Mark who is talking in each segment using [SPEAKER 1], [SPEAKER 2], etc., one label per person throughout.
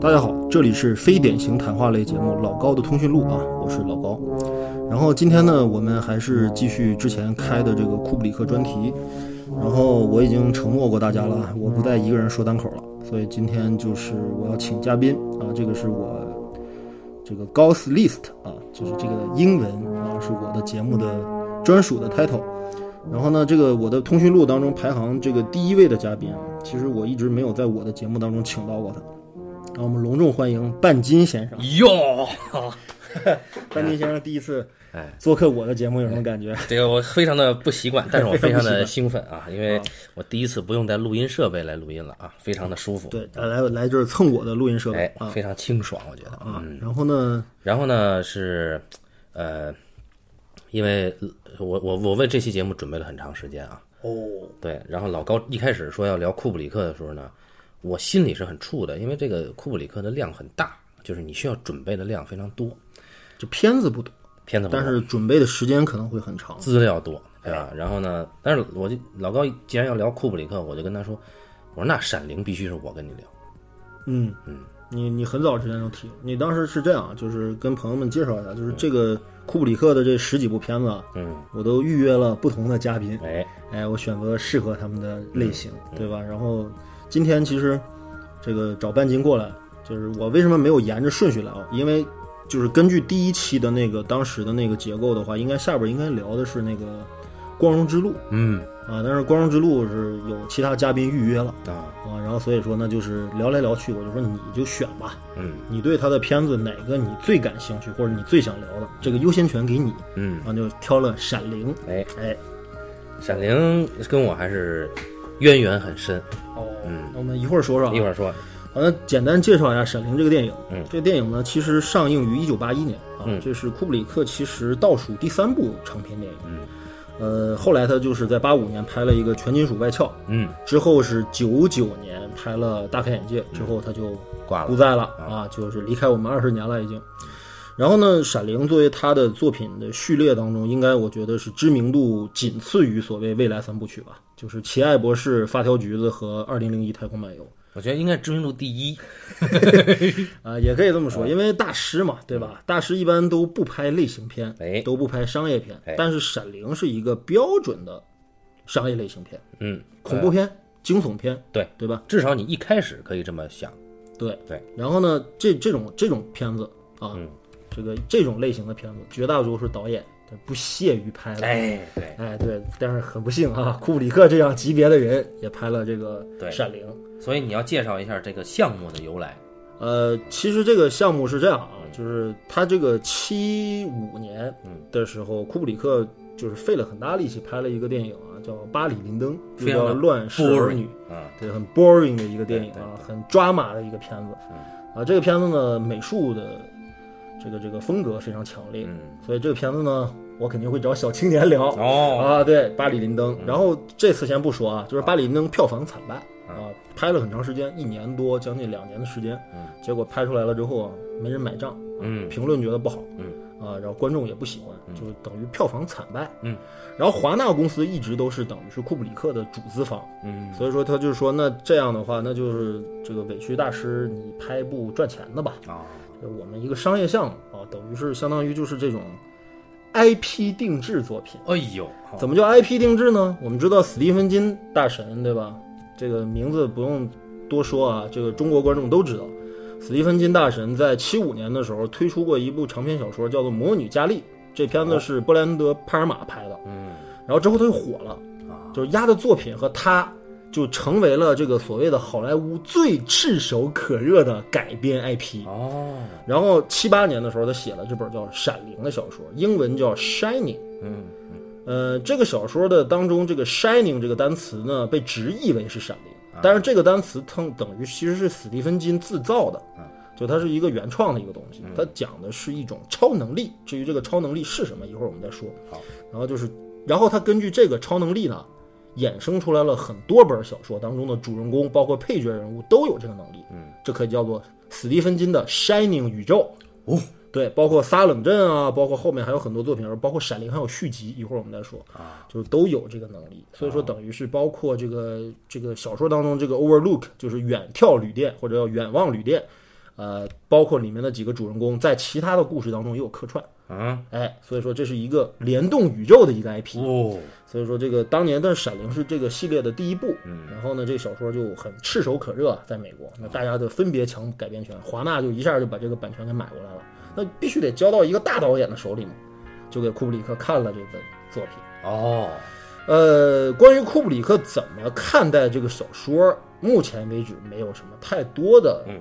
[SPEAKER 1] 大家好，这里是非典型谈话类节目《老高的通讯录》啊，我是老高。然后今天呢，我们还是继续之前开的这个库布里克专题。然后我已经承诺过大家了啊，我不再一个人说单口了，所以今天就是我要请嘉宾啊，这个是我这个 Gauss List 啊，就是这个英文啊，是我的节目的专属的 title。然后呢，这个我的通讯录当中排行这个第一位的嘉宾啊，其实我一直没有在我的节目当中请到过他。让我们隆重欢迎半斤先生。
[SPEAKER 2] 哟，
[SPEAKER 1] 半斤先生第一次
[SPEAKER 2] 哎
[SPEAKER 1] 做客我的节目，有什么感觉？
[SPEAKER 2] 这个我非常的不习惯，但 是我非常
[SPEAKER 1] 非常
[SPEAKER 2] 的
[SPEAKER 1] 不
[SPEAKER 2] 兴奋啊，因为我第一次不用带录音设备来录音了啊，非常的舒服，
[SPEAKER 1] 对，来来就是蹭我的录音设备
[SPEAKER 2] 哎，
[SPEAKER 1] 啊
[SPEAKER 2] 非常清爽，我觉得。
[SPEAKER 1] 啊。然后呢，
[SPEAKER 2] 然后呢是，呃，因为呃我我我为这期节目准备了很长时间啊，
[SPEAKER 1] 哦，
[SPEAKER 2] 对，然后老高一开始说要聊库布里克的时候呢，我心里是很怵的，因为这个库布里克的量很大，就是你需要准备的量非常多，
[SPEAKER 1] 这片子不多，
[SPEAKER 2] 片子不
[SPEAKER 1] 但
[SPEAKER 2] 够
[SPEAKER 1] 是准备的时间可能会很长。
[SPEAKER 2] 资料多，对吧？然后呢，但是我就老高既然要聊库布里克，我就跟他说，我说那《闪灵》必须是我跟你聊，
[SPEAKER 1] 嗯嗯，你你很早之前就提，你当时是这样啊，就是跟朋友们介绍一下，就是这个库布里克的这十几部片子，啊
[SPEAKER 2] 嗯，
[SPEAKER 1] 我都预约了不同的嘉宾，
[SPEAKER 2] 哎，
[SPEAKER 1] 哎，我选择适合他们的类型，对吧？然后今天其实这个找半斤过来，就是我为什么没有沿着顺序聊？因为就是根据第一期的那个当时的那个结构的话，应该下边应该聊的是那个《光荣之路》
[SPEAKER 2] 嗯
[SPEAKER 1] 啊，但是《光荣之路》是有其他嘉宾预约了
[SPEAKER 2] 啊，
[SPEAKER 1] 啊，然后所以说呢，就是聊来聊去，我就说你就选吧，
[SPEAKER 2] 嗯
[SPEAKER 1] 你对他的片子哪个你最感兴趣，或者你最想聊的，这个优先权给你，
[SPEAKER 2] 嗯
[SPEAKER 1] 然，后就挑了《闪灵》，
[SPEAKER 2] 哎，
[SPEAKER 1] 哎。
[SPEAKER 2] 《闪灵》跟我还是渊源很深，
[SPEAKER 1] 哦，
[SPEAKER 2] 嗯
[SPEAKER 1] 那我们一会儿说说啊，
[SPEAKER 2] 一会儿说，
[SPEAKER 1] 好，那简单介绍一下《闪灵》这个电影。
[SPEAKER 2] 嗯
[SPEAKER 1] 这个电影呢，其实上映于一九八一年啊，
[SPEAKER 2] 嗯
[SPEAKER 1] 这是库布里克其实倒数第三部长篇电影。
[SPEAKER 2] 嗯
[SPEAKER 1] 呃，后来他就是在八五年拍了一个《全金属外壳》，
[SPEAKER 2] 嗯，
[SPEAKER 1] 之后是九九年拍了《大开眼界》，之后他就
[SPEAKER 2] 挂
[SPEAKER 1] 不
[SPEAKER 2] 了，
[SPEAKER 1] 在了啊，就是离开我们二十年了已经。然后呢，《闪灵》作为他的作品的序列当中，应该我觉得是知名度仅次于所谓未来三部曲吧，就是《奇爱博士》《发条橘子》和《二零零一太空漫游》。
[SPEAKER 2] 我觉得应该知名度第一，
[SPEAKER 1] 啊，也可以这么
[SPEAKER 2] 嗯
[SPEAKER 1] 说，因为大师嘛，对吧？大师一般都不拍类型片，
[SPEAKER 2] 哎
[SPEAKER 1] 都不拍商业片，
[SPEAKER 2] 哎
[SPEAKER 1] 但是《闪灵》是一个标准的商业类型片，
[SPEAKER 2] 嗯，
[SPEAKER 1] 恐怖片、惊悚片，
[SPEAKER 2] 对，
[SPEAKER 1] 对吧？
[SPEAKER 2] 至少你一开始可以这么想，
[SPEAKER 1] 对
[SPEAKER 2] 对。
[SPEAKER 1] 然后呢，这这种这种片子啊，
[SPEAKER 2] 嗯
[SPEAKER 1] 这个这种类型的片子，绝大多数导演他不屑于拍了。
[SPEAKER 2] 哎，对，
[SPEAKER 1] 哎对，但是很不幸啊，库布里克这样级别的人也拍了这个
[SPEAKER 2] 对
[SPEAKER 1] 《闪灵》。
[SPEAKER 2] 所以你要介绍一下这个项目的由来，
[SPEAKER 1] 呃，其实这个项目是这样啊，就是他这个七五年
[SPEAKER 2] 嗯
[SPEAKER 1] 的时候，库布里克就是费了很大力气拍了一个电影啊，叫《巴里林登》，又
[SPEAKER 2] 非常
[SPEAKER 1] 叫《
[SPEAKER 2] 的
[SPEAKER 1] 乱世儿女》，
[SPEAKER 2] 啊，
[SPEAKER 1] 对，很 boring 的一个电影
[SPEAKER 2] 对嗯
[SPEAKER 1] 啊，很抓马的一个片子啊。这个片子呢，美术的这个这个风格非常强烈，
[SPEAKER 2] 嗯，
[SPEAKER 1] 所以这个片子呢，我肯定会找小青年 聊。
[SPEAKER 2] 哦，
[SPEAKER 1] 啊，对，巴里林
[SPEAKER 2] 嗯
[SPEAKER 1] 登。然后这次先不说啊，就是巴里林登票房惨败
[SPEAKER 2] 嗯
[SPEAKER 1] 啊，拍了很长时间，一年多，将近两年的时间，结果拍出来了之后啊，没人买账，
[SPEAKER 2] 嗯
[SPEAKER 1] 评论觉得不好，
[SPEAKER 2] 嗯
[SPEAKER 1] 啊，然后观众也不喜欢，就是等于票房惨败，
[SPEAKER 2] 嗯。
[SPEAKER 1] 然后华纳公司一直都是等于是库布里克的主资方，
[SPEAKER 2] 嗯
[SPEAKER 1] 所以说他就说，那这样的话，那就是这个委屈大师，你拍一部赚钱的吧，
[SPEAKER 2] 啊，
[SPEAKER 1] 这我们一个商业项目啊，等于是相当于就是这种 IP 定制作品。
[SPEAKER 2] 哎呦，好
[SPEAKER 1] 怎么叫 IP 定制呢？我们知道史蒂芬金大神，对吧？这个名字不用多说啊，这个中国观众都知道。史蒂芬金大神在七五年的时候推出过一部长篇小说，叫做《魔女佳丽》。这片子是布莱恩德·帕尔玛拍的，
[SPEAKER 2] 哦嗯。啊
[SPEAKER 1] 然后之后他就火了，就是他的作品和他就成为了这个所谓的好莱坞最炙手可热的改编 IP。
[SPEAKER 2] 哦，
[SPEAKER 1] 然后七八年的时候，他写了这本叫《闪灵》的小说，英文叫《Shining》。
[SPEAKER 2] 嗯，
[SPEAKER 1] 呃，这个小说的当中，这个 “shining” 这个单词呢，被直译为是闪灵，但是这个单词等等于其实是史蒂芬金自造的，就它是一个原创的一个东西，它讲的是一种超能力。至于这个超能力是什么，一会儿我们再说。
[SPEAKER 2] 好，
[SPEAKER 1] 然后就是，然后他根据这个超能力呢，衍生出来了很多本小说当中的主人公，包括配角人物都有这个能力，嗯，这可以叫做史蒂芬金的 “shining” 宇宙。
[SPEAKER 2] 哦，
[SPEAKER 1] 对，包括《撒冷镇》啊，包括后面还有很多作品，包括《闪灵》还有续集，一会儿我们再说，就是都有这个能力。所以说，等于是包括这个这个小说当中这个 Overlook，就是远眺旅店或者叫远望旅店，呃，包括里面的几个主人公在其他的故事当中也有客串，
[SPEAKER 2] 啊，
[SPEAKER 1] 哎，所以说这是一个联动宇宙的一个 IP。
[SPEAKER 2] 哦，
[SPEAKER 1] 所以说这个当年的《闪灵》是这个系列的第一部，嗯，然后呢，这个小说就很炙手可热啊，在美国，那大家的分别抢改编权，华纳就一下就把这个版权给买过来了，那必须得交到一个大导演的手里嘛，就给库布里克看了这本作品。
[SPEAKER 2] 哦，
[SPEAKER 1] 呃，关于库布里克怎么看待这个小说，目前为止没有什么太多的，
[SPEAKER 2] 嗯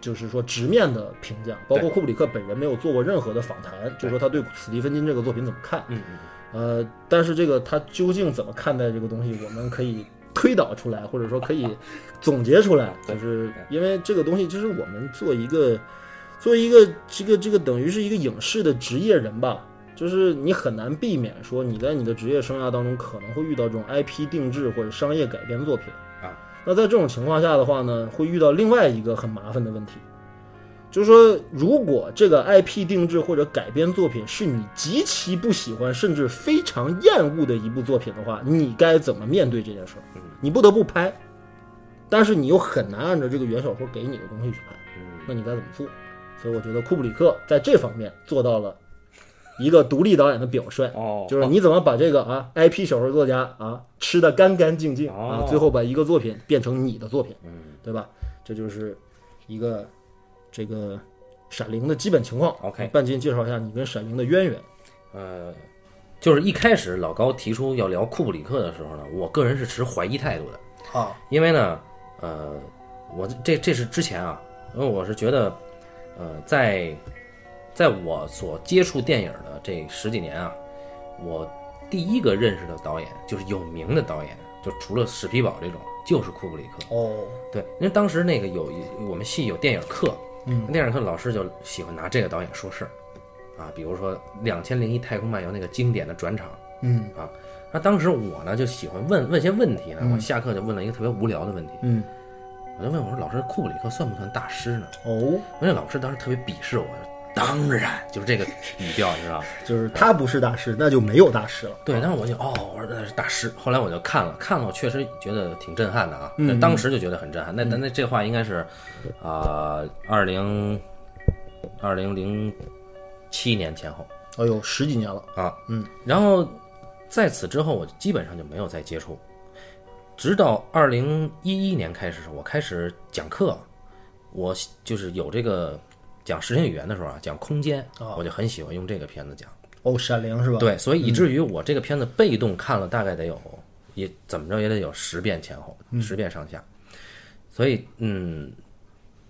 [SPEAKER 1] 就是说直面的评价，包括
[SPEAKER 2] 对
[SPEAKER 1] 库布里克本人没有做过任何的访谈，就说他对史蒂芬金这个作品怎么看。
[SPEAKER 2] 嗯嗯，
[SPEAKER 1] 呃，但是这个他究竟怎么看待这个东西，我们可以推导出来，或者说可以总结出来，就是因为这个东西，就是我们做一个作为一个这个这个等于是一个影视的职业人吧，就是你很难避免说你在你的职业生涯当中可能会遇到这种 IP 定制或者商业改编作品
[SPEAKER 2] 啊。
[SPEAKER 1] 那在这种情况下的话呢，会遇到另外一个很麻烦的问题，就是说，如果这个 IP 定制或者改编作品是你极其不喜欢甚至非常厌恶的一部作品的话，你该怎么面对这件事儿？你不得不拍，但是你又很难按照这个原小说给你的东西去拍，那你该怎么做？所以我觉得库布里克在这方面做到了一个独立导演的表率，
[SPEAKER 2] 哦
[SPEAKER 1] 就是你怎么把这个啊 IP 小说作家啊吃的干干净净啊
[SPEAKER 2] 哦，嗯
[SPEAKER 1] 最后把一个作品变成你的作品，对吧？这就是一个这个《闪灵》的基本情况。
[SPEAKER 2] OK
[SPEAKER 1] 半斤介绍一下你跟《闪灵》的渊源。
[SPEAKER 2] 呃，就是一开始老高提出要聊库布里克的时候呢，我个人是持怀疑态度的，
[SPEAKER 1] 啊，
[SPEAKER 2] 因为呢，呃，我这这是之前啊，因为我是觉得，呃，在在我所接触电影的这十几年啊，我第一个认识的导演就是有名的导演，就除了史皮堡这种，就是库布里克。
[SPEAKER 1] 哦，
[SPEAKER 2] 对，因为当时那个有一我们系有电影课，嗯，电影课老师就喜欢拿这个导演说事儿，啊，比如说《两千零一太空漫游》那个经典的转场，
[SPEAKER 1] 嗯
[SPEAKER 2] 啊，那当时我呢就喜欢问问些问题呢，我下课就问了一个特别无聊的问题，
[SPEAKER 1] 嗯，
[SPEAKER 2] 我就问我说老师库布里克算不算大师呢？
[SPEAKER 1] 哦，
[SPEAKER 2] 那老师当时特别鄙视我，当然就是这个语调，你知道吗？
[SPEAKER 1] 就是他不是大师，那就没有大师了。
[SPEAKER 2] 对，当时我就哦，我说那是大师。后来我就看了，看了，我确实觉得挺震撼的啊，当时就觉得很震撼。那那那这话应该是，啊、2二零二零零七年前后
[SPEAKER 1] 哎呦，十几年了。
[SPEAKER 2] 啊，嗯。然后在此之后，我基本上就没有再接触，直到二零一一年开始，我开始讲课，我就是有这个讲视听语言的时候啊，讲空间，我就很喜欢用这个片子讲。
[SPEAKER 1] 哦，《闪灵》是吧？，嗯
[SPEAKER 2] 对，所以以至于我这个片子被动看了大概得有，也怎么着也得有十遍前后，
[SPEAKER 1] 嗯
[SPEAKER 2] 十遍上下。所以嗯，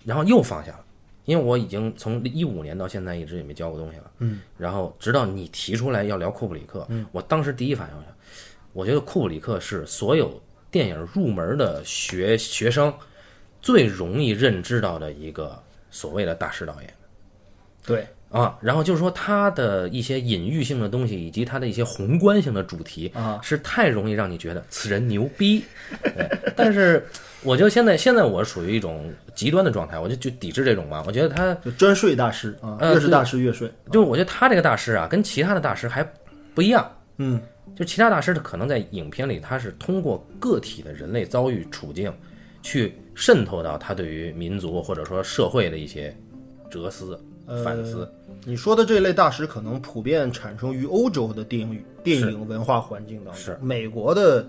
[SPEAKER 2] 然后又放下了，因为我已经从一五年到现在一直也没教过东西了。嗯，然后直到你提出来要聊库布里克，
[SPEAKER 1] 嗯
[SPEAKER 2] 我当时第一反应是，我觉得库布里克是所有电影入门的学学生最容易认知到的一个所谓的大师导演。
[SPEAKER 1] 对，
[SPEAKER 2] 啊，然后就是说它的一些隐喻性的东西，以及它的一些宏观性的主题
[SPEAKER 1] 啊，
[SPEAKER 2] 是太容易让你觉得此人牛逼。对，但是我就现在现在我属于一种极端的状态，我就就抵制这种嘛。我觉得他
[SPEAKER 1] 就专睡大师啊，越是大师越睡。
[SPEAKER 2] 就是我觉得他这个大师啊，跟其他的大师还不一样。
[SPEAKER 1] 嗯，
[SPEAKER 2] 就其他大师他可能在影片里，他是通过个体的人类遭遇处境，去渗透到他对于民族或者说社会的一些哲思、反思。
[SPEAKER 1] 呃你说的这类大师可能普遍产生于欧洲的电影电影文化环境当中，
[SPEAKER 2] 是
[SPEAKER 1] 美国的，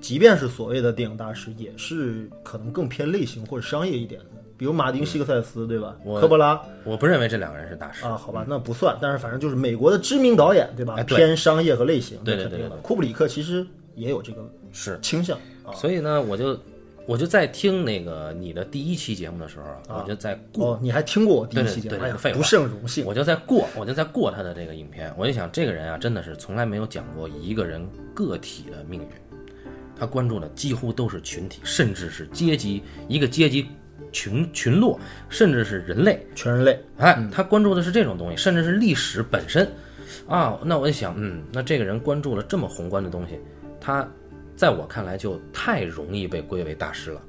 [SPEAKER 1] 即便是所谓的电影大师，也是可能更偏类型或者商业一点的，比如马丁·西克塞斯，对吧？
[SPEAKER 2] 我
[SPEAKER 1] 科波拉
[SPEAKER 2] 我不认为这两个人是大师
[SPEAKER 1] 啊，好吧，那不算，但是反正就是美国的知名导演，对吧？
[SPEAKER 2] 哎对
[SPEAKER 1] 偏商业和类型，
[SPEAKER 2] 对
[SPEAKER 1] 这
[SPEAKER 2] 对
[SPEAKER 1] 肯
[SPEAKER 2] 对
[SPEAKER 1] 定的
[SPEAKER 2] 对
[SPEAKER 1] 库布里克其实也有这个
[SPEAKER 2] 是
[SPEAKER 1] 倾向啊。
[SPEAKER 2] 所以呢，我就我就在听那个你的第一期节目的时候啊，我就在过，
[SPEAKER 1] 哦，你还听过我第一期节目？
[SPEAKER 2] 对对对
[SPEAKER 1] 哎呀
[SPEAKER 2] 废话
[SPEAKER 1] 不胜荣幸。
[SPEAKER 2] 我就在过，我就在过他的这个影片，我就想这个人啊，真的是从来没有讲过一个人个体的命运，他关注的几乎都是群体，甚至是阶级，一个阶级群群落，甚至是人类。
[SPEAKER 1] 全人类，
[SPEAKER 2] 哎，他关注的是这种东西，甚至是历史本身，啊，那我就想，嗯，那这个人关注了这么宏观的东西，他在我看来就太容易被归为大师了。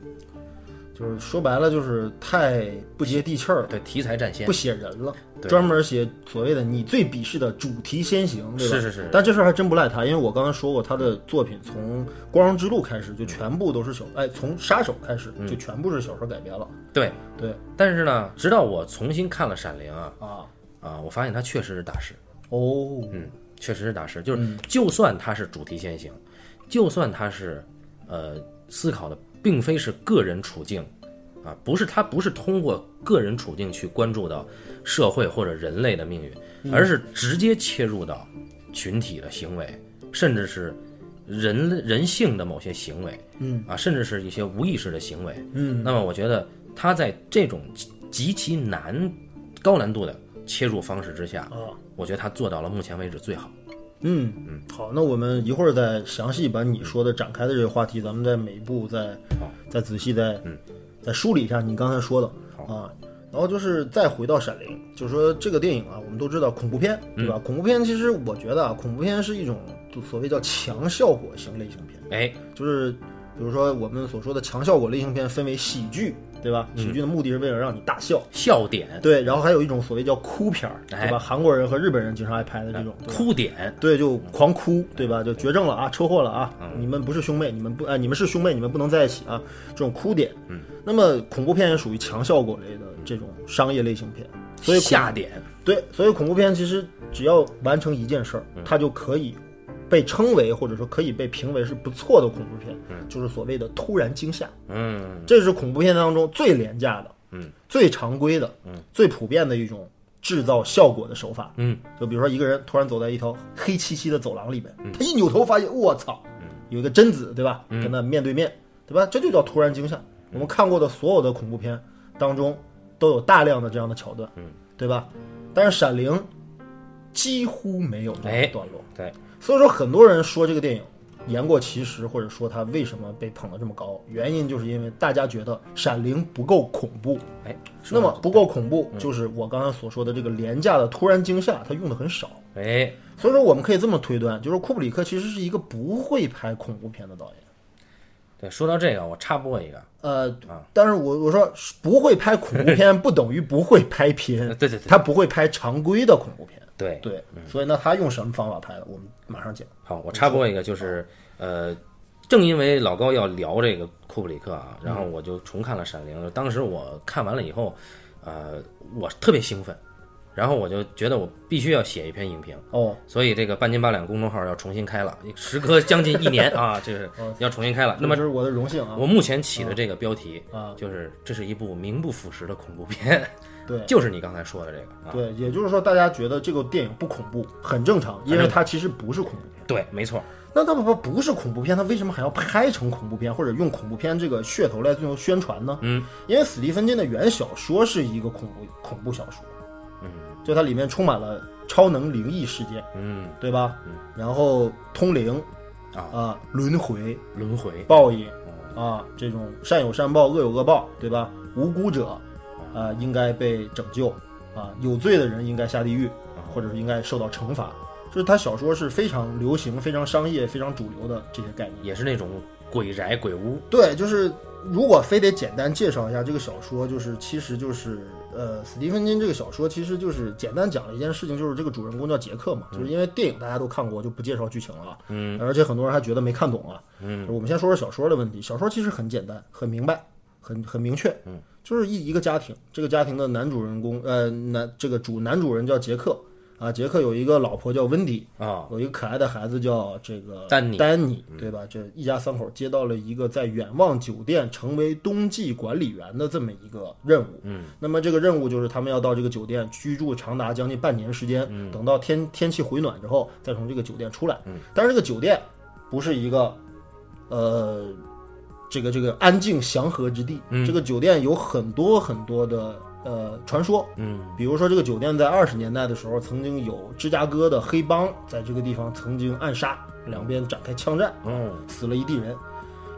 [SPEAKER 1] 就是说白了就是太不接地气儿，
[SPEAKER 2] 对题材占先
[SPEAKER 1] 不，写人了，
[SPEAKER 2] 对
[SPEAKER 1] 专门写所谓的你最鄙视的主题先行，对吧？
[SPEAKER 2] 是是是
[SPEAKER 1] 但这事儿还真不赖他，因为我刚刚说过，他的作品从《光荣之路》开始就全部都是小，哎，从《杀手》开
[SPEAKER 2] 嗯
[SPEAKER 1] 始就全部是小说改编了。
[SPEAKER 2] 对。
[SPEAKER 1] 对
[SPEAKER 2] 但是呢，直到我重新看了《闪灵》啊
[SPEAKER 1] 啊，
[SPEAKER 2] 啊，我发现它确实是大师，
[SPEAKER 1] 哦，
[SPEAKER 2] 嗯，确实是大师。就是就算它是主题先行，就算它是呃思考的并非是个人处境啊，不是它不是通过个人处境去关注到社会或者人类的命运，而是直接切入到群体的行为，甚至是人人性的某些行为，嗯啊，甚至是一些无意识的行为，嗯。那么我觉得他在这种极极其难、高难度的切入方式之下，
[SPEAKER 1] 啊，
[SPEAKER 2] 我觉得他做到了目前为止最好。
[SPEAKER 1] 嗯嗯，好，那我们一会儿再详细把你说的展开的这个话题，咱们再每一步再
[SPEAKER 2] 好嗯
[SPEAKER 1] 再仔细再再梳理一下你刚才说的啊。然后就是再回到《闪灵》，就是说这个电影啊，我们都知道恐怖片，
[SPEAKER 2] 嗯
[SPEAKER 1] 对吧？恐怖片其实我觉得啊，恐怖片是一种就所谓叫强效果型类型片，
[SPEAKER 2] 哎，
[SPEAKER 1] 就是比如说我们所说的强效果类型片分为喜剧，对吧？
[SPEAKER 2] 嗯
[SPEAKER 1] 喜剧的目的是为了让你大笑，
[SPEAKER 2] 笑点、
[SPEAKER 1] 对。然后还有一种所谓叫哭片儿，对
[SPEAKER 2] 哎
[SPEAKER 1] 吧？韩国人和日本人经常爱拍的这种，对吧
[SPEAKER 2] 哭点，
[SPEAKER 1] 对，就狂哭，对吧？就绝症了啊，车祸了啊！你们不是兄妹，你们不哎，你们是兄妹，你们不能在一起啊！这种哭点。嗯，那么恐怖片也属于强效果类的这种商业类型片，所以恐
[SPEAKER 2] 下点，
[SPEAKER 1] 对，所以恐怖片其实只要完成一件事儿，它就可以被称为或者说可以被评为是不错的恐怖片，就是所谓的突然惊吓。
[SPEAKER 2] 嗯，
[SPEAKER 1] 这是恐怖片当中最廉价的，
[SPEAKER 2] 嗯，
[SPEAKER 1] 最常规的，嗯，最普遍的一种制造效果的手法，
[SPEAKER 2] 嗯，
[SPEAKER 1] 就比如说一个人突然走在一条黑漆漆的走廊里面，
[SPEAKER 2] 嗯
[SPEAKER 1] 他一扭头发现，我操，有一个贞子，对吧？跟他面对面，对吧？这就叫突然惊
[SPEAKER 2] 嗯
[SPEAKER 1] 吓。我们看过的所有的恐怖片当中，都有大量的这样的桥段，嗯，对吧？但是《闪灵》几乎没有
[SPEAKER 2] 哎
[SPEAKER 1] 这样的段落，
[SPEAKER 2] 对，
[SPEAKER 1] 所以说，很多人说这个电影言过其实，或者说它为什么被捧得这么高，原因就是因为大家觉得《闪灵》不够恐怖。
[SPEAKER 2] 哎，
[SPEAKER 1] 那么不够恐怖，就是我刚才所说的这个廉价的突然惊吓，它用的很少。
[SPEAKER 2] 哎，
[SPEAKER 1] 所以说，我们可以这么推断，就是库布里克其实是一个不会拍恐怖片的导演。
[SPEAKER 2] 对，说到这个，我插播一个，
[SPEAKER 1] 呃，
[SPEAKER 2] 啊
[SPEAKER 1] 但是我我说不会拍恐怖 片，不等于不会拍
[SPEAKER 2] 呃
[SPEAKER 1] 片，
[SPEAKER 2] 对对对
[SPEAKER 1] 他不会拍常规的恐怖片。
[SPEAKER 2] 对，
[SPEAKER 1] 对，所以呢，他用什么方法拍的？我们马上讲。
[SPEAKER 2] 好，我插播一个，就是呃，正因为老高要聊这个库布里克啊，然后我就重看了《闪灵》，当时我看完了以后，呃，我特别兴奋，然后我就觉得我必须要写一篇影评。
[SPEAKER 1] 哦，
[SPEAKER 2] 所以这个半斤八两公众号要重新开了，时隔将近一年 啊，这是
[SPEAKER 1] 哦
[SPEAKER 2] 要重新开了。那么
[SPEAKER 1] 这是我的荣幸啊。
[SPEAKER 2] 我目前起的这个标题
[SPEAKER 1] 啊，
[SPEAKER 2] 就是这是一部名不副实的恐怖片，
[SPEAKER 1] 对
[SPEAKER 2] 就是你刚才说的这个啊，
[SPEAKER 1] 对，也就是说，大家觉得这个电影不恐怖，很正常，因为它其实不是恐怖片。
[SPEAKER 2] 对，没错，
[SPEAKER 1] 那它不不是恐怖片，它为什么还要拍成恐怖片，或者用恐怖片这个噱头来进行宣传呢？嗯，因为史蒂芬金的原小说是一个恐怖恐怖小说，嗯，就它里面充满了超能灵异事件，
[SPEAKER 2] 嗯，
[SPEAKER 1] 对吧？然后通灵
[SPEAKER 2] 啊
[SPEAKER 1] 轮回、
[SPEAKER 2] 轮回，哦
[SPEAKER 1] 报应啊，这种善有善报，恶有恶报，对吧？无辜者啊、应该被拯救啊，有罪的人应该下地狱，
[SPEAKER 2] 哦
[SPEAKER 1] 或者是应该受到惩罚。就是他小说是非常流行、非常商业、非常主流的这些概念。
[SPEAKER 2] 也是那种鬼宅鬼屋，
[SPEAKER 1] 对，就是如果非得简单介绍一下这个小说，就是其实就是呃，斯蒂芬金这个小说其实就是简单讲了一件事情，就是这个主人公叫杰克嘛，就是因为电影大家都看过，就不介绍剧情了。嗯，而且很多人还觉得没看懂啊。嗯，我们先说说小说的问题。小说其实很简单，很明白，很很明确。嗯，就是一一个家庭，这个家庭的男主人公呃男这个主男主人叫杰克啊，杰克有一个老婆叫温迪。
[SPEAKER 2] 啊，
[SPEAKER 1] 有一个可爱的孩子叫这个
[SPEAKER 2] 丹尼
[SPEAKER 1] 丹尼对吧？这一家三口接到了一个在远望酒店成为冬季管理员的这么一个任务。嗯，那么这个任务就是他们要到这个酒店居住长达将近半年时间，等到天天气回暖之后，再从这个酒店出来。嗯，但是这个酒店不是一个，呃。这个这个安静祥和之地，这个酒店有很多很多的呃传说，
[SPEAKER 2] 嗯，
[SPEAKER 1] 比如说，这个酒店在二十年代的时候，曾经有芝加哥的黑帮在这个地方曾经暗杀，两边展开枪战，
[SPEAKER 2] 嗯，
[SPEAKER 1] 死了一地人。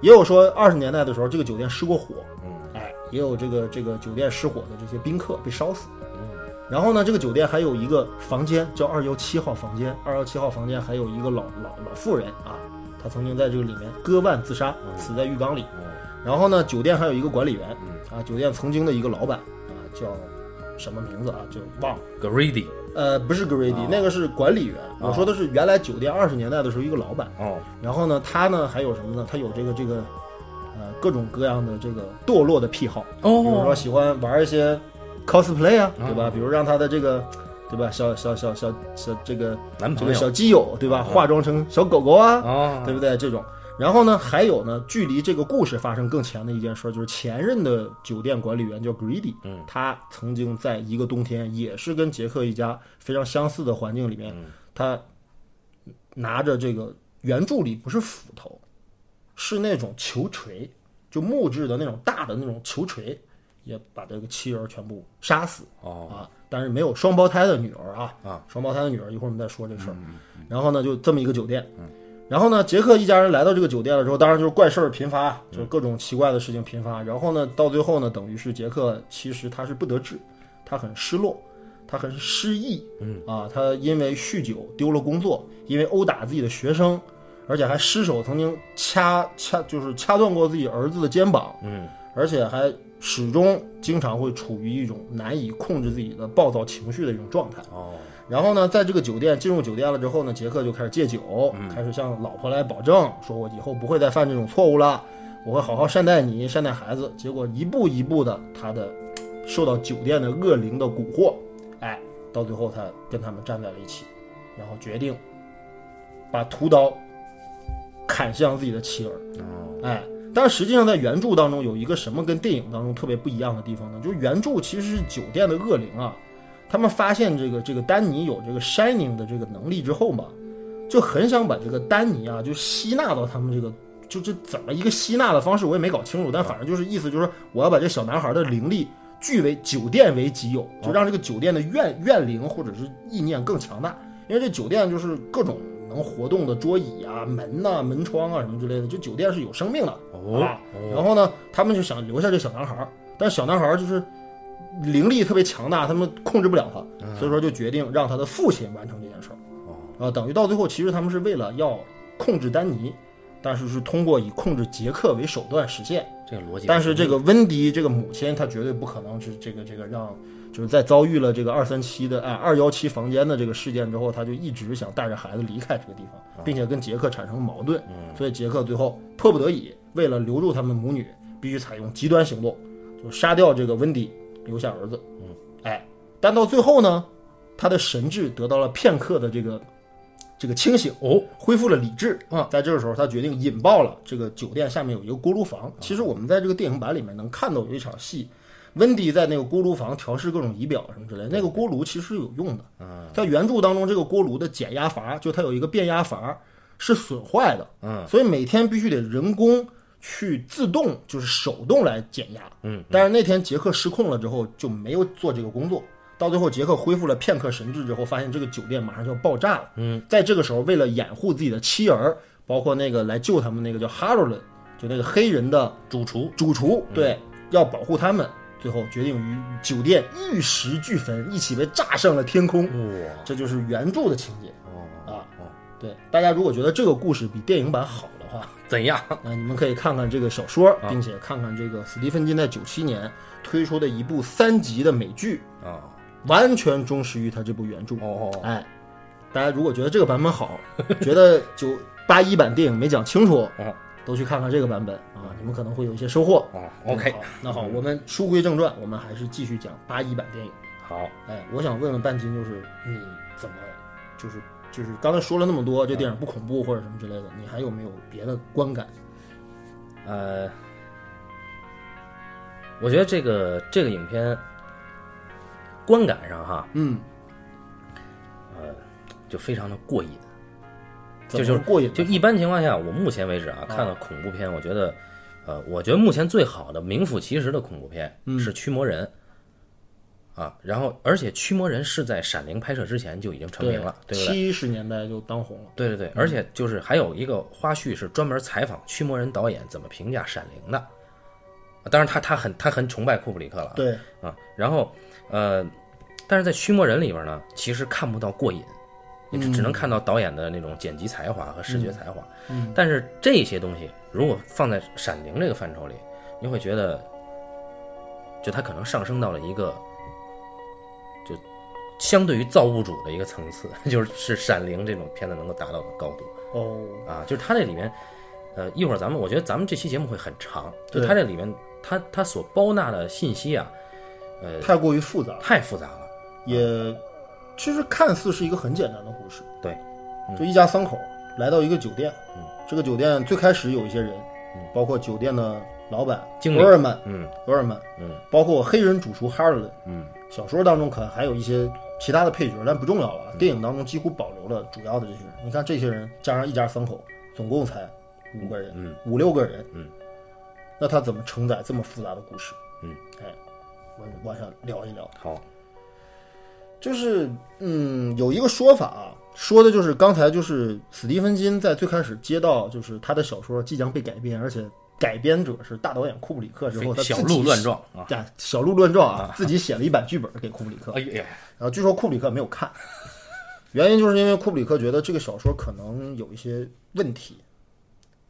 [SPEAKER 1] 也有说，二十年代的时候，这个酒店失过火，
[SPEAKER 2] 嗯，
[SPEAKER 1] 哎，也有这个这个酒店失火的这些宾客被烧死。
[SPEAKER 2] 嗯
[SPEAKER 1] 然后呢，这个酒店还有一个房间叫二幺七号房间，二幺七号房间还有一个老老老妇人啊，她曾经在这个里面割腕自杀，死在浴缸里。
[SPEAKER 2] 嗯
[SPEAKER 1] 然后呢，酒店还有一个管理员，啊，酒店曾经的一个老板啊，叫什么名字啊，就忘了。
[SPEAKER 2] Grady
[SPEAKER 1] 呃，不是
[SPEAKER 2] 啊
[SPEAKER 1] Grady，那个是管理员。我说的是原来酒店二十年代的时候一个老板。
[SPEAKER 2] 哦，
[SPEAKER 1] 然后呢，他呢还有什么呢？他有这个这个，呃，各种各样的这个堕落的癖好，
[SPEAKER 2] 哦
[SPEAKER 1] 比如说喜欢玩一些 cosplay 啊，对吧？比如让他的这个，对吧？小小小小小这个
[SPEAKER 2] 男
[SPEAKER 1] 这
[SPEAKER 2] 朋
[SPEAKER 1] 个
[SPEAKER 2] 友
[SPEAKER 1] 小基友，对吧？化妆成小狗狗啊，
[SPEAKER 2] 啊，
[SPEAKER 1] 对不对？这种。然后呢，还有呢，距离这个故事发生更前的一件事儿，就是前任的酒店管理员叫 Greedy，
[SPEAKER 2] 嗯，
[SPEAKER 1] 他曾经在一个冬天，也是跟杰克一家非常相似的环境里面，
[SPEAKER 2] 嗯
[SPEAKER 1] 他拿着这个圆柱里不是斧头，是那种球锤，就木质的那种大的那种球锤，也把这个妻儿全部杀死。
[SPEAKER 2] 哦，
[SPEAKER 1] 啊，但是没有双胞胎的女儿啊
[SPEAKER 2] 啊，嗯
[SPEAKER 1] 双胞胎的女儿，一会儿我们再说这事儿。然后呢，就这么一个酒店。然后呢，杰克一家人来到这个酒店了之后，当然就是怪事儿频发，就是各种奇怪的事情频发。然后呢，到最后呢，等于是杰克其实他是不得志，他很失落，他很失意，嗯啊，他因为酗酒丢了工作，因为殴打自己的学生，而且还失手曾经掐掐就是掐断过自己儿子的肩膀，
[SPEAKER 2] 嗯，
[SPEAKER 1] 而且还始终经常会处于一种难以控制自己的暴躁情绪的一种状态。
[SPEAKER 2] 哦，
[SPEAKER 1] 然后呢，在这个酒店进入酒店了之后呢，杰克就开始戒酒，开始向老婆来保证，说我以后不会再犯这种错误了，我会好好善待你，善待孩子。结果一步一步的，他的受到酒店的恶灵的蛊惑，哎，到最后他跟他们站在了一起，然后决定把屠刀砍向自己的妻儿。
[SPEAKER 2] 哦，
[SPEAKER 1] 哎，但实际上在原著当中有一个什么跟电影当中特别不一样的地方呢？就是原著其实是酒店的恶灵啊，他们发现这个这个丹尼有这个 shining 的这个能力之后嘛，就很想把这个丹尼啊就吸纳到他们这个。就这怎么一个吸纳的方式，我也没搞清楚，但反正就是意思就是说，我要把这小男孩的灵力据为酒店为己有，就让这个酒店的怨怨灵或者是意念更强大。因为这酒店就是各种能活动的桌椅啊、门呐、门窗啊什么之类的，这酒店是有生命的。
[SPEAKER 2] 哦
[SPEAKER 1] 啊，然后呢，他们就想留下这小男孩儿，但是小男孩儿就是灵力特别强大，他们控制不了
[SPEAKER 2] 嗯
[SPEAKER 1] 他，所以说就决定让他的父亲完成这件事儿。
[SPEAKER 2] 哦
[SPEAKER 1] 啊，等于到最后，其实他们是为了要控制丹尼，但是是通过以控制杰克为手段实现。
[SPEAKER 2] 这个逻辑，嗯
[SPEAKER 1] 但是这个温迪这个母亲，她绝对不可能是这个这个让，就是在遭遇了这个二三七的哎二幺七房间的这个事件之后，她就一直想带着孩子离开这个地
[SPEAKER 2] 啊
[SPEAKER 1] 方，并且跟杰克产生矛盾，
[SPEAKER 2] 嗯
[SPEAKER 1] 所以杰克最后迫不得已，为了留住他们母女，必须采用极端行动，就杀掉这个温迪，留下儿子。嗯，哎，但到最后呢，他的神智得到了片刻的这个这个清醒。
[SPEAKER 2] 哦，
[SPEAKER 1] 恢复了理智
[SPEAKER 2] 啊，
[SPEAKER 1] 在这个时候，他决定引爆了这个酒店下面有一个锅炉
[SPEAKER 2] 嗯
[SPEAKER 1] 房。其实我们在这个电影版里面能看到有一场戏，温迪在那个锅炉房调试各种仪表什么之类的，那个锅炉其实是有用的。
[SPEAKER 2] 嗯
[SPEAKER 1] 在原著当中，这个锅炉的减压阀就它有一个变压阀是损坏的，
[SPEAKER 2] 嗯，
[SPEAKER 1] 所以每天必须得人工去自动就是手动来减压，
[SPEAKER 2] 嗯，
[SPEAKER 1] 但是那天杰克失控了之后就没有做这个工作。到最后，杰克恢复了片刻神智之后，发现这个酒店马上就要爆炸了。嗯，在这个时候，为了掩护自己的妻儿，包括那个来救他们那个叫哈罗伦，就那个黑人的
[SPEAKER 2] 主厨，
[SPEAKER 1] 主厨，对，要保护他们，最后决定与酒店玉石俱焚，一起被炸上了天
[SPEAKER 2] 嗯
[SPEAKER 1] 空。
[SPEAKER 2] 哇，
[SPEAKER 1] 这就是原著的情节
[SPEAKER 2] 哦，
[SPEAKER 1] 啊
[SPEAKER 2] 哦。
[SPEAKER 1] 对，大家如果觉得这个故事比电影版好的话，
[SPEAKER 2] 怎样？
[SPEAKER 1] 那你们可以看看这个小说，并且看看这个斯蒂芬金在九七年推出的一部三集的美剧，
[SPEAKER 2] 啊，
[SPEAKER 1] 完全忠实于他这部原著。
[SPEAKER 2] 哦哦，
[SPEAKER 1] 哎，大家如果觉得这个版本好， 觉得九八一版电影没讲清楚
[SPEAKER 2] 嗯，
[SPEAKER 1] 都去看看这个版本啊，你们可能会有一些收获。
[SPEAKER 2] 哦，OK，
[SPEAKER 1] 好那好，我们书归正传，我们还是继续讲八一版电影。
[SPEAKER 2] 好，
[SPEAKER 1] 哎，我想问问半斤，就是你怎么，就是就是刚才说了那么多，这电影不恐怖或者什么之类的，你还有没有别的观感？
[SPEAKER 2] 呃，我觉得这个这个影片观感上哈，呃
[SPEAKER 1] 嗯，
[SPEAKER 2] 就非常的过瘾。
[SPEAKER 1] 怎么
[SPEAKER 2] 就是
[SPEAKER 1] 过瘾呢，
[SPEAKER 2] 就一般情况下，我目前为止
[SPEAKER 1] 哦
[SPEAKER 2] 啊，看了恐怖片，我觉得，呃，我觉得目前最好的名副其实的恐怖片
[SPEAKER 1] 嗯
[SPEAKER 2] 是《驱魔人》啊，然后而且《驱魔人》是在《闪灵》拍摄之前就已经成名了，对不对？
[SPEAKER 1] 七嗯十年代就当红了。
[SPEAKER 2] 对对对，而且就是还有一个花絮是专门采访《驱魔人》导演怎么评价《闪灵》的，啊当然他他很他很崇拜库布里克了啊，
[SPEAKER 1] 对，
[SPEAKER 2] 啊，然后呃，但是在《驱魔人》里边呢，其实看不到过瘾，你只只能看到导演的那种剪辑才华和视觉才华。但是这些东西如果放在《闪灵》这个范畴里，你会觉得，就它可能上升到了一个，就相对于造物主的一个层次， 就是是《闪灵》这种片子能够达到的高度。
[SPEAKER 1] 哦，
[SPEAKER 2] 啊，就是它这里面，呃，一会儿咱们我觉得咱们这期节目会很长，就
[SPEAKER 1] 对
[SPEAKER 2] 它这里面它它所包纳的信息啊，呃，
[SPEAKER 1] 太过于复杂，
[SPEAKER 2] 太复杂了。
[SPEAKER 1] 也其实看似是一个很简单的故事。
[SPEAKER 2] 对，嗯
[SPEAKER 1] 就一家三口来到一个酒店，这个酒店最开始有一些人，包括酒店的老板
[SPEAKER 2] 嗯经理
[SPEAKER 1] 罗尔曼，
[SPEAKER 2] 嗯
[SPEAKER 1] 罗尔曼，
[SPEAKER 2] 嗯，
[SPEAKER 1] 包括黑人主厨哈尔伦，
[SPEAKER 2] 嗯，
[SPEAKER 1] 小说当中可能还有一些其他的配角，但不重要
[SPEAKER 2] 嗯
[SPEAKER 1] 了。电影当中几乎保留了主要的这些人。你看这些人加上一家三口，总共才五个人，
[SPEAKER 2] 嗯
[SPEAKER 1] 五六个人，
[SPEAKER 2] 嗯，
[SPEAKER 1] 那他怎么承载这么复杂的故事？
[SPEAKER 2] 嗯，
[SPEAKER 1] 哎，我我想聊一聊。
[SPEAKER 2] 好，
[SPEAKER 1] 就是嗯，有一个说法啊，说的就是刚才就是史蒂芬金在最开始接到就是他的小说即将被改编，而且改编者是大导演库布里克之后，他
[SPEAKER 2] 小
[SPEAKER 1] 自己
[SPEAKER 2] 鹿乱撞啊！
[SPEAKER 1] 啊，小鹿乱撞啊，自己写了一版剧本给库布里克，
[SPEAKER 2] 哎呀，
[SPEAKER 1] 然后据说库布里克没有看， 原因就是因为库布里克觉得这个小说可能有一些问题，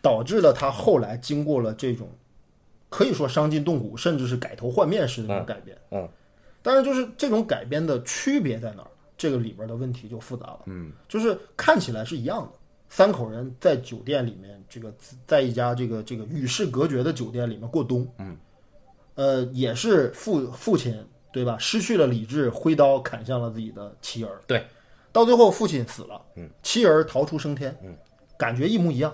[SPEAKER 1] 导致了他后来经过了这种可以说伤筋动骨，甚至是改头换面式的那种改编。
[SPEAKER 2] 嗯嗯
[SPEAKER 1] 但是就是这种改编的区别在哪儿？这个里边的问题就复杂了。嗯，就是看起来是一样的，三口人在酒店里面，这个在一家这个这个与世隔绝的酒店里面过冬。嗯，呃，也是父父亲对吧？失去了理智，挥刀砍向了自己的妻儿。
[SPEAKER 2] 对，
[SPEAKER 1] 到最后父亲死了，嗯，妻儿逃出升天，嗯，感觉一模一样。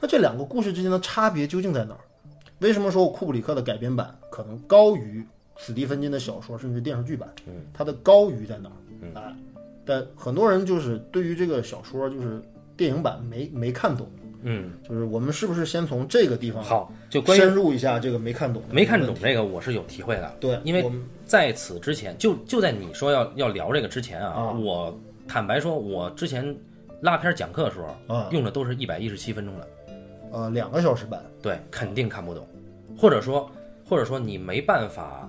[SPEAKER 1] 那这两个故事之间的差别究竟在哪儿？为什么说库布里克的改编版可能高于史蒂芬金的小说甚至电视剧版？嗯，它的高于在哪
[SPEAKER 2] 嗯
[SPEAKER 1] 儿？哎，但很多人就是对于这个小说就是电影版没没看懂，
[SPEAKER 2] 嗯，
[SPEAKER 1] 就是我们是不是先从这个地方
[SPEAKER 2] 好，就关于
[SPEAKER 1] 深入一下这个没嗯看懂的
[SPEAKER 2] 没看
[SPEAKER 1] 问
[SPEAKER 2] 懂
[SPEAKER 1] 题？
[SPEAKER 2] 这个，我是有体会的。
[SPEAKER 1] 对，
[SPEAKER 2] 因为
[SPEAKER 1] 我们
[SPEAKER 2] 在此之前，就就在你说要要聊这个之前啊，
[SPEAKER 1] 啊
[SPEAKER 2] 我坦白说，我之前拉片讲课的时候、
[SPEAKER 1] 啊
[SPEAKER 2] 用的都是一百一十七分钟的，
[SPEAKER 1] 呃两个小时版，
[SPEAKER 2] 对，肯定看不懂，或者说或者说你没办法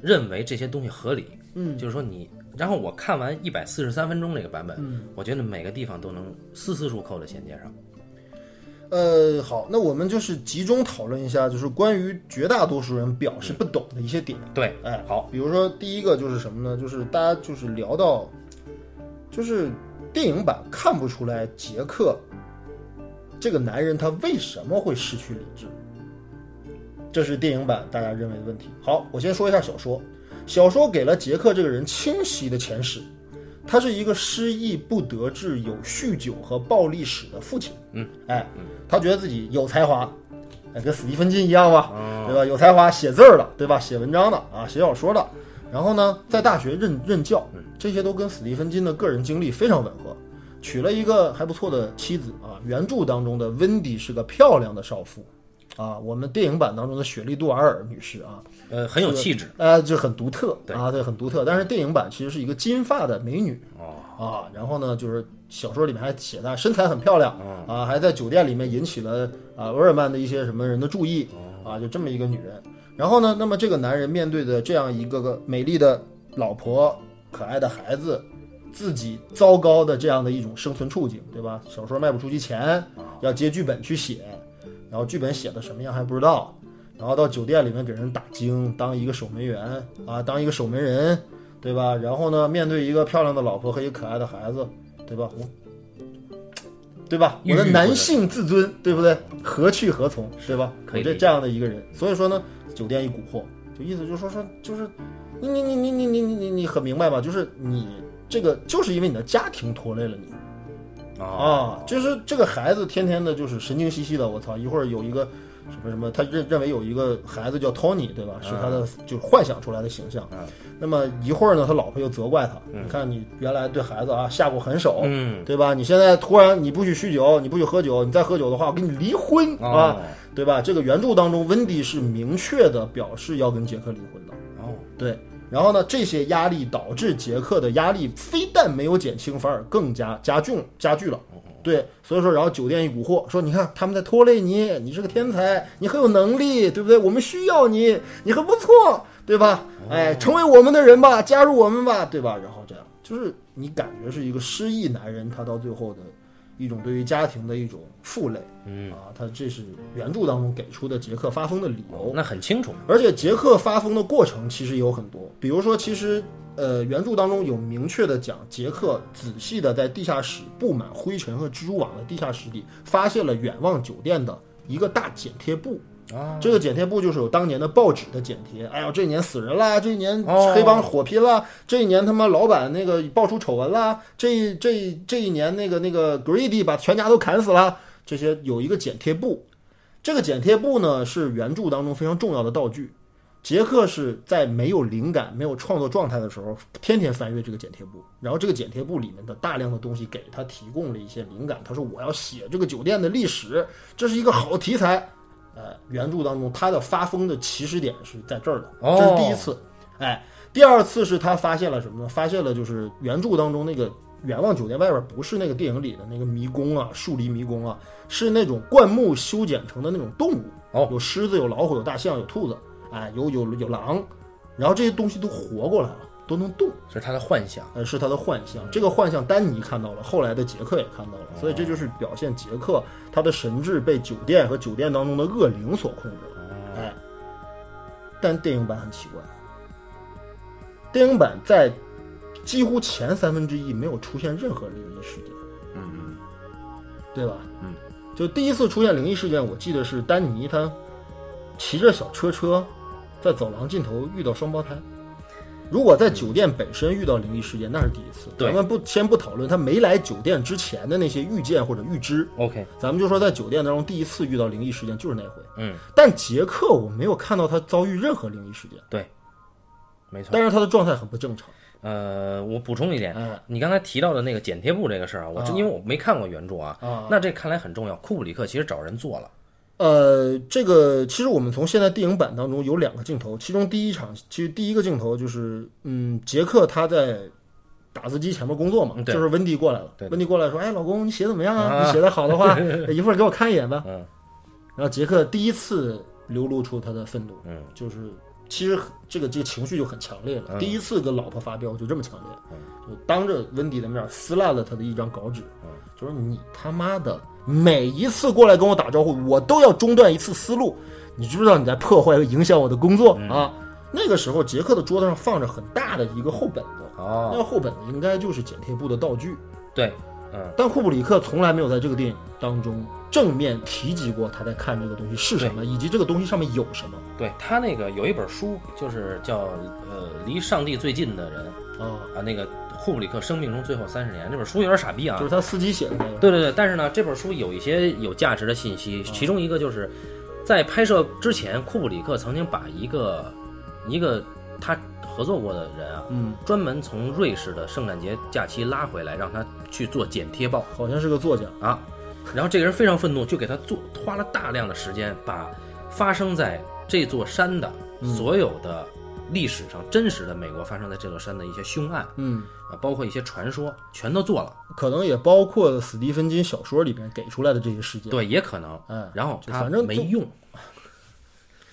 [SPEAKER 2] 认为这些东西合理，
[SPEAKER 1] 嗯，
[SPEAKER 2] 就是说你，然后我看完一百四十三分钟这个版本，
[SPEAKER 1] 嗯
[SPEAKER 2] 我觉得每个地方都能丝丝入扣的衔接上，
[SPEAKER 1] 呃，好，那我们就是集中讨论一下，就是关于绝大多数人表示不懂的一些点。
[SPEAKER 2] 对，
[SPEAKER 1] 哎，
[SPEAKER 2] 好，
[SPEAKER 1] 比如说第一个就是什么呢？就是大家就是聊到，就是电影版看不出来杰克这个男人他为什么会失去理智，这是电影版大家认为的问题。好，我先说一下小说，小说给了杰克这个人清晰的前史，他是一个失意不得志、有酗酒和暴力史的父亲。
[SPEAKER 2] 嗯，
[SPEAKER 1] 哎，他觉得自己有才华，哎，跟史蒂芬金一样吧，对吧？有才华，写字儿的，对吧？写文章的啊，写小说的。然后呢，在大学任任教，这些都跟史蒂芬金的个人经历非常吻合。娶了一个还不错的妻子啊，原著当中的温迪是个漂亮的少妇，啊，我们电影版当中的雪莉·杜瓦尔女士啊，
[SPEAKER 2] 呃，很有气质
[SPEAKER 1] 呃，就很独特啊，对，很独特。但是电影版其实是一个金发的美女
[SPEAKER 2] 哦，
[SPEAKER 1] 啊，然后呢，就是小说里面还写她身材很漂亮啊，还在酒店里面引起了啊厄尔曼的一些什么人的注意
[SPEAKER 2] 哦
[SPEAKER 1] 啊，就这么一个女人。然后呢，那么这个男人面对的这样一个个美丽的老婆、可爱的孩子，自己糟糕的这样的一种生存处境，对吧？小说卖不出去钱，
[SPEAKER 2] 哦
[SPEAKER 1] 要接剧本去写，然后剧本写的什么样还不知道，然后到酒店里面给人打更，当一个守门员啊，当一个守门人，对吧？然后呢，面对一个漂亮的老婆和一个可爱的孩子，对吧？我，对吧？
[SPEAKER 2] 郁郁
[SPEAKER 1] 我的
[SPEAKER 2] 不
[SPEAKER 1] 男
[SPEAKER 2] 得
[SPEAKER 1] 性自尊，对不对？何去何从，对吧？
[SPEAKER 2] 可以
[SPEAKER 1] 我这
[SPEAKER 2] 理解
[SPEAKER 1] 这样的一个人，所以说呢，酒店一蛊惑，就意思就是说说就是你你你你你你你你你很明白吧？就是你这个就是因为你的家庭拖累了你。
[SPEAKER 2] 啊，
[SPEAKER 1] 啊，就是这个孩子天天的就是神经兮兮的，我操！一会儿有一个什么什么，他认认为有一个孩子叫 Tony，对吧？是他的就是幻想出来的形象。那么一会儿呢，他老婆又责怪他，你看你原来对孩子啊下过狠手，
[SPEAKER 2] 嗯，
[SPEAKER 1] 对吧？你现在突然你不许酗酒，你不许喝酒，你再喝酒的话，我跟你离婚啊，
[SPEAKER 2] 哦
[SPEAKER 1] 对吧？这个原著当中，温迪是明确的表示要跟杰克离婚的。
[SPEAKER 2] 哦，
[SPEAKER 1] 对，然后呢，这些压力导致杰克的压力非但没有减轻，反而更加加重加剧了。对，所以说，然后酒店一蛊惑，说你看他们在拖累你，你是个天才，你很有能力，对不对？我们需要你，你很不错，对吧？哎，成为我们的人吧，加入我们吧，对吧？然后这样，就是你感觉是一个失意男人，他到最后的一种对于家庭的一种负累
[SPEAKER 2] 嗯，
[SPEAKER 1] 啊，他这是原著当中给出的杰克发疯的理由。
[SPEAKER 2] 哦那很清楚，
[SPEAKER 1] 而且杰克发疯的过程其实也有很多，比如说，其实呃，原著当中有明确的讲，杰克仔细的在地下室布满灰尘和蜘蛛网的地下室里，发现了远望酒店的一个大剪贴布。
[SPEAKER 2] 啊，
[SPEAKER 1] 这个剪贴布就是有当年的报纸的剪贴。哎呦，这一年死人啦，这一年
[SPEAKER 2] 哦
[SPEAKER 1] 黑帮火拼啦，这一年他妈老板那个爆出丑闻啦，这一这一这一年那个那个 Greedy 把全家都砍死了，这些有一个剪贴布。这个剪贴布呢是原著当中非常重要的道具。杰克是在没有灵感、没有创作状态的时候，天天翻阅这个剪贴簿，然后这个剪贴簿里面的大量的东西给他提供了一些灵感。他说：“我要写这个酒店的历史，这是一个好题材。”呃，原著当中他的发疯的起始点是在这儿的，
[SPEAKER 2] 哦
[SPEAKER 1] 这是第一次。哎，第二次是他发现了什么呢？发现了就是原著当中那个远望酒店外边不是那个电影里的那个迷宫啊，树篱迷宫啊，是那种灌木修剪成的那种动物，
[SPEAKER 2] 哦
[SPEAKER 1] 有狮子、有老虎、有大象、有兔子，哎，有有有狼，然后这些东西都活过来了，都能动。
[SPEAKER 2] 这是他的幻想。
[SPEAKER 1] 呃，是他的幻象。这个幻象，丹尼看到了，后来的杰克也看到了，所以这就是表现杰克他的神智被酒店和酒店当中的恶灵所控制
[SPEAKER 2] 嗯
[SPEAKER 1] 了。哎，但电影版很奇怪，电影版在几乎前三分之一没有出现任何灵异事件，
[SPEAKER 2] 嗯
[SPEAKER 1] 对吧？
[SPEAKER 2] 嗯，
[SPEAKER 1] 就第一次出现灵异事件，我记得是丹尼他骑着小车车在走廊尽头遇到双胞胎。如果在酒店本身遇到灵异事件，那是第一次。
[SPEAKER 2] 对
[SPEAKER 1] 咱们不先不讨论他没来酒店之前的那些预见或者预知，
[SPEAKER 2] ，OK，
[SPEAKER 1] 咱们就说在酒店当中第一次遇到灵异事件就是那回。
[SPEAKER 2] 嗯，
[SPEAKER 1] 但杰克我没有看到他遭遇任何灵异事件，
[SPEAKER 2] 对，没错。
[SPEAKER 1] 但是他的状态很不正常。
[SPEAKER 2] 呃，我补充一点，
[SPEAKER 1] 哎
[SPEAKER 2] 你刚才提到的那个剪贴布这个事儿啊，我这因为我没看过原著啊，
[SPEAKER 1] 啊
[SPEAKER 2] 那这看来很重要。库布里克其实找人做了，
[SPEAKER 1] 呃，这个其实我们从现在电影版当中有两个镜头，其中第一场，其实第一个镜头就是，嗯，杰克他在打字机前面工作嘛，
[SPEAKER 2] 嗯对
[SPEAKER 1] 就是温蒂过来了，
[SPEAKER 2] 对对
[SPEAKER 1] 温蒂过来说，哎，老公，你写怎么样啊？
[SPEAKER 2] 啊
[SPEAKER 1] 你写的好的 话，一会儿给我看一眼吧。
[SPEAKER 2] 嗯
[SPEAKER 1] 然后杰克第一次流露出他的愤怒，
[SPEAKER 2] 嗯，
[SPEAKER 1] 就是其实这个这个情绪就很强烈了，
[SPEAKER 2] 嗯
[SPEAKER 1] 第一次跟老婆发飙就这么强烈，就当着温迪的面撕烂了他的一张稿纸，
[SPEAKER 2] 嗯
[SPEAKER 1] 就是你他妈的每一次过来跟我打招呼，我都要中断一次思路，你知不知道你在破坏和影响我的工作、啊？那个时候，杰克的桌子上放着很大的一个厚本子，那
[SPEAKER 2] 哦，
[SPEAKER 1] 个厚本子应该就是剪贴布的道具，
[SPEAKER 2] 对，嗯，
[SPEAKER 1] 但库布里克从来没有在这个电影当中正面提及过他在看这个东西是什么，以及这个东西上面有什么
[SPEAKER 2] 对他那个有一本书，就是叫呃离上帝最近的人
[SPEAKER 1] 啊，
[SPEAKER 2] 啊，那个库布里克生命中最后三十年这本书有点傻逼啊，
[SPEAKER 1] 就是他司机写的那个。
[SPEAKER 2] 对对对，但是呢，这本书有一些有价值的信
[SPEAKER 1] 嗯
[SPEAKER 2] 息，其中一个就是在拍摄之前，库布里克曾经把一个一个他合作过的人啊，
[SPEAKER 1] 嗯，
[SPEAKER 2] 专门从瑞士的圣诞节假期拉回来，让他去做剪贴报
[SPEAKER 1] 好像是个作家。
[SPEAKER 2] 啊。然后这个人非常愤怒，就给他做花了大量的时间，把发生在这座山的
[SPEAKER 1] 嗯
[SPEAKER 2] 所有的历史上真实的美国发生在这座山的一些凶案
[SPEAKER 1] 嗯，
[SPEAKER 2] 啊，包括一些传说，全都做了。
[SPEAKER 1] 可能也包括史蒂芬金小说里边给出来的这些事件。，
[SPEAKER 2] 对，也可能。
[SPEAKER 1] 嗯，
[SPEAKER 2] 然后
[SPEAKER 1] 就
[SPEAKER 2] 他
[SPEAKER 1] 反正
[SPEAKER 2] 没
[SPEAKER 1] 就
[SPEAKER 2] 用。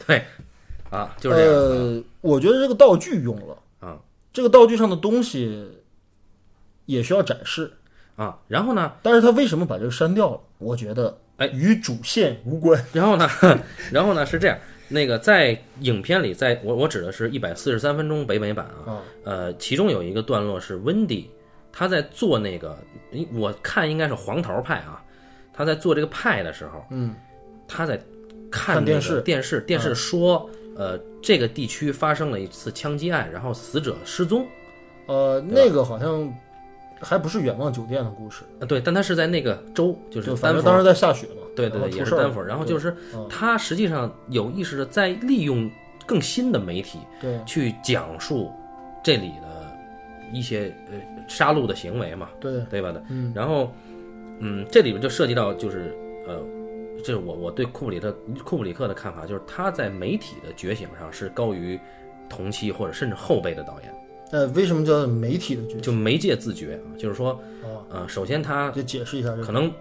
[SPEAKER 2] 对，啊，就是这样。
[SPEAKER 1] 呃，我觉得这个道具用了，
[SPEAKER 2] 嗯
[SPEAKER 1] 这个道具上的东西也需要展示，
[SPEAKER 2] 啊，然后呢，
[SPEAKER 1] 但是他为什么把这个删掉了？我觉得，
[SPEAKER 2] 哎
[SPEAKER 1] 与主线无关。
[SPEAKER 2] 然后呢，然后呢是这样，那个在影片里，在我我指的是一百四十三分钟北美版啊，
[SPEAKER 1] 啊
[SPEAKER 2] 呃，其中有一个段落是温迪他在做那个，诶我看应该是黄桃派啊，他在做这个派的时候，
[SPEAKER 1] 嗯，
[SPEAKER 2] 他在
[SPEAKER 1] 看
[SPEAKER 2] 看那个
[SPEAKER 1] 电视嗯
[SPEAKER 2] 电视电视说，呃，这个地区发生了一次枪击案，然后死者失踪。
[SPEAKER 1] 呃，那个好像还不是远望酒店的故事，
[SPEAKER 2] 啊，对，但他是在那个州，就是
[SPEAKER 1] 就反
[SPEAKER 2] 丹
[SPEAKER 1] 正
[SPEAKER 2] 佛
[SPEAKER 1] 当时在下雪嘛，
[SPEAKER 2] 对对
[SPEAKER 1] 然后
[SPEAKER 2] 对，
[SPEAKER 1] 出
[SPEAKER 2] 也
[SPEAKER 1] 事
[SPEAKER 2] 是
[SPEAKER 1] 儿嗯
[SPEAKER 2] 丹佛。然后就是他实际上有意识的在利用更新的媒体
[SPEAKER 1] 对
[SPEAKER 2] 去讲述这里的一些呃杀戮的行为嘛，
[SPEAKER 1] 对，
[SPEAKER 2] 对吧的。
[SPEAKER 1] 嗯
[SPEAKER 2] 然后，嗯，这里边就涉及到就是呃，这是我我对库布里克库布里克的看法，就是他在媒体的觉醒上是高于同期或者甚至后辈的导演，
[SPEAKER 1] 呃，为什么叫媒体的角
[SPEAKER 2] 就媒介自觉啊，就是说，
[SPEAKER 1] 色啊？
[SPEAKER 2] 呃，首先他
[SPEAKER 1] 就解释一下这
[SPEAKER 2] 可
[SPEAKER 1] 个，
[SPEAKER 2] 能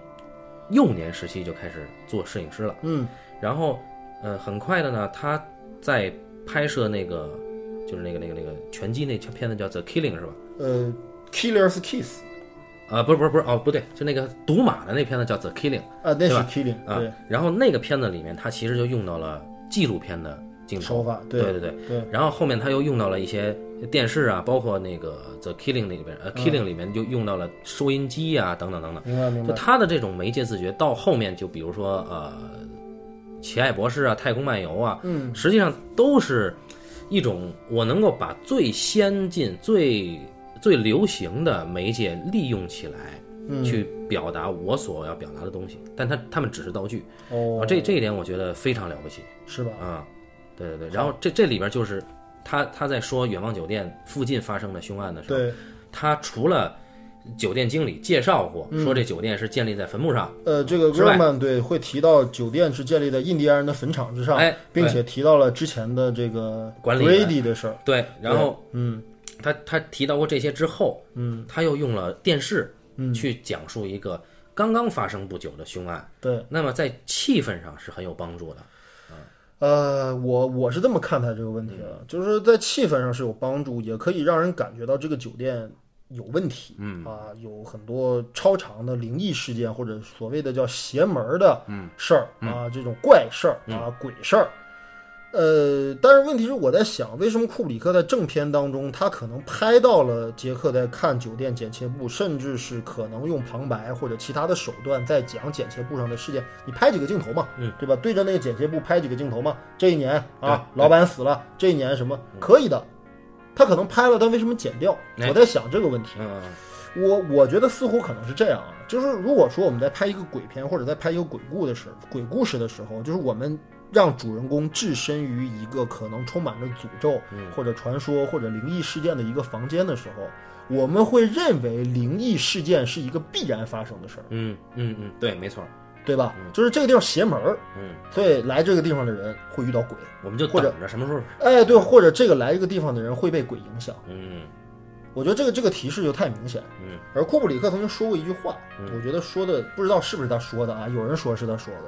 [SPEAKER 2] 幼年时期就开始做摄影师了。
[SPEAKER 1] 嗯
[SPEAKER 2] 然后，呃，很快的呢，他在拍摄那个，就是那个那个那个拳击那片子叫《The Killing》是吧？
[SPEAKER 1] 呃，Killer's Kiss。
[SPEAKER 2] 啊，不是不是不是哦，不对，就那个赌马的那片子叫《The Killing》
[SPEAKER 1] 啊，那
[SPEAKER 2] 对
[SPEAKER 1] 是
[SPEAKER 2] 吧
[SPEAKER 1] Killing，
[SPEAKER 2] 啊
[SPEAKER 1] 对，，
[SPEAKER 2] 然后那个片子里面，它其实就用到了纪录片的镜头
[SPEAKER 1] 手法，
[SPEAKER 2] 对
[SPEAKER 1] 对
[SPEAKER 2] 对对，
[SPEAKER 1] 对
[SPEAKER 2] 然后后面他又用到了一些电视啊，包括那个《The Killing》里边，呃，《Killing》里
[SPEAKER 1] 嗯
[SPEAKER 2] 面就用到了收音机啊，等等等等。
[SPEAKER 1] 明白明
[SPEAKER 2] 就
[SPEAKER 1] 白，
[SPEAKER 2] 他的这种媒介自觉，到后面就比如说呃，《奇爱博士》啊，《太空漫游》啊，
[SPEAKER 1] 嗯，
[SPEAKER 2] 实际上都是一种我能够把最先进、最最流行的媒介利用起来，
[SPEAKER 1] 嗯
[SPEAKER 2] 去表达我所要表达的东西。但他他们只是道具
[SPEAKER 1] 哦
[SPEAKER 2] 啊，，这这一点我觉得非常了不起
[SPEAKER 1] 是吧？
[SPEAKER 2] 啊！对对对，然后这这里边就是他他在说远望酒店附近发生的凶案的时候，
[SPEAKER 1] 对，
[SPEAKER 2] 他除了酒店经理介绍过，
[SPEAKER 1] 嗯
[SPEAKER 2] 说这酒店是建立在坟墓上，
[SPEAKER 1] 呃，这个
[SPEAKER 2] 之外
[SPEAKER 1] Grumman 对会提到酒店是建立在印第安人的坟场之上，
[SPEAKER 2] 哎
[SPEAKER 1] 并且提到了之前的这个
[SPEAKER 2] 管理员
[SPEAKER 1] Grady 的事儿，
[SPEAKER 2] 对，然后嗯，他他提到过这些之后，嗯，他又用了电视，嗯，去讲述一个刚刚发生不久的凶案，
[SPEAKER 1] 对，
[SPEAKER 2] 那么在气氛上是很有帮助的，
[SPEAKER 1] 呃，我我是这么看待这个问题的，就是说在气氛上是有帮助，也可以让人感觉到这个酒店有问题，嗯啊，有很多超常的灵异事件或者所谓的叫邪门儿的事儿、啊，这种怪事儿啊、鬼事儿。呃，但是问题是我在想，为什么库布里克在正片当中，他可能拍到了杰克在看酒店剪切布，甚至是可能用旁白或者其他的手段在讲剪切布上的事件。你拍几个镜头嘛，嗯，对吧？对着那个剪切布拍几个镜头嘛。这一年啊，老板死了，这一年什么可以的，他可能拍了，但为什么剪掉？
[SPEAKER 2] 哎
[SPEAKER 1] 我在想这个问题。
[SPEAKER 2] 嗯，
[SPEAKER 1] 我我觉得似乎可能是这样啊，就是如果说我们在拍一个鬼片或者在拍一个鬼故的时鬼故事的时候，就是我们让主人公置身于一个可能充满着诅咒、或者传说或者灵异事件的一个房间的时候，我们会认为灵异事件是一个必然发生的事儿，
[SPEAKER 2] 嗯嗯嗯，对，没错，
[SPEAKER 1] 对吧？就是这个地方邪门儿，
[SPEAKER 2] 嗯，
[SPEAKER 1] 所以来这个地方的人会遇到鬼，
[SPEAKER 2] 我们就
[SPEAKER 1] 或者
[SPEAKER 2] 等着什么时候，
[SPEAKER 1] 哎，对，或者这个来这个地方的人会被鬼影响。
[SPEAKER 2] 嗯
[SPEAKER 1] 我觉得这个这个提示就太明显。
[SPEAKER 2] 嗯，
[SPEAKER 1] 而库布里克曾经说过一句话，我觉得说的不知道是不是他说的啊，有人说是他说的。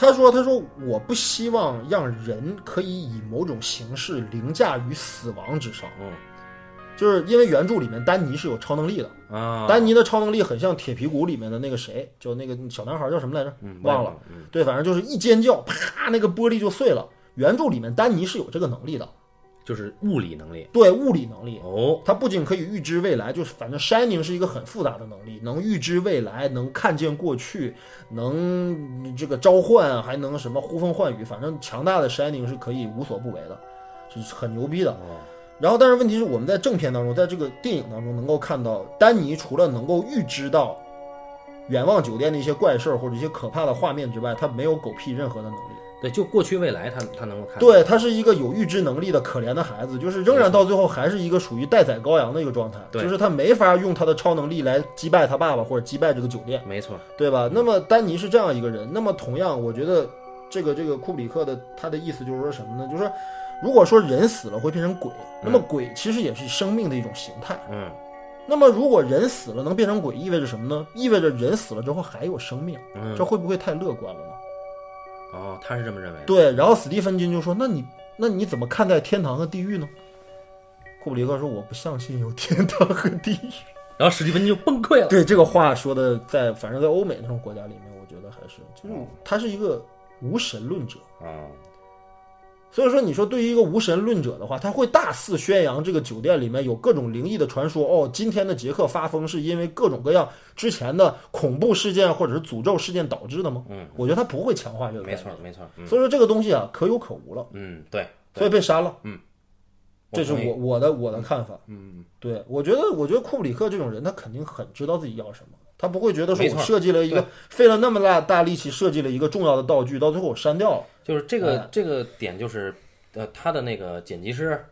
[SPEAKER 1] 他说：“他说我不希望让人可以以某种形式凌驾于死亡之上，
[SPEAKER 2] 嗯
[SPEAKER 1] 就是因为原著里面丹尼是有超能力的，
[SPEAKER 2] 啊，
[SPEAKER 1] 丹尼的超能力很像《铁皮鼓》里面的那个谁，就那个小男孩叫什么来着？
[SPEAKER 2] 嗯
[SPEAKER 1] 忘了，。对，反正就是一尖叫，啪，那个玻璃就碎了。原著里面丹尼是有这个能力的，
[SPEAKER 2] 就是物理能力
[SPEAKER 1] 对物理能力。
[SPEAKER 2] 哦，
[SPEAKER 1] 它不仅可以预知未来，就是反正 shining 是一个很复杂的能力，能预知未来，能看见过去，能这个召唤，还能什么呼风唤雨，反正强大的 shining 是可以无所不为的，就是很牛逼的。
[SPEAKER 2] 哦
[SPEAKER 1] 然后，但是问题是我们在正片当中，在这个电影当中能够看到，丹尼除了能够预知到远望酒店的一些怪事儿或者一些可怕的画面之外，他没有狗屁任何的能力。
[SPEAKER 2] 对，就过去未来他他能够看，
[SPEAKER 1] 对他是一个有预知能力的可怜的孩子，就是仍然到最后还是一个属于待宰羔羊的一个状态，
[SPEAKER 2] 对
[SPEAKER 1] 就是他没法用他的超能力来击败他爸爸或者击败这个酒店，
[SPEAKER 2] 没错，
[SPEAKER 1] 对吧？那么丹尼是这样一个人，那么同样，我觉得这个这个库布里克的他的意思就是说什么呢？就是说，如果说人死了会变成鬼，那么鬼其实也是生命的一种形态。
[SPEAKER 2] 嗯
[SPEAKER 1] 那么如果人死了能变成鬼，意味着什么呢？意味着人死了之后还有生命，
[SPEAKER 2] 嗯
[SPEAKER 1] 这，会不会太乐观了呢？
[SPEAKER 2] 哦，他是这么认为的，
[SPEAKER 1] 对，然后史蒂芬金就说：“那你那你怎么看待天堂和地狱呢？”库布里克说：“我不相信有天堂和地狱。
[SPEAKER 2] 然后史蒂芬就崩溃”了，
[SPEAKER 1] 对这个话说的在，反正在欧美那种国家里面，我觉得还是就是他是一个无神论者。
[SPEAKER 2] 啊，
[SPEAKER 1] 所以说，你说对于一个无神论者的话，他会大肆宣扬这个酒店里面有各种灵异的传说。哦，今天的杰克发疯是因为各种各样之前的恐怖事件或者是诅咒事件导致的吗？
[SPEAKER 2] 嗯，
[SPEAKER 1] 我觉得他不会强化这个概
[SPEAKER 2] 没
[SPEAKER 1] 念。
[SPEAKER 2] 错没错，嗯
[SPEAKER 1] 所以说这个东西啊，可有可无了。
[SPEAKER 2] 嗯，对，
[SPEAKER 1] 所以被删了。
[SPEAKER 2] 嗯，
[SPEAKER 1] 这是
[SPEAKER 2] 我同
[SPEAKER 1] 我我的我的看法。
[SPEAKER 2] 嗯，
[SPEAKER 1] 对我觉得我觉得库布里克这种人，他肯定很知道自己要什么，他不会觉得说
[SPEAKER 2] 没
[SPEAKER 1] 我
[SPEAKER 2] 错
[SPEAKER 1] 设计了一个费了那么大大力气设计了一个重要的道具，到最后我删掉了。
[SPEAKER 2] 就是这个、这个点就是，呃，他的那个剪辑师，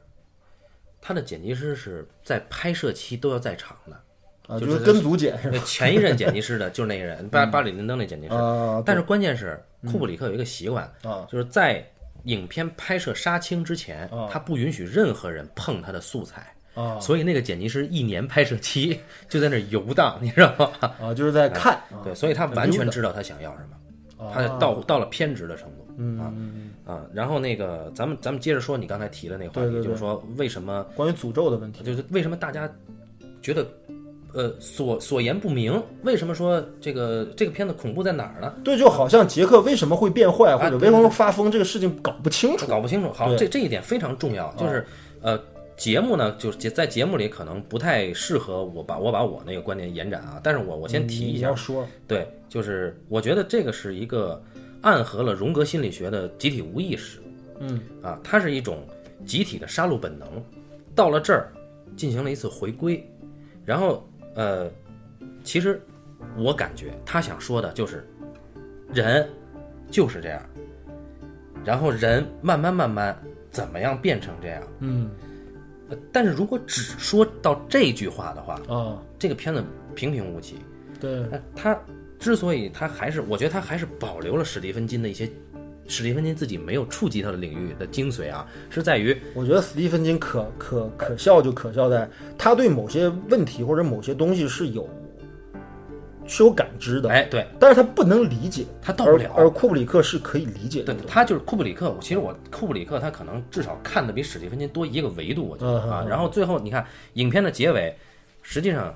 [SPEAKER 2] 他的剪辑师是在拍摄期都要在场的。
[SPEAKER 1] 啊，
[SPEAKER 2] 就
[SPEAKER 1] 就是是跟组解释
[SPEAKER 2] 那前一任剪辑师的就是那个人，巴巴里林登那剪辑师。
[SPEAKER 1] 啊，
[SPEAKER 2] 但是关键是库布里克有一个习惯，
[SPEAKER 1] 啊
[SPEAKER 2] 就是在影片拍摄杀青之前，他不允许任何人碰他的素材。
[SPEAKER 1] 啊
[SPEAKER 2] 所以那个剪辑师一年拍摄期 就在那儿游荡，你知道吗？
[SPEAKER 1] 啊，就是在看啊
[SPEAKER 2] 对，所以他完全知道他想要什么。哎他到到了偏执的程度，
[SPEAKER 1] 嗯
[SPEAKER 2] 啊啊，然后那个咱们咱们接着说你刚才提的那个话题，
[SPEAKER 1] 对对对
[SPEAKER 2] 就是说为什么
[SPEAKER 1] 关于诅咒的问题。
[SPEAKER 2] 就是为什么大家觉得呃所所言不明。为什么说这个这个片子恐怖在哪儿呢？
[SPEAKER 1] 对，就好像杰克为什么会变坏，或
[SPEAKER 2] 啊
[SPEAKER 1] 者
[SPEAKER 2] 对
[SPEAKER 1] 为什么发疯，这个事情搞不清楚。
[SPEAKER 2] 搞不清楚。好，
[SPEAKER 1] 对啊
[SPEAKER 2] 这这一点非常重要，就是呃，节目呢，就是节在节目里可能不太适合我把我把我那个观点延展啊，但是我我先提一
[SPEAKER 1] 你
[SPEAKER 2] 下
[SPEAKER 1] 要，说，
[SPEAKER 2] 对，就是我觉得这个是一个暗合了荣格心理学的集体无意识，
[SPEAKER 1] 嗯
[SPEAKER 2] 啊，它是一种集体的杀戮本能，到了这儿进行了一次回归，然后呃，其实我感觉他想说的就是，人就是这样，然后人慢慢慢慢怎么样变成这样，
[SPEAKER 1] 嗯
[SPEAKER 2] 呃但是如果只说到这句话的话，
[SPEAKER 1] 啊，
[SPEAKER 2] 这个片子平平无奇，
[SPEAKER 1] 对，
[SPEAKER 2] 但呃他之所以他还是，我觉得他还是保留了史蒂芬金的一些史蒂芬金自己没有触及他的领域的精髓啊，是在于
[SPEAKER 1] 我觉得斯蒂芬金可可可笑就可笑在他对某些问题或者某些东西是有是有感知的，
[SPEAKER 2] 哎，对
[SPEAKER 1] 但是他不能理解，
[SPEAKER 2] 他到不
[SPEAKER 1] 而
[SPEAKER 2] 了。
[SPEAKER 1] 而库布里克是可以理解
[SPEAKER 2] 对
[SPEAKER 1] 的。，
[SPEAKER 2] 他就是库布里克。我其实我库布里克他可能至少看的比史蒂芬金多一个维度，我觉
[SPEAKER 1] 嗯
[SPEAKER 2] 得啊。然后最后你看影片的结尾，实际上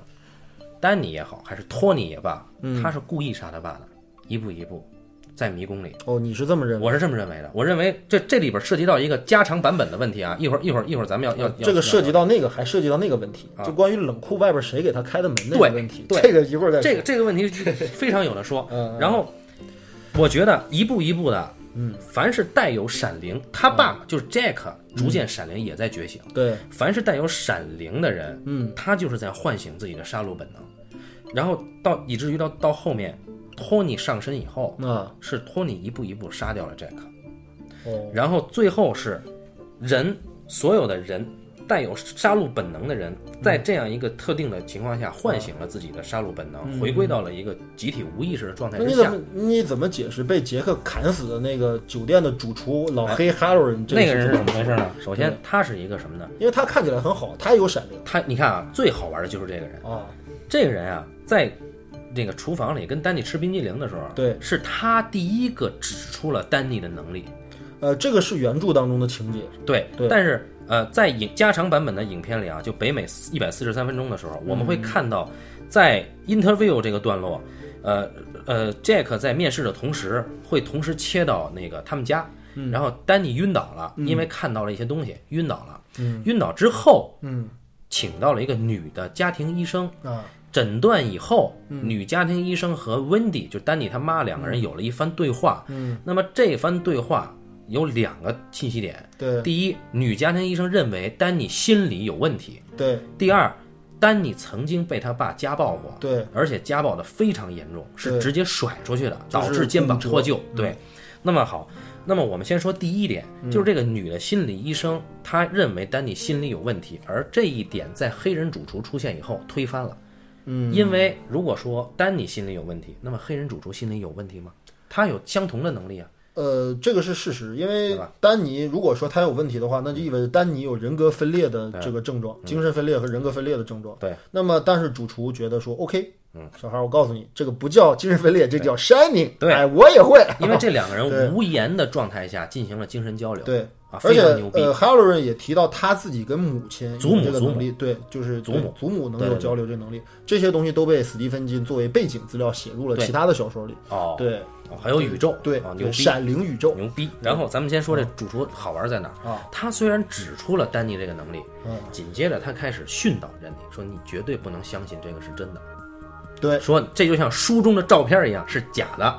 [SPEAKER 2] 丹尼也好，还是托尼也罢，
[SPEAKER 1] 嗯
[SPEAKER 2] 他是故意杀他爸的，一步一步在迷宫里。
[SPEAKER 1] 哦，你是这么认为？
[SPEAKER 2] 我是这么认为的。我认为这这里边涉及到一个加长版本的问题啊。一会儿一会儿一会儿咱们要要要
[SPEAKER 1] 这个
[SPEAKER 2] 要啊
[SPEAKER 1] 涉及到那个，还涉及到那个问题，就关于冷库外边谁给他开的门那个
[SPEAKER 2] 对
[SPEAKER 1] 问题。
[SPEAKER 2] 对
[SPEAKER 1] 这个一会儿再说
[SPEAKER 2] 这个这个问题非常有的说。然后我觉得一步一步的，嗯，凡是带有闪灵，他爸就是 Jack，逐渐闪灵也在觉醒。
[SPEAKER 1] 对，
[SPEAKER 2] 凡是带有闪灵的人，嗯，他就是在唤醒自己的杀戮本能，然后到以至于到到后面，托尼上身以后，
[SPEAKER 1] 啊，
[SPEAKER 2] 是托尼一步一步杀掉了 Jack，
[SPEAKER 1] 哦，
[SPEAKER 2] 然后最后是人所有的人带有杀戮本能的人，在这样一个特定的情况下唤醒了自己的杀戮本能，回归到了一个集体无意识的状态
[SPEAKER 1] 那
[SPEAKER 2] 之
[SPEAKER 1] 你怎
[SPEAKER 2] 下
[SPEAKER 1] 么。你怎么解释被杰克砍死的那个酒店的主厨老黑哈罗人？
[SPEAKER 2] 哎那个人是怎么回事呢？嗯首先，他是一个什么呢？
[SPEAKER 1] 因为他看起来很好，他有闪灵
[SPEAKER 2] 他你看啊，最好玩的就是这个人，
[SPEAKER 1] 啊，
[SPEAKER 2] 这个人啊，在那个厨房里跟丹尼吃冰激凌的时候，
[SPEAKER 1] 对
[SPEAKER 2] 是他第一个指出了丹尼的能力。
[SPEAKER 1] 呃，这个是原著当中的情节，
[SPEAKER 2] 对，
[SPEAKER 1] 对
[SPEAKER 2] 但是呃，在影加长版本的影片里啊，就北美一百四十三分钟的时候，我们会
[SPEAKER 1] 嗯
[SPEAKER 2] 看到，在 interview 这个段落，呃呃，Jack 在面试的同时，会同时切到那个他们家，
[SPEAKER 1] 嗯
[SPEAKER 2] 然后丹尼晕倒了，因为看到了一些东西，晕倒了。晕倒之后，
[SPEAKER 1] 嗯
[SPEAKER 2] 请到了一个女的家庭医生，
[SPEAKER 1] 啊，
[SPEAKER 2] 诊断以后，
[SPEAKER 1] 嗯
[SPEAKER 2] 女家庭医生和温迪，就丹尼他妈两个人有了一番对话。
[SPEAKER 1] 嗯，
[SPEAKER 2] 那么这番对话有两个信息点：
[SPEAKER 1] 对
[SPEAKER 2] 第一，女家庭医生认为丹尼心理有问题；
[SPEAKER 1] 对
[SPEAKER 2] 第二，丹尼曾经被他爸家暴过，
[SPEAKER 1] 对，
[SPEAKER 2] 而且家暴的非常严重，
[SPEAKER 1] 对
[SPEAKER 2] 是直接甩出去的，
[SPEAKER 1] 就是嗯
[SPEAKER 2] 导致肩膀
[SPEAKER 1] 骨折
[SPEAKER 2] 脱臼。对，那么好，那么我们先说第一点，
[SPEAKER 1] 嗯
[SPEAKER 2] 就是这个女的心理医生，她认为丹尼心理有问题，而这一点在黑人主厨出现以后推翻了。嗯，因为如果说丹尼心理有问题，那么黑人主厨心理有问题吗？他有相同的能力啊。
[SPEAKER 1] 呃，这个是事实，因为
[SPEAKER 2] 对吧
[SPEAKER 1] 丹尼如果说他有问题的话，那就意味着丹尼有人格分裂的这个症状，精神分裂和人格分裂的症状。
[SPEAKER 2] 嗯对，
[SPEAKER 1] 那么但是主厨觉得说，OK，嗯，小孩儿，我告诉你，这个不叫精神分裂，这叫 shining。
[SPEAKER 2] 对
[SPEAKER 1] 哎，我也会，
[SPEAKER 2] 因为这两个人无言的状态下进行了精神交流，
[SPEAKER 1] 对而
[SPEAKER 2] 啊，非
[SPEAKER 1] 且
[SPEAKER 2] 常牛逼。
[SPEAKER 1] 呃，哈罗人也提到他自己跟母亲
[SPEAKER 2] 祖母
[SPEAKER 1] 有这个能力，对，就是
[SPEAKER 2] 祖
[SPEAKER 1] 对
[SPEAKER 2] 母
[SPEAKER 1] 祖母能
[SPEAKER 2] 对
[SPEAKER 1] 有
[SPEAKER 2] 对对
[SPEAKER 1] 交流这能力，这些东西都被斯蒂芬金作为背景资料写入了
[SPEAKER 2] 对
[SPEAKER 1] 其他的小说里。
[SPEAKER 2] 哦，
[SPEAKER 1] 对
[SPEAKER 2] 哦，还有宇宙，
[SPEAKER 1] 对，
[SPEAKER 2] 啊，
[SPEAKER 1] 有
[SPEAKER 2] 牛逼，
[SPEAKER 1] 闪灵宇宙，
[SPEAKER 2] 牛逼。然后咱们先说这主厨好玩在哪儿
[SPEAKER 1] 啊？
[SPEAKER 2] 他虽然指出了丹尼这个能力，
[SPEAKER 1] 嗯
[SPEAKER 2] 紧接着他开始训导丹尼，说你绝对不能相信这个是真的，
[SPEAKER 1] 对。
[SPEAKER 2] 说这就像书中的照片一样是假的。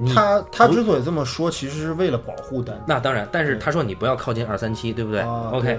[SPEAKER 2] 你
[SPEAKER 1] 他他之所以这么说，其实是为了保护丹尼。
[SPEAKER 2] 那当然，但是他说你不要靠近二三七，对不对
[SPEAKER 1] 啊对
[SPEAKER 2] ？OK。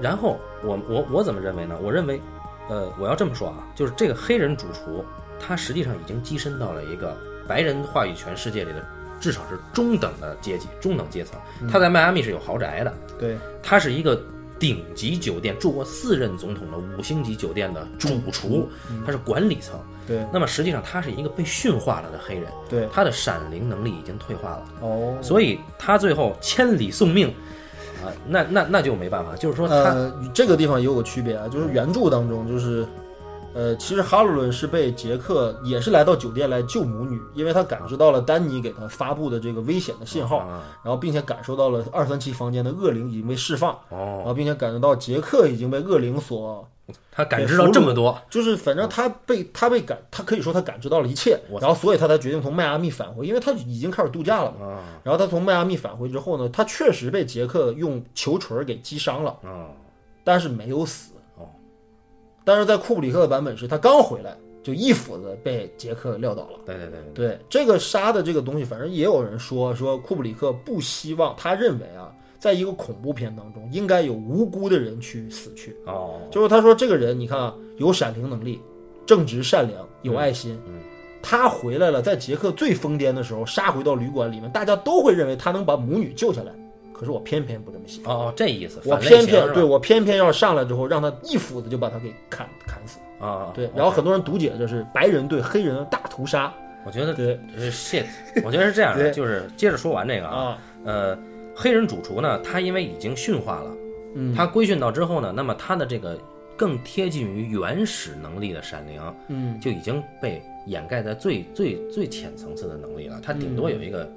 [SPEAKER 2] 然后我我我怎么认为呢？我认为，呃，我要这么说啊，就是这个黑人主厨，他实际上已经跻身到了一个白人话语权世界里的至少是中等的阶级、中等阶层。
[SPEAKER 1] 嗯
[SPEAKER 2] 他在迈阿密是有豪宅的，
[SPEAKER 1] 对，
[SPEAKER 2] 他是一个顶级酒店住过四任总统的五星级酒店的主厨，
[SPEAKER 1] 嗯
[SPEAKER 2] 他是管理层。
[SPEAKER 1] 对，
[SPEAKER 2] 那么实际上他是一个被驯化了的黑人，
[SPEAKER 1] 对，
[SPEAKER 2] 他的闪灵能力已经退化了。
[SPEAKER 1] 哦，
[SPEAKER 2] 所以他最后千里送命，啊、那那那就没办法，就是说他、
[SPEAKER 1] 呃，这个地方也有个区别啊，就是原著当中就是。呃，其实哈鲁伦是被杰克也是来到酒店来救母女，因为他感知到了丹尼给他发布的这个危险的信号，
[SPEAKER 2] 啊
[SPEAKER 1] 然后并且感受到了二三七房间的恶灵已经被释放，
[SPEAKER 2] 哦
[SPEAKER 1] 然后并且感觉到杰克已经被恶灵所
[SPEAKER 2] 他感知到这么多，
[SPEAKER 1] 就是反正他被他被感，他可以说他感知到了一切，
[SPEAKER 2] 嗯我
[SPEAKER 1] 然后所以他才决定从迈阿密返回，因为他已经开始度假了嘛。
[SPEAKER 2] 啊
[SPEAKER 1] 然后他从迈阿密返回之后呢，他确实被杰克用球锤给击伤了，
[SPEAKER 2] 嗯，
[SPEAKER 1] 但是没有死
[SPEAKER 2] 哦。
[SPEAKER 1] 但是在库布里克的版本是他刚回来就一斧子被杰克撂倒了。
[SPEAKER 2] 对对对对，
[SPEAKER 1] 对这个杀的这个东西，反正也有人说说库布里克不希望，他认为啊，在一个恐怖片当中应该有无辜的人去死去。
[SPEAKER 2] 哦，
[SPEAKER 1] 就是他说这个人，你看啊，有闪灵能力，正直善良，有爱心。
[SPEAKER 2] 嗯嗯
[SPEAKER 1] 他回来了，在杰克最疯癫的时候杀回到旅馆里面，大家都会认为他能把母女救下来。可是我偏偏不这么想，
[SPEAKER 2] 哦，这意思，
[SPEAKER 1] 我
[SPEAKER 2] 反类
[SPEAKER 1] 偏
[SPEAKER 2] 型是
[SPEAKER 1] 偏
[SPEAKER 2] 吧
[SPEAKER 1] 对我偏偏要上来之后，让他一斧子就把他给砍砍死。
[SPEAKER 2] 啊啊，
[SPEAKER 1] 对
[SPEAKER 2] 啊，
[SPEAKER 1] 然后很多人读解这是白人对黑人的大屠杀。
[SPEAKER 2] 我觉得
[SPEAKER 1] 对
[SPEAKER 2] 这是 shit，我觉得是这样的，
[SPEAKER 1] 对
[SPEAKER 2] 就是接着说完这个啊，
[SPEAKER 1] 啊，
[SPEAKER 2] 呃，黑人主厨呢，他因为已经驯化了，
[SPEAKER 1] 嗯，
[SPEAKER 2] 他规训到之后呢，那么他的这个更贴近于原始能力的闪灵，
[SPEAKER 1] 嗯
[SPEAKER 2] 就已经被掩盖在最最最浅层次的能力了。他顶多有一个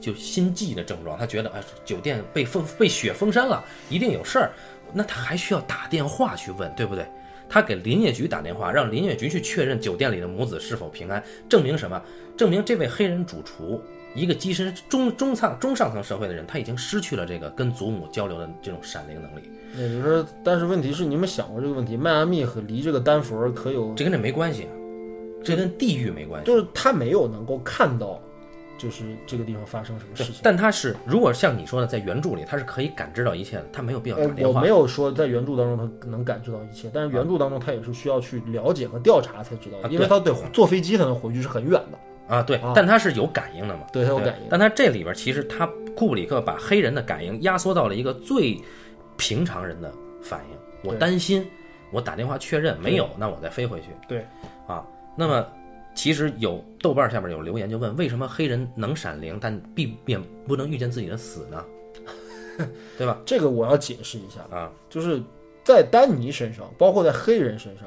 [SPEAKER 2] 就心悸的症状，他觉得哎，酒店被封被雪封山了，一定有事儿。那他还需要打电话去问，对不对？他给林业局打电话，让林业局去确认酒店里的母子是否平安，证明什么？证明这位黑人主厨，一个跻身中中上中上层社会的人，他已经失去了这个跟祖母交流的这种闪灵能力，
[SPEAKER 1] 也就是说，但是问题是，你们想过这个问题？迈阿密和离这个丹佛可有，
[SPEAKER 2] 这跟这没关系啊，这跟地域没关系。
[SPEAKER 1] 就是他没有能够看到，就是这个地方发生什么事
[SPEAKER 2] 对
[SPEAKER 1] 情。
[SPEAKER 2] 但他是，如果像你说的，在原著里，他是可以感知到一切的，他没有必要打
[SPEAKER 1] 呃，
[SPEAKER 2] 电
[SPEAKER 1] 我
[SPEAKER 2] 话。
[SPEAKER 1] 没有说在原著当中他能感知到一切，但是原著当中他也是需要去了解和调查才知道
[SPEAKER 2] 啊
[SPEAKER 1] 的，因为他得坐飞机才能回去，是很远的，
[SPEAKER 2] 啊，对
[SPEAKER 1] 啊，
[SPEAKER 2] 但他是有感应的嘛？
[SPEAKER 1] 对他有感应。
[SPEAKER 2] 但他这里边其实他库布里克把黑人的感应压缩到了一个最平常人的反应。我
[SPEAKER 1] 对
[SPEAKER 2] 担心，我打电话确认没有，那我再飞回去。
[SPEAKER 1] 对，
[SPEAKER 2] 啊，那么其实有豆瓣下面有留言就问，为什么黑人能闪灵，但避免不能遇见自己的死呢？ 对吧？
[SPEAKER 1] 这个我要解释一下，
[SPEAKER 2] 啊，
[SPEAKER 1] 就是在丹尼身上，包括在黑人身上，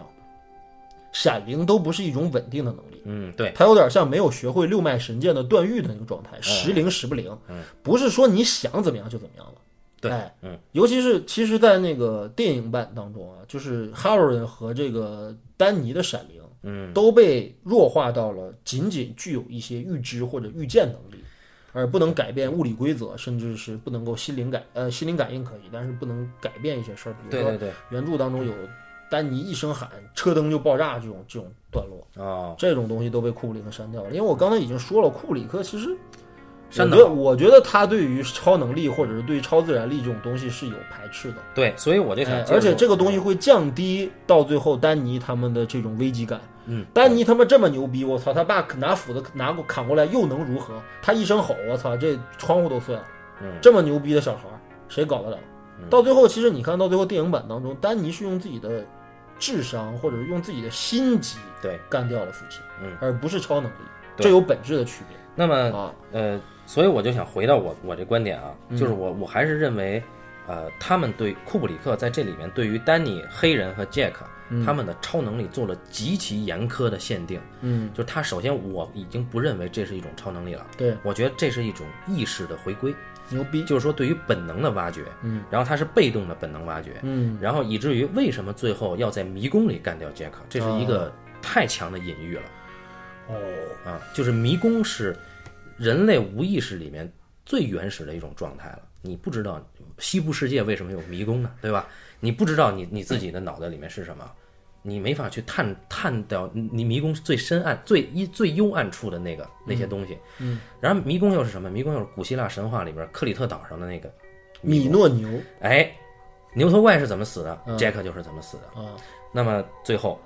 [SPEAKER 1] 闪灵都不是一种稳定的能力。
[SPEAKER 2] 嗯，对，
[SPEAKER 1] 它有点像没有学会六脉神剑的段誉的那个状
[SPEAKER 2] 哎
[SPEAKER 1] 态，时灵时不灵，不是说你想怎么样就怎么样了。
[SPEAKER 2] 嗯对
[SPEAKER 1] 哎，
[SPEAKER 2] 嗯，
[SPEAKER 1] 尤其是其实，在那个电影版当中啊，就是哈罗人和这个丹尼的闪灵，
[SPEAKER 2] 嗯，
[SPEAKER 1] 都被弱化到了仅仅具有一些预知或者预见能力，而不能改变物理规则，甚至是不能够心灵感呃心灵感应可以，但是不能改变一些事儿，比如
[SPEAKER 2] 对
[SPEAKER 1] 说
[SPEAKER 2] 对对，
[SPEAKER 1] 原著当中有丹尼一声喊车灯就爆炸这种这种段落。
[SPEAKER 2] 哦，
[SPEAKER 1] 这种东西都被库布里克删掉了，因为我刚才已经说了，库布里克其实，
[SPEAKER 2] 删
[SPEAKER 1] 我
[SPEAKER 2] 的
[SPEAKER 1] 觉得我觉得他对于超能力或者是对于超自然力这种东西是有排斥的，
[SPEAKER 2] 对，所以我就想
[SPEAKER 1] 哎
[SPEAKER 2] 接着说，嗯
[SPEAKER 1] 而且这个东西会降低到最后丹尼他们的这种危机感。
[SPEAKER 2] 嗯，
[SPEAKER 1] 丹尼他妈这么牛逼，我操，他爸拿斧子拿过砍过来又能如何？他一声吼，我操，这窗户都碎了。
[SPEAKER 2] 嗯，
[SPEAKER 1] 这么牛逼的小孩儿，谁搞得了？到最后，其实你看到最后电影版当中，丹尼是用自己的智商或者是用自己的心机
[SPEAKER 2] 对，
[SPEAKER 1] 干掉了父亲，
[SPEAKER 2] 嗯，
[SPEAKER 1] 而不是超能力，
[SPEAKER 2] 对
[SPEAKER 1] 这有本质的区别
[SPEAKER 2] 那么
[SPEAKER 1] 啊。
[SPEAKER 2] 呃，所以我就想回到我我这观点啊，就是我我还是认为，呃，他们对库布里克在这里面对于丹尼、黑人和杰克、他们的超能力做了极其严苛的限定。
[SPEAKER 1] 嗯，
[SPEAKER 2] 就是他首先我已经不认为这是一种超能力了，
[SPEAKER 1] 对，
[SPEAKER 2] 我觉得这是一种意识的回归，
[SPEAKER 1] 牛逼，
[SPEAKER 2] 就是说对于本能的挖掘，嗯，然后他是被动的本能挖掘，
[SPEAKER 1] 嗯，
[SPEAKER 2] 然后以至于为什么最后要在迷宫里干掉杰克，这是一个太强的隐喻了。
[SPEAKER 1] 哦，
[SPEAKER 2] 啊，就是迷宫是人类无意识里面最原始的一种状态了。你不知道西部世界为什么有迷宫呢，对吧？你不知道你你自己的脑袋里面是什么，你没法去探探到你你迷宫最深暗、最一最幽暗处的那个那些东西。嗯，然后迷宫又是什么？迷宫又是古希腊神话里边克里特岛上的那个，
[SPEAKER 1] 米诺牛
[SPEAKER 2] 哎，牛头怪是怎么死的？杰克就是怎么死的。
[SPEAKER 1] 嗯啊，
[SPEAKER 2] 那么最后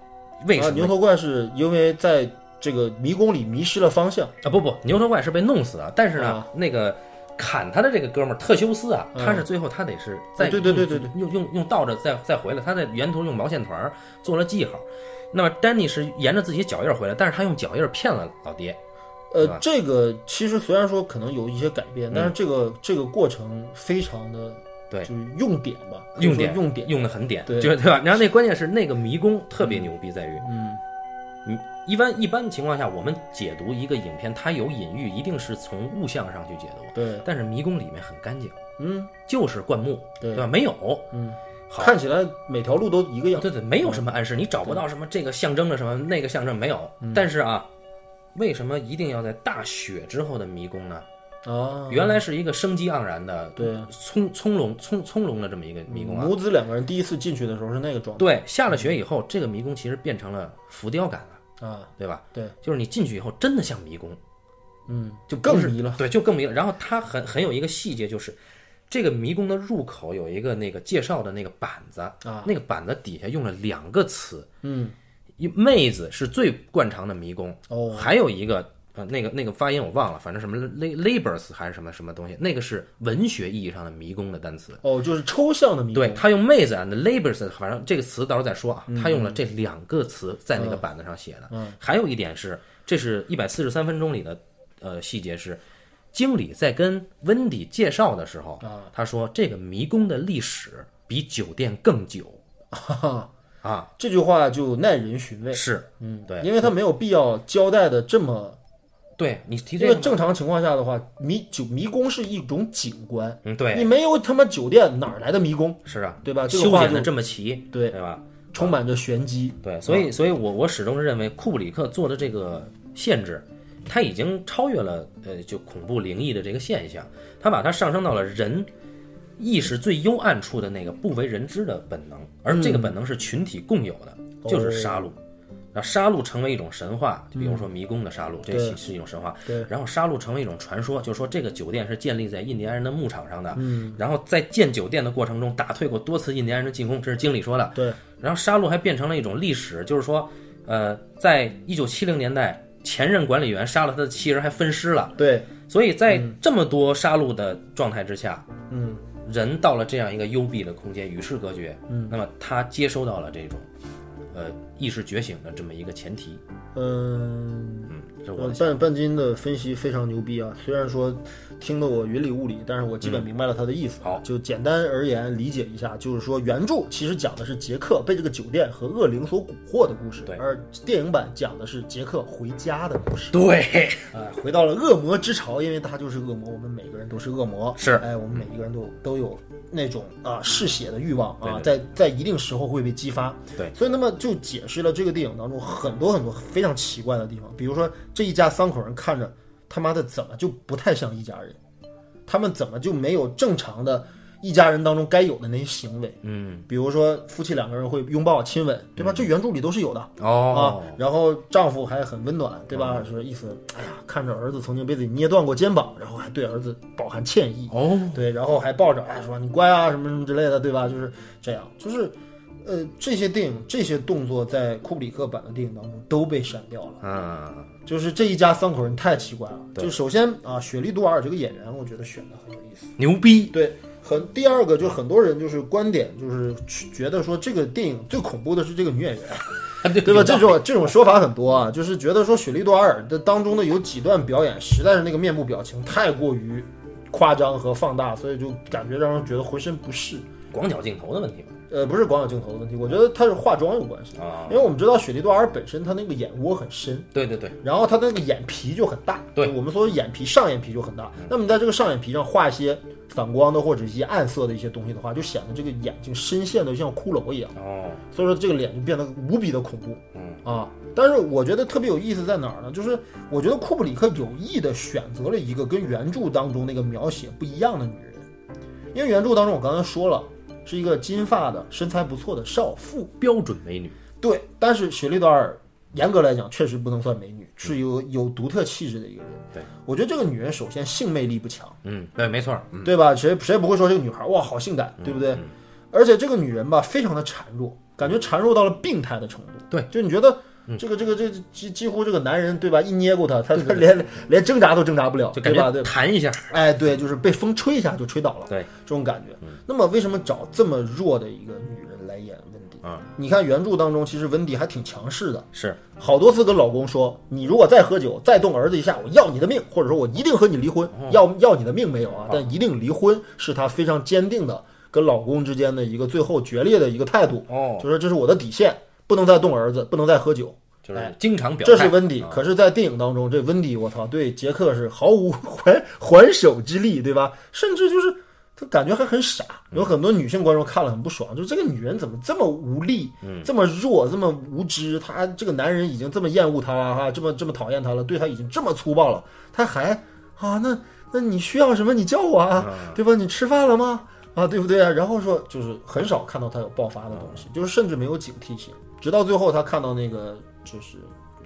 [SPEAKER 2] 为
[SPEAKER 1] 啊
[SPEAKER 2] 什么
[SPEAKER 1] 牛头怪是因为在这个迷宫里迷失了方向，
[SPEAKER 2] 啊，不不，牛头怪是被弄死的，但是呢，
[SPEAKER 1] 啊
[SPEAKER 2] 那个砍他的这个哥们儿特修斯啊，
[SPEAKER 1] 嗯
[SPEAKER 2] 他是最后他得是在、
[SPEAKER 1] 对对对对对，
[SPEAKER 2] 用用用倒着再再回来，他在沿途用毛线团儿做了记号。那么丹尼是沿着自己脚印儿回来，但是他用脚印儿骗了老爹。对吧嗯
[SPEAKER 1] 呃，这个其实虽然说可能有一些改变，但是这个这个过程非常的
[SPEAKER 2] 对
[SPEAKER 1] 就是用典吧，
[SPEAKER 2] 用
[SPEAKER 1] 就是
[SPEAKER 2] 点
[SPEAKER 1] 说用典，
[SPEAKER 2] 用的很点，
[SPEAKER 1] 对
[SPEAKER 2] 就是对吧？然后那关键是那个迷宫特别牛逼，在于，
[SPEAKER 1] 嗯，
[SPEAKER 2] 嗯，一般一般情况下，我们解读一个影片，它有隐喻，一定是从物象上去解读，
[SPEAKER 1] 对，
[SPEAKER 2] 但是迷宫里面很干净，
[SPEAKER 1] 嗯，
[SPEAKER 2] 就是灌木，
[SPEAKER 1] 对
[SPEAKER 2] 对吧？没有，
[SPEAKER 1] 嗯，
[SPEAKER 2] 好
[SPEAKER 1] 看起来每条路都一个样。
[SPEAKER 2] 对对，没有什么暗示，你找不到什么这个象征着什么，那个象征没有。
[SPEAKER 1] 嗯
[SPEAKER 2] 但是啊，为什么一定要在大雪之后的迷宫呢？
[SPEAKER 1] 啊，
[SPEAKER 2] 原来是一个生机盎然的、
[SPEAKER 1] 对，嗯
[SPEAKER 2] 葱葱胧、葱葱胧的这么一个迷宫啊。
[SPEAKER 1] 母子两个人第一次进去的时候是那个状
[SPEAKER 2] 对，下了雪以后，这个迷宫其实变成了浮雕感了，
[SPEAKER 1] 态啊，
[SPEAKER 2] 对吧？
[SPEAKER 1] 对，
[SPEAKER 2] 就是你进去以后，真的像迷宫，
[SPEAKER 1] 嗯，
[SPEAKER 2] 就不
[SPEAKER 1] 更
[SPEAKER 2] 是
[SPEAKER 1] 迷了。
[SPEAKER 2] 对，就更迷了。然后它很很有一个细节，就是这个迷宫的入口有一个那个介绍的那个板子
[SPEAKER 1] 啊，
[SPEAKER 2] 那个板子底下用了两个词，
[SPEAKER 1] 嗯，
[SPEAKER 2] 一妹子是最惯常的迷宫，
[SPEAKER 1] 哦，
[SPEAKER 2] 还有一个呃那个那个发音我忘了，反正什么 la- labors 还是什么什么东西，那个是文学意义上的迷宫的单词。
[SPEAKER 1] 哦，就是抽象的迷宫
[SPEAKER 2] 对他用妹子 and labors，反正这个词到时候再说啊。
[SPEAKER 1] 嗯
[SPEAKER 2] 他用了这两个词在那个板子上写的。还有一点是，这是一百四十三分钟里的呃细节是，经理在跟温迪介绍的时候，
[SPEAKER 1] 啊
[SPEAKER 2] 他说这个迷宫的历史比酒店更 久
[SPEAKER 1] 啊，
[SPEAKER 2] 啊，
[SPEAKER 1] 这句话就耐人寻味。
[SPEAKER 2] 是，嗯，对，
[SPEAKER 1] 因为他没有必要交代的这么，
[SPEAKER 2] 对你提
[SPEAKER 1] 因
[SPEAKER 2] 这
[SPEAKER 1] 为
[SPEAKER 2] 个，
[SPEAKER 1] 正常情况下的话，迷酒迷宫是一种景观，
[SPEAKER 2] 嗯，对，
[SPEAKER 1] 你没有他妈酒店哪儿来的迷宫，
[SPEAKER 2] 是啊，
[SPEAKER 1] 对吧？这个
[SPEAKER 2] 修
[SPEAKER 1] 话
[SPEAKER 2] 剪
[SPEAKER 1] 就
[SPEAKER 2] 的这么齐，
[SPEAKER 1] 对，
[SPEAKER 2] 对吧？
[SPEAKER 1] 充满着玄机。啊
[SPEAKER 2] 对，所以，所以我我始终是认为库布里克做的这个限制，他已经超越了呃，就恐怖灵异的这个现象，他把它上升到了人意识最幽暗处的那个不为人知的本能，而
[SPEAKER 1] 嗯
[SPEAKER 2] 这个本能是群体共有的，就是杀
[SPEAKER 1] 哦
[SPEAKER 2] 戮。那杀戮成为一种神话，就比如说迷宫的杀戮，这
[SPEAKER 1] 嗯对
[SPEAKER 2] 是是一种神话。
[SPEAKER 1] 对
[SPEAKER 2] 然后杀戮成为一种传说，就说这个酒店是建立在印第安人的牧场上的。嗯，然后在建酒店的过程中打退过多次印第安人的进攻，这是经理说的。
[SPEAKER 1] 对，
[SPEAKER 2] 然后杀戮还变成了一种历史，就是说，呃，在一九七零年代，前任管理员杀了他的妻儿，还分尸了。
[SPEAKER 1] 对，
[SPEAKER 2] 所以在这么多杀戮的状态之下，嗯，人到了这样一个幽闭的空间，与世隔绝，嗯，那么他接收到了这种，呃，意识觉醒的这么一个前提，
[SPEAKER 1] 嗯，
[SPEAKER 2] 嗯，这是我
[SPEAKER 1] 呃
[SPEAKER 2] 的想
[SPEAKER 1] 半半斤的分析非常牛逼啊！虽然说听得我云里雾里，但是我基本明白了他的意思。
[SPEAKER 2] 嗯好
[SPEAKER 1] 就简单而言理解一下，就是说原著其实讲的是杰克被这个酒店和恶灵所蛊惑的故事，
[SPEAKER 2] 对
[SPEAKER 1] 而电影版讲的是杰克回家的故事。
[SPEAKER 2] 对，
[SPEAKER 1] 哎，回到了恶魔之潮，因为他就是恶魔，我们每个人都是恶魔。
[SPEAKER 2] 是
[SPEAKER 1] 哎，我们每一个人都有都有那种啊嗜血的欲望啊，
[SPEAKER 2] 对
[SPEAKER 1] 在在一定时候会被激发。
[SPEAKER 2] 嗯对
[SPEAKER 1] 所以那么就解释了这个电影当中很多很多非常奇怪的地方，比如说这一家三口人看着他妈的怎么就不太像一家人，他们怎么就没有正常的一家人当中该有的那些行为？
[SPEAKER 2] 嗯，
[SPEAKER 1] 比如说夫妻两个人会拥抱亲吻，对吧？这原著里都是有的。啊
[SPEAKER 2] 哦，，
[SPEAKER 1] 然后丈夫还很温暖，对吧？说意思，哎呀，看着儿子曾经被自己捏断过肩膀，然后还对儿子饱含歉意，
[SPEAKER 2] 哦，
[SPEAKER 1] 对，然后还抱着，哎，说你乖啊，什么什么之类的，对吧？就是这样，就是，呃，这些电影这些动作在库布里克版的电影当中都被删掉了。
[SPEAKER 2] 嗯，
[SPEAKER 1] 就是这一家三口人太奇怪了。
[SPEAKER 2] 对
[SPEAKER 1] 就首先啊，雪莉·杜瓦尔这个演员，我觉得选的很有意思。
[SPEAKER 2] 牛逼，
[SPEAKER 1] 对，很第二个就很多人就是观点就是觉得说这个电影最恐怖的是这个女演员。对吧？这种这种说法很多啊，就是觉得说雪莉·多瓦尔的当中的有几段表演，实在是那个面部表情太过于夸张和放大，所以就感觉让人觉得浑身不适。
[SPEAKER 2] 广角镜头的问题吧，
[SPEAKER 1] 呃，不是光有镜头的问题，我觉得它是化妆有关系，
[SPEAKER 2] 啊，
[SPEAKER 1] 因为我们知道雪莉·多瓦尔本身她那个眼窝很深，
[SPEAKER 2] 对对对，
[SPEAKER 1] 然后他的那个眼皮就很大，
[SPEAKER 2] 对
[SPEAKER 1] 就我们说的眼皮上眼皮就很大。那么在这个上眼皮上画一些反光的或者一些暗色的一些东西的话，就显得这个眼睛深陷的像骷髅一样，
[SPEAKER 2] 哦，
[SPEAKER 1] 所以说这个脸就变得无比的恐怖
[SPEAKER 2] 嗯，
[SPEAKER 1] 啊。但是我觉得特别有意思在哪儿呢？就是我觉得库布里克有意的选择了一个跟原著当中那个描写不一样的女人，因为原著当中我刚才说了，是一个金发的身材不错的少妇，
[SPEAKER 2] 标准美女，
[SPEAKER 1] 对，但是雪莉·道尔严格来讲确实不能算美女，是有有独特气质的一个人。
[SPEAKER 2] 对，
[SPEAKER 1] 我觉得这个女人首先性魅力不强，
[SPEAKER 2] 嗯，对，没错儿，嗯，
[SPEAKER 1] 对吧？谁谁不会说这个女孩哇好性感，对不对？而且这个女人吧，非常的孱弱，感觉孱弱到了病态的程度。
[SPEAKER 2] 嗯对，嗯
[SPEAKER 1] 就你觉得。这个这个这这几几乎这个男人对吧？一捏过她，她她连连挣扎都挣扎不了，
[SPEAKER 2] 就
[SPEAKER 1] 对
[SPEAKER 2] 感
[SPEAKER 1] 吧？对
[SPEAKER 2] 觉，弹一下，
[SPEAKER 1] 哎，对，就是被风吹一下就吹倒了，
[SPEAKER 2] 对，
[SPEAKER 1] 这种感觉。
[SPEAKER 2] 嗯
[SPEAKER 1] 那么为什么找这么弱的一个女人来演温迪？
[SPEAKER 2] 嗯，
[SPEAKER 1] 你看原著当中，其实温迪还挺强势的，
[SPEAKER 2] 是，
[SPEAKER 1] 好多次跟老公说，你如果再喝酒，再动儿子一下，我要你的命，或者说我一定和你离婚，要要你的命没有啊？但一定离婚是她非常坚定的跟老公之间的一个最后决裂的一个态度，
[SPEAKER 2] 哦，
[SPEAKER 1] 就说这是我的底线，不能再动儿子，不能再喝酒。
[SPEAKER 2] 就是经常表态，
[SPEAKER 1] 哎
[SPEAKER 2] 啊
[SPEAKER 1] 这是温迪，可是，在电影当中， 这温迪，我操，对杰克是毫无还还手之力，对吧？甚至就是他感觉还很傻，
[SPEAKER 2] 嗯
[SPEAKER 1] 有很多女性观众看了很不爽，就这个女人怎么这么无力，
[SPEAKER 2] 嗯
[SPEAKER 1] 这么弱，这么无知，她这个男人已经这么厌恶她哈、这么这么讨厌她了，对她已经这么粗暴了，她还啊那那你需要什么你叫我啊，对吧？你吃饭了吗？啊，对不对啊？然后说就是很少看到她有爆发的东
[SPEAKER 2] 啊
[SPEAKER 1] 西，就是甚至没有警惕性，直到最后她看到那个就是。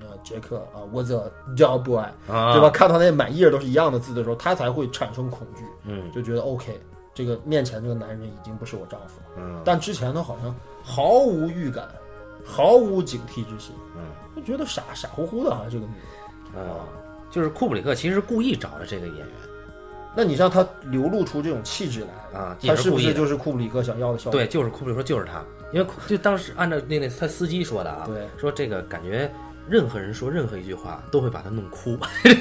[SPEAKER 1] 呃，杰克啊，was a job boy，、
[SPEAKER 2] 啊
[SPEAKER 1] 对吧？看到那满页都是一样的字的时候，她才会产生恐惧。
[SPEAKER 2] 嗯
[SPEAKER 1] 就觉得 OK，这个面前这个男人已经不是我丈夫了。
[SPEAKER 2] 嗯
[SPEAKER 1] 但之前他好像毫无预感，毫无警惕之心，
[SPEAKER 2] 嗯
[SPEAKER 1] 就觉得傻傻乎乎的哈、这个女人。
[SPEAKER 2] 啊，就是库布里克其实故意找的这个演员。
[SPEAKER 1] 那你让她流露出这种气质来
[SPEAKER 2] 啊
[SPEAKER 1] 她是不
[SPEAKER 2] 也是故意
[SPEAKER 1] 是
[SPEAKER 2] 的
[SPEAKER 1] 就是库布里克想要的效果？
[SPEAKER 2] 对，就是库布里克说就是他，因为库就当时按照那那他司机说的啊，
[SPEAKER 1] 对
[SPEAKER 2] 说这个感觉任何人说任何一句话都会把他弄哭，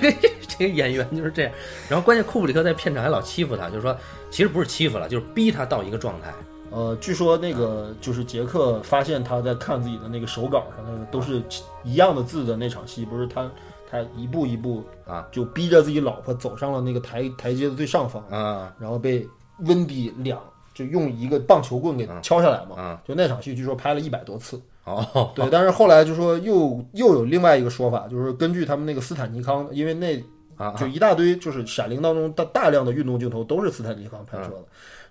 [SPEAKER 2] 这个演员就是这样。然后关键库布里克在片场还老欺负他，就是说其实不是欺负了，就是逼他到一个状态。
[SPEAKER 1] 呃，据说那个就是杰克发现他在看自己的那个手稿上那个都是一样的字的那场戏，不是他他一步一步
[SPEAKER 2] 啊，
[SPEAKER 1] 就逼着自己老婆走上了那个台台阶的最上方，
[SPEAKER 2] 啊
[SPEAKER 1] 然后被温比两就用一个棒球棍给敲下来嘛。
[SPEAKER 2] 啊
[SPEAKER 1] 就那场戏据说拍了一百多次。
[SPEAKER 2] 哦，
[SPEAKER 1] 对，但是后来就说又又有另外一个说法，就是根据他们那个斯坦尼康，因为那
[SPEAKER 2] 啊
[SPEAKER 1] 就一大堆就是《闪灵》当中大大量的运动镜头都是斯坦尼康拍摄的。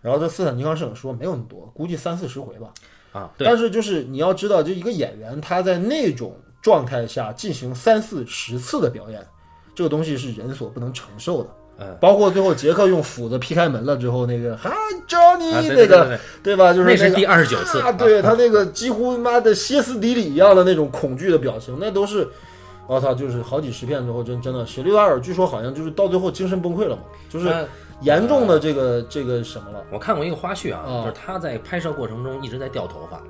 [SPEAKER 1] 然后这斯坦尼康摄影说没有那么多，估计三四十回吧。
[SPEAKER 2] 啊，对
[SPEAKER 1] 但是就是你要知道，就一个演员他在那种状态下进行三四十次的表演，这个东西是人所不能承受的。
[SPEAKER 2] 嗯，
[SPEAKER 1] 包括最后杰克用斧子劈开门了之后，那个哈 Johnny、哎
[SPEAKER 2] 啊对
[SPEAKER 1] 那
[SPEAKER 2] 对对
[SPEAKER 1] 个
[SPEAKER 2] 对对
[SPEAKER 1] 对吧？就是
[SPEAKER 2] 那
[SPEAKER 1] 个
[SPEAKER 2] 是第29次
[SPEAKER 1] 啊，对他那个几乎妈的歇斯底里一样的那种恐惧的表情，那都是。我操，就是好几十遍之后，真真的，雪莉瓦尔据说好像就是到最后精神崩溃了嘛，就是
[SPEAKER 2] 呃
[SPEAKER 1] 严重的这个、这个什么了，
[SPEAKER 2] 我看过一个花絮啊，
[SPEAKER 1] 哦
[SPEAKER 2] 就是他在拍摄过程中一直在掉头发，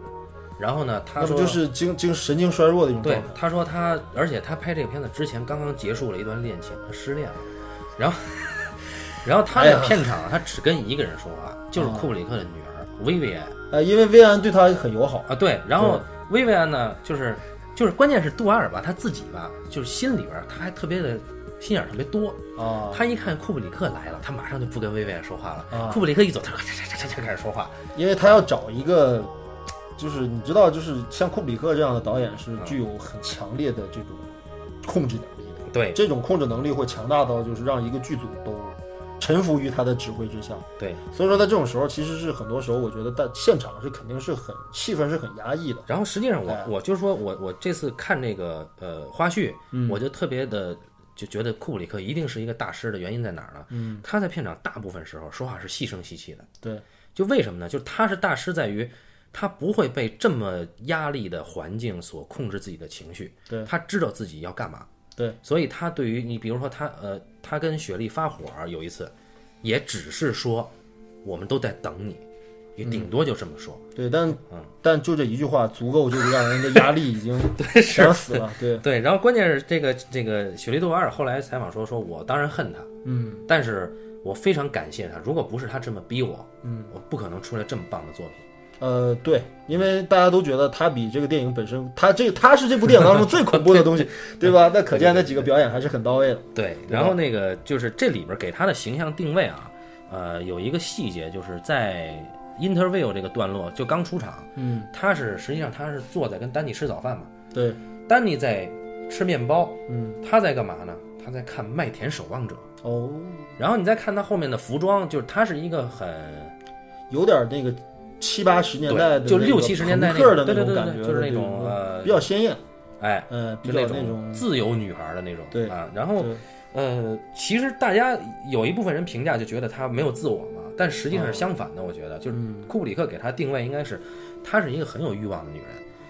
[SPEAKER 2] 然后呢，他
[SPEAKER 1] 那
[SPEAKER 2] 说
[SPEAKER 1] 不就是精精神经衰弱的一种状
[SPEAKER 2] 对
[SPEAKER 1] 态，，
[SPEAKER 2] 他说他，而且他拍这个片子之前刚刚结束了一段恋情，他失恋了，然后，然后他
[SPEAKER 1] 哎呀哦
[SPEAKER 2] 在片场啊、他只跟一个人说话，就是库布里克的女儿薇薇安
[SPEAKER 1] 呃，因为薇安对他很友好，
[SPEAKER 2] 啊，对，然后薇薇安呢，就是就是关键是杜瓦尔吧，他自己吧，就是心里边儿他还特别的心眼儿特别多，
[SPEAKER 1] 啊，
[SPEAKER 2] 他一看库布里克来了，他马上就不跟薇薇安说话了，
[SPEAKER 1] 啊
[SPEAKER 2] 库布里克一走，他咔嚓嚓嚓嚓开始说话，
[SPEAKER 1] 因为他要找一个，就是你知道，就是像库布里克这样的导演是
[SPEAKER 2] 嗯
[SPEAKER 1] 具有很强烈的这种控制能力的，
[SPEAKER 2] 对
[SPEAKER 1] 这种控制能力会强大到就是让一个剧组都臣服于他的指挥之下。
[SPEAKER 2] 对，
[SPEAKER 1] 所以说，在这种时候，其实是很多时候，我觉得在现场是肯定是很气氛是很压抑的。
[SPEAKER 2] 然后实际上我
[SPEAKER 1] 哎
[SPEAKER 2] 我就说我我这次看这个呃花絮，
[SPEAKER 1] 嗯
[SPEAKER 2] 我就特别的就觉得库布里克一定是一个大师的原因在哪儿呢？嗯，他在片场大部分时候说话是细声细气的，
[SPEAKER 1] 对，
[SPEAKER 2] 就为什么呢？就是他是大师在于。他不会被这么压力的环境所控制自己的情绪，
[SPEAKER 1] 对
[SPEAKER 2] 他知道自己要干嘛，
[SPEAKER 1] 对，
[SPEAKER 2] 所以他对于你，比如说他呃，他跟雪莉发火儿有一次，也只是说我们都在等你，也
[SPEAKER 1] 嗯
[SPEAKER 2] 顶多就这么说，
[SPEAKER 1] 对，但、
[SPEAKER 2] 嗯
[SPEAKER 1] 但就这一句话，足够就是让人的压力 已经 想死了。对，
[SPEAKER 2] 对，然后关键是这个这个雪莉杜瓦尔后来采访说，说我当然恨他，嗯，但是我非常感谢他，如果不是他这么逼我，嗯，我不可能出来这么棒的作品。
[SPEAKER 1] 呃，对，因为大家都觉得他比这个电影本身，他这他是这部电影当中最恐怖的东 西，对吧？那可见那几个表演还是很到位的。
[SPEAKER 2] 对，然后那个就是这里边给他的形象定位啊，呃，有一个细节就是在 interview 这个段落就刚出场，
[SPEAKER 1] 嗯，
[SPEAKER 2] 他是实际上他是坐在跟丹尼吃早饭嘛，
[SPEAKER 1] 对，
[SPEAKER 2] 丹尼在吃面包，
[SPEAKER 1] 嗯，
[SPEAKER 2] 他在干嘛呢？他在看《麦田守望者》，
[SPEAKER 1] 哦，
[SPEAKER 2] 然后你再看他后面的服装，就是他是一个很。
[SPEAKER 1] 有点那个七八十年
[SPEAKER 2] 对，
[SPEAKER 1] 代的那个朋克的那种，
[SPEAKER 2] 就六七十年代
[SPEAKER 1] 的
[SPEAKER 2] 对对
[SPEAKER 1] 种
[SPEAKER 2] 对
[SPEAKER 1] 感
[SPEAKER 2] 对
[SPEAKER 1] 觉，
[SPEAKER 2] 就是那
[SPEAKER 1] 对
[SPEAKER 2] 种
[SPEAKER 1] 对
[SPEAKER 2] 呃
[SPEAKER 1] 比，较鲜艳，
[SPEAKER 2] 哎，
[SPEAKER 1] 呃，比
[SPEAKER 2] 就
[SPEAKER 1] 较那
[SPEAKER 2] 种自由女孩的那种，
[SPEAKER 1] 对
[SPEAKER 2] 啊。然后
[SPEAKER 1] 对
[SPEAKER 2] 呃，其实大家有一部分人评价就觉得她没有自我嘛，但实际上是相反的。我觉得就是库布里克给她定位应该是，她是一个很有欲望的女人，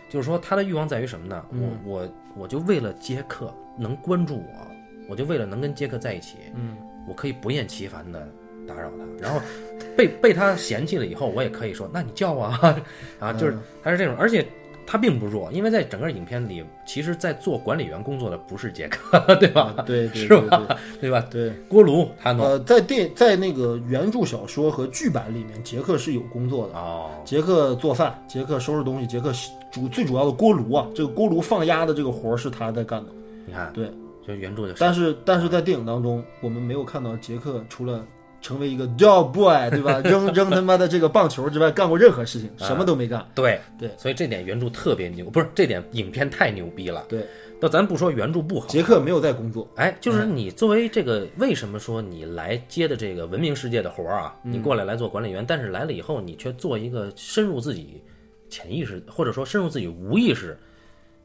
[SPEAKER 2] 就是说她的欲望在于什么呢？我我我就为了杰克能关注我，我就为了能跟杰克在一起，嗯，我可以不厌其烦的。打扰他，然后被被他嫌弃了以后，我也可以说，那你叫我啊，啊，就是他是这种，而且他并不弱，因为在整个影片里，其实，在做管理员工作的不是杰克， 对吧？
[SPEAKER 1] 啊对对
[SPEAKER 2] 是
[SPEAKER 1] 对
[SPEAKER 2] 吧？对吧？
[SPEAKER 1] 对对。
[SPEAKER 2] 锅炉他弄
[SPEAKER 1] 呃，在电在那个原著小说和剧版里面，杰克是有工作的，
[SPEAKER 2] 哦，
[SPEAKER 1] 杰克做饭，杰克收拾东西，杰克主最主要的锅炉啊，这个锅炉放鸭的这个活儿是他在干的。
[SPEAKER 2] 你看，
[SPEAKER 1] 对，
[SPEAKER 2] 就原著就是
[SPEAKER 1] 但是但是在电影当中，我们没有看到杰克除了成为一个 dog boy，对吧？扔扔他妈的这个棒球之外，干过任何事情，什么都没干。
[SPEAKER 2] 对
[SPEAKER 1] 对，
[SPEAKER 2] 所以这点原著特别牛，不是这点影片太牛逼了。
[SPEAKER 1] 对，
[SPEAKER 2] 那咱不说原著不好，
[SPEAKER 1] 杰克没有在工作，
[SPEAKER 2] 哎，就是你作为这个，为什么说你来接的这个文明世界的活儿啊？你过来来做管理员，但是来了以后，你却做一个深入自己潜意识，或者说深入自己无意识，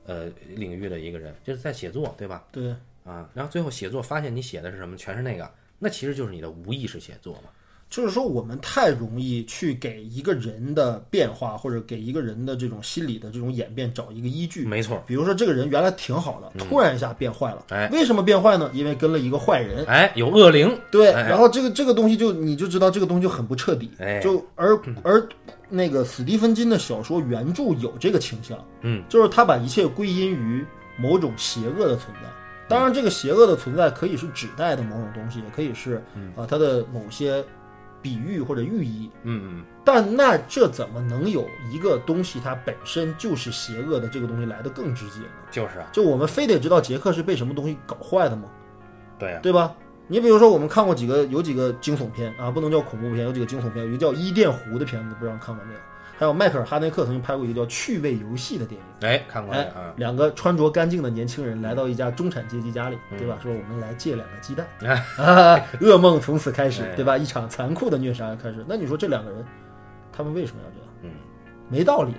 [SPEAKER 2] 呃，领域的一个人，就是在写作，对吧？
[SPEAKER 1] 对，
[SPEAKER 2] 啊，然后最后写作发现你写的是什么，全是那个，那其实就是你的无意识写作嘛。
[SPEAKER 1] 就是说我们太容易去给一个人的变化或者给一个人的这种心理的这种演变找一个依据。
[SPEAKER 2] 没错，
[SPEAKER 1] 比如说这个人原来挺好的，突然一下变坏了，
[SPEAKER 2] 嗯哎
[SPEAKER 1] 为什么变坏呢？因为跟了一个坏人。
[SPEAKER 2] 哎，有恶灵，
[SPEAKER 1] 对，
[SPEAKER 2] 哎
[SPEAKER 1] 然后这个这个东西就你就知道这个东西就很不彻底，
[SPEAKER 2] 哎
[SPEAKER 1] 就而而那个史蒂芬金的小说原著有这个倾向，
[SPEAKER 2] 嗯，
[SPEAKER 1] 就是他把一切归因于某种邪恶的存在。当然，这个邪恶的存在可以是指代的某种东西，也可以是啊、它的某些比喻或者寓意。
[SPEAKER 2] 嗯
[SPEAKER 1] 但那这怎么能有一个东西它本身就是邪恶的这个东西来的更直接呢
[SPEAKER 2] 嗯，？就是啊，
[SPEAKER 1] 就我们非得知道杰克是被什么东西搞坏的吗？
[SPEAKER 2] 对啊，
[SPEAKER 1] 对吧？你比如说，我们看过几个，有几个惊悚片啊，不能叫恐怖片，有几个惊悚片，有一个叫《伊甸湖》的片子，不知道你看过没有？还有迈克尔·哈内克曾经拍过一个叫《趣味游戏》的电影。
[SPEAKER 2] 哎，看过来
[SPEAKER 1] 哎
[SPEAKER 2] 啊，，
[SPEAKER 1] 两个穿着干净的年轻人来到一家中产阶级家里，
[SPEAKER 2] 嗯
[SPEAKER 1] 对吧？说我们来借两个鸡 蛋，啊，噩梦从此开始
[SPEAKER 2] 哎，
[SPEAKER 1] 对吧？一场残酷的虐杀开始。那你说这两个人，他们为什么要这样？
[SPEAKER 2] 嗯，
[SPEAKER 1] 没道理的。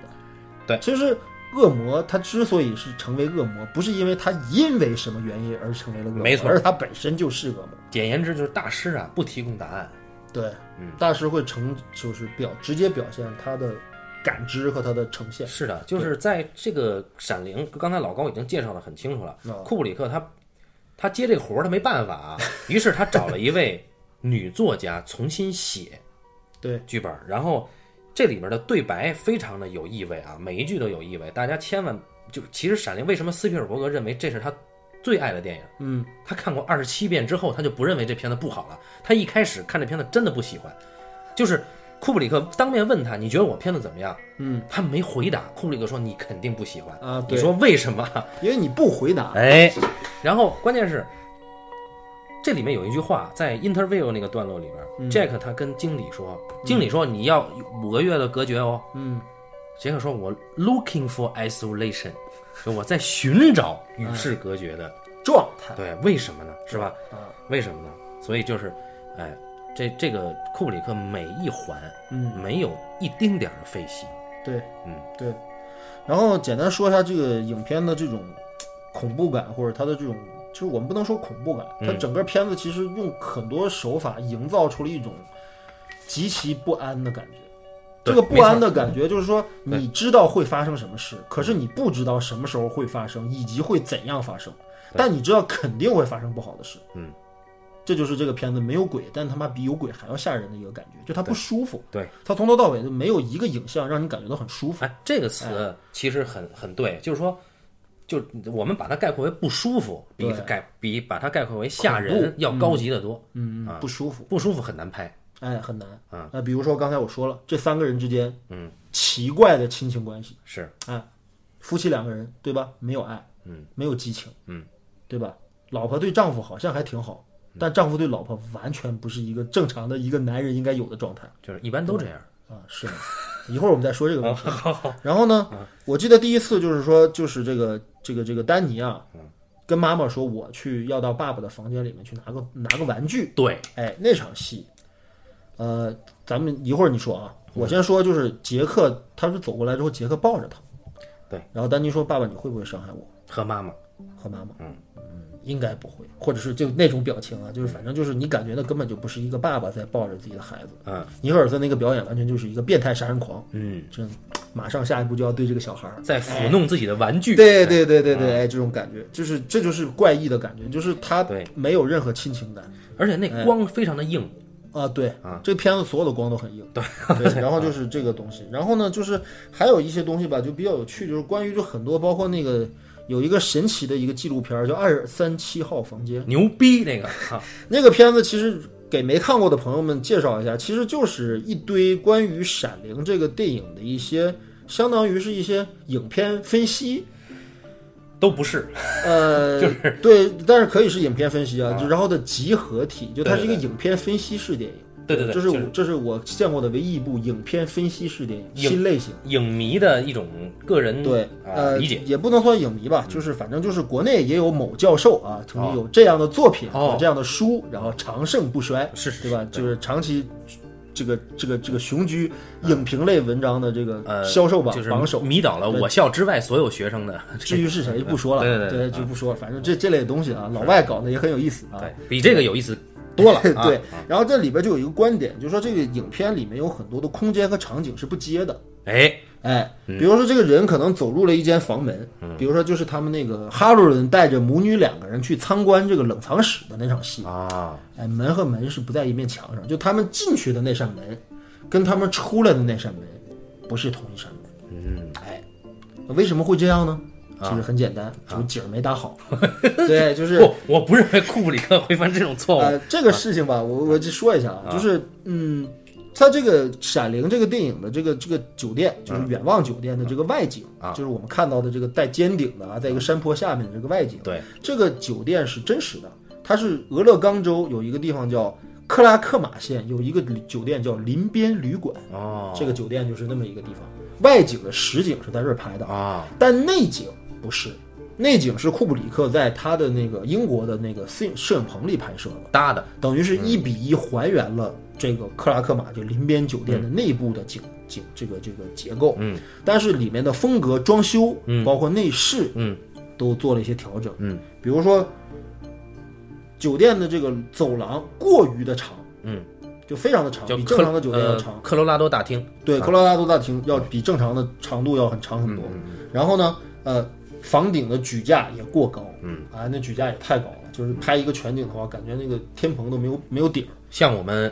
[SPEAKER 2] 对
[SPEAKER 1] 其实恶魔他之所以是成为恶魔，不是因为他因为什么原因而成为了恶魔，
[SPEAKER 2] 没错
[SPEAKER 1] 而是他本身就是恶魔。
[SPEAKER 2] 简言之就是大师啊不提供答案，
[SPEAKER 1] 对，
[SPEAKER 2] 嗯
[SPEAKER 1] 大师会呈就是表直接表现他的感知和他的呈现。
[SPEAKER 2] 是的，就是在这个《闪灵》，刚才老高已经介绍的很清楚了。
[SPEAKER 1] 哦
[SPEAKER 2] 库布里克他他接这个活儿，他没办法啊，于是他找了一位女作家重新写
[SPEAKER 1] 对，
[SPEAKER 2] 剧本儿，然后这里面的对白非常的有意味啊，每一句都有意味。大家千万就其实《闪灵》为什么斯皮尔伯格认为这是他最爱的电影？
[SPEAKER 1] 嗯，
[SPEAKER 2] 他看过二十七遍之后，他就不认为这片子不好了。他一开始看这片子真的不喜欢，就是库布里克当面问他：“你觉得我片子怎么样？”
[SPEAKER 1] 嗯，
[SPEAKER 2] 他没回答。库布里克说：“你肯定不喜欢
[SPEAKER 1] 啊对
[SPEAKER 2] 你说为什么？
[SPEAKER 1] 因为你不回答，
[SPEAKER 2] 哎，然后关键是，这里面有一句话，在 interview 那个段落里边、j
[SPEAKER 1] 嗯
[SPEAKER 2] a c k 他跟经理说，经理说你要五个月的隔绝哦。
[SPEAKER 1] 嗯，
[SPEAKER 2] 杰克说：“我 looking for isolation，就我在寻找与世隔绝的。
[SPEAKER 1] 状态
[SPEAKER 2] 对，为什么呢？是吧？
[SPEAKER 1] 啊，
[SPEAKER 2] 为什么呢？所以就是，哎，这这个库布里克每一环，
[SPEAKER 1] 嗯，
[SPEAKER 2] 没有一丁点儿的废戏。
[SPEAKER 1] 对，
[SPEAKER 2] 嗯，
[SPEAKER 1] 对。然后简单说一下这个影片的这种嘖恐怖感，或者它的这种，其实我们不能说恐怖感，
[SPEAKER 2] 嗯
[SPEAKER 1] 它整个片子其实用很多手法营造出了一种极其不安的感觉。这个
[SPEAKER 2] 对嗯
[SPEAKER 1] 不安的感觉就是说，你知道会发生什么事，可是你不知道什么时候会发生，以及会怎样发生。但你知道肯定会发生不好的事。
[SPEAKER 2] 嗯，
[SPEAKER 1] 这就是这个片子没有鬼，但他妈比有鬼还要吓人的一个感觉，就它不舒服。
[SPEAKER 2] 对，
[SPEAKER 1] 它从头到尾就没有一个影像让你感觉到很舒服。
[SPEAKER 2] 哎，这个词其实很很对，就是说，就我们把它概括为不舒服，比
[SPEAKER 1] 对
[SPEAKER 2] 概比把它概括为吓人要高级得多。
[SPEAKER 1] 嗯，不舒服，
[SPEAKER 2] 不舒服很难拍，
[SPEAKER 1] 哎，很难。啊，那比如说刚才我说了，这三个人之间，嗯，奇怪的亲情关系，
[SPEAKER 2] 是
[SPEAKER 1] 哎，夫妻两个人，对吧？没有爱，嗯，没有激情，嗯，对吧？老婆对丈夫好像还挺好，但丈夫对老婆完全不是一个正常的一个男人应该有的状态。
[SPEAKER 2] 就是一般都这样。
[SPEAKER 1] 啊， 是的，一会儿我们再说这个问题。然后呢，我记得第一次就是说，就是这个这个这个丹尼啊，跟妈妈说我去要到爸爸的房间里面去拿个拿个玩具。
[SPEAKER 2] 对，
[SPEAKER 1] 哎，那场戏，呃，咱们一会儿你说啊，我先说就是杰克，他是走过来之后，杰克抱着他，
[SPEAKER 2] 对，
[SPEAKER 1] 然后丹尼说：“爸爸，你会不会伤害我
[SPEAKER 2] 和妈妈
[SPEAKER 1] 和妈妈？”嗯。应该不会，或者是就那种表情啊，就是反正就是你感觉那根本就不是一个爸爸在抱着自己的孩子。
[SPEAKER 2] 嗯，
[SPEAKER 1] 尼赫尔森那个表演完全就是一个变态杀人狂，
[SPEAKER 2] 嗯，
[SPEAKER 1] 这马上下一步就要对这个小孩儿。
[SPEAKER 2] 在抚弄自己的玩具。
[SPEAKER 1] 对对对对对，
[SPEAKER 2] 啊
[SPEAKER 1] 哎，这种感觉就是这就是怪异的感觉，就是他
[SPEAKER 2] 对
[SPEAKER 1] 没有任何亲情感
[SPEAKER 2] 而且那
[SPEAKER 1] 哎
[SPEAKER 2] 光非常的硬。
[SPEAKER 1] 啊。对啊，这片子所有的光都很 硬。对，然后就是这个东西，然后呢，就是还有一些东西吧，就比较有趣，就是关于就很多，包括那个有一个神奇的一个纪录片儿叫《二三七号房间》，
[SPEAKER 2] 牛逼那个啊，
[SPEAKER 1] 那个片子其实给没看过的朋友们介绍一下，其实就是一堆关于《闪灵》这个电影的一些，相当于是一些影片分析，
[SPEAKER 2] 都不是，
[SPEAKER 1] 呃，对，但是可以是影片分析啊，就然后的集合体，就它是一个
[SPEAKER 2] 啊对对
[SPEAKER 1] 影片分析式电影。
[SPEAKER 2] 对对对，
[SPEAKER 1] 这是
[SPEAKER 2] 就
[SPEAKER 1] 我这是我见过的唯一一部影片分析式电影，
[SPEAKER 2] 影
[SPEAKER 1] 新类型。
[SPEAKER 2] 影迷的一种个人
[SPEAKER 1] 对，
[SPEAKER 2] 啊
[SPEAKER 1] 呃，
[SPEAKER 2] 理解。嗯
[SPEAKER 1] 也不能算影迷吧，就是反正就是国内也有某教授啊，曾经有这样的作品
[SPEAKER 2] 哦
[SPEAKER 1] 和这样的书，然后长盛不衰，
[SPEAKER 2] 是是
[SPEAKER 1] 对吧
[SPEAKER 2] 是？对嗯
[SPEAKER 1] 就是长期这个这个这个雄居影评类文章的这
[SPEAKER 2] 呃
[SPEAKER 1] 个，销售榜
[SPEAKER 2] 就是嗯
[SPEAKER 1] 榜首。
[SPEAKER 2] 迷倒了我校之外所有学生 的，
[SPEAKER 1] 至于是谁就不说了，
[SPEAKER 2] 嗯对对对
[SPEAKER 1] 就不说了。反正这这类东西啊，老外搞的也很有意思啊。
[SPEAKER 2] 对比这个有意思多
[SPEAKER 1] 多
[SPEAKER 2] 了
[SPEAKER 1] 了。
[SPEAKER 2] 啊。
[SPEAKER 1] 对，然后这里边就有一个观点，就是说这个影片里面有很多的空间和场景是不接的。
[SPEAKER 2] 哎，
[SPEAKER 1] 哎，比如说这个人可能走入了一间房门，
[SPEAKER 2] 嗯
[SPEAKER 1] 比如说就是他们那个哈鲁人带着母女两个人去参观这个冷藏室的那场戏，
[SPEAKER 2] 啊，
[SPEAKER 1] 哎，门和门是不在一面墙上，就他们进去的那扇门，跟他们出来的那扇门不是同一扇门。嗯，哎，那为什么会这样呢？其
[SPEAKER 2] 啊
[SPEAKER 1] 实很简单，就是景儿没搭 好。对，就是
[SPEAKER 2] 不，我不认为库布里克会犯这种错误。
[SPEAKER 1] 呃，这个事情吧，我我就说一下啊，就是嗯，它这个《闪灵》这个电影的这个这个酒店，就是远望酒店的这个外景，
[SPEAKER 2] 嗯啊嗯
[SPEAKER 1] 就是我们看到的这个带尖顶的啊，在一个山坡下面的这个外景，
[SPEAKER 2] 对，
[SPEAKER 1] 这个酒店是真实的，它是俄勒冈州有一个地方叫克拉克马县有一个旅酒店叫林边旅馆，
[SPEAKER 2] 哦
[SPEAKER 1] 这个酒店就是那么一个地方，外景的实景是在这儿拍的，
[SPEAKER 2] 啊，
[SPEAKER 1] 但内景不是。内景是库布里克在他的那个英国的那个摄影摄影棚里拍摄的，
[SPEAKER 2] 搭的
[SPEAKER 1] 等于是一比一还原了这个克拉克马就林边酒店的内部的景景这个这个结构，
[SPEAKER 2] 嗯，
[SPEAKER 1] 但是里面的风格、装修，
[SPEAKER 2] 嗯
[SPEAKER 1] 包括内饰，
[SPEAKER 2] 嗯，
[SPEAKER 1] 都做了一些调整，
[SPEAKER 2] 嗯，
[SPEAKER 1] 比如说酒店的这个走廊过于的长，
[SPEAKER 2] 嗯，
[SPEAKER 1] 就非常的长，
[SPEAKER 2] 叫
[SPEAKER 1] 比
[SPEAKER 2] 克
[SPEAKER 1] 正常的酒店要
[SPEAKER 2] 呃
[SPEAKER 1] 长，
[SPEAKER 2] 科罗拉多大厅。
[SPEAKER 1] 对，
[SPEAKER 2] 啊
[SPEAKER 1] 科罗拉多大厅要比正常的长度要很长很多。然后呢，呃，房顶的举架也过高，嗯，啊，那举架也太高了，就是拍一个全景的话，感觉那个天棚都没有没有顶儿。啊
[SPEAKER 2] 像我们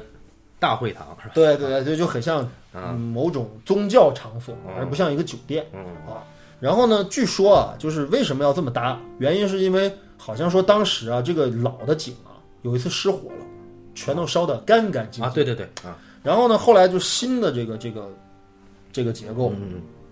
[SPEAKER 2] 大会堂是吧？
[SPEAKER 1] 对对对，就就很像、嗯、某种宗教场所，而不像一个酒店、啊。然后呢，据说啊，就是为什么要这么搭？原因是因为好像说当时啊，这个老的景啊，有一次失火了，全都烧得干干净净
[SPEAKER 2] 啊，。对对对啊，
[SPEAKER 1] 然后呢，后来就新的这个这个这个结构，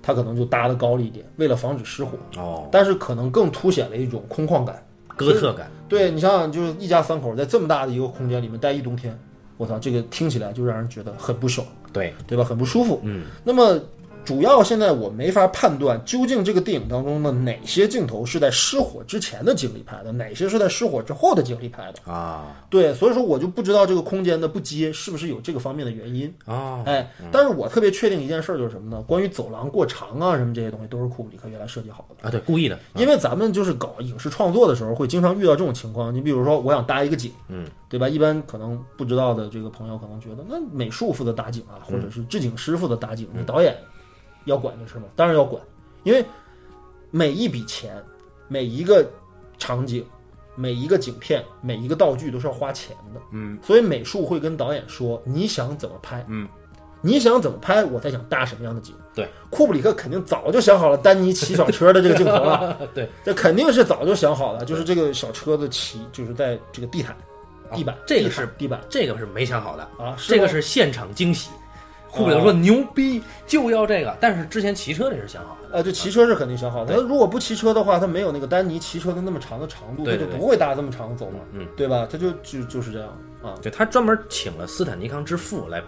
[SPEAKER 1] 它可能就搭的高了一点，为了防止失火，
[SPEAKER 2] 哦，
[SPEAKER 1] 但是可能更凸显了一种空旷感。
[SPEAKER 2] 哥特感，
[SPEAKER 1] 对你想想，就是一家三口在这么大的一个空间里面待一冬天，我操，这个听起来就让人觉得很不爽，
[SPEAKER 2] 对，
[SPEAKER 1] 对吧？很不舒服。嗯，那么。主要现在我没法判断究竟这个电影当中的哪些镜头是在失火之前的经历拍的，哪些是在失火之后的经历拍的。
[SPEAKER 2] 啊
[SPEAKER 1] 对，所以说我就不知道这个空间的不接是不是有这个方面的原因。
[SPEAKER 2] 啊，
[SPEAKER 1] 哎，但是我特别确定一件事儿就是什么呢？关于走廊过长啊什么这些东西，都是库布里克原来设计好的。
[SPEAKER 2] 啊，对，故意的，
[SPEAKER 1] 因为咱们就是搞影视创作的时候，会经常遇到这种情况。你比如说，我想搭一个景，嗯，对吧？一般可能不知道的这个朋友可能觉得，那美术负责搭景啊，或者是置景师负责搭景，你导演要管这事吗？当然要管，因为每一笔钱、每一个场景、每一个景片、每一个道具都是要花钱的，嗯，所以美术会跟导演说，你想怎么拍，嗯。你想怎么拍，我才想搭什么样的景。
[SPEAKER 2] 对，
[SPEAKER 1] 库布里克肯定早就想好了丹尼骑小车的这个镜头了，
[SPEAKER 2] 对，
[SPEAKER 1] 这肯定是早就想好了，就是这个小车子骑，就是在这个地毯、地板，
[SPEAKER 2] 啊这
[SPEAKER 1] 地
[SPEAKER 2] 个
[SPEAKER 1] 毯
[SPEAKER 2] 是
[SPEAKER 1] 地板
[SPEAKER 2] 这个是没想好的，
[SPEAKER 1] 啊，
[SPEAKER 2] 这个
[SPEAKER 1] 吗哦
[SPEAKER 2] 是现场惊喜。库布里克说牛逼，就要这个，但是之前骑车这是想好的。
[SPEAKER 1] 呃，就骑车是肯定想好的。他如果不骑车的话，他没有那个丹尼骑车的那么长的长度，
[SPEAKER 2] 对
[SPEAKER 1] 他
[SPEAKER 2] 对
[SPEAKER 1] 就
[SPEAKER 2] 对
[SPEAKER 1] 不会搭这么长的走廊，
[SPEAKER 2] 嗯，
[SPEAKER 1] 对吧？他就就就是这样啊，
[SPEAKER 2] 对他专门请了斯坦尼康之父来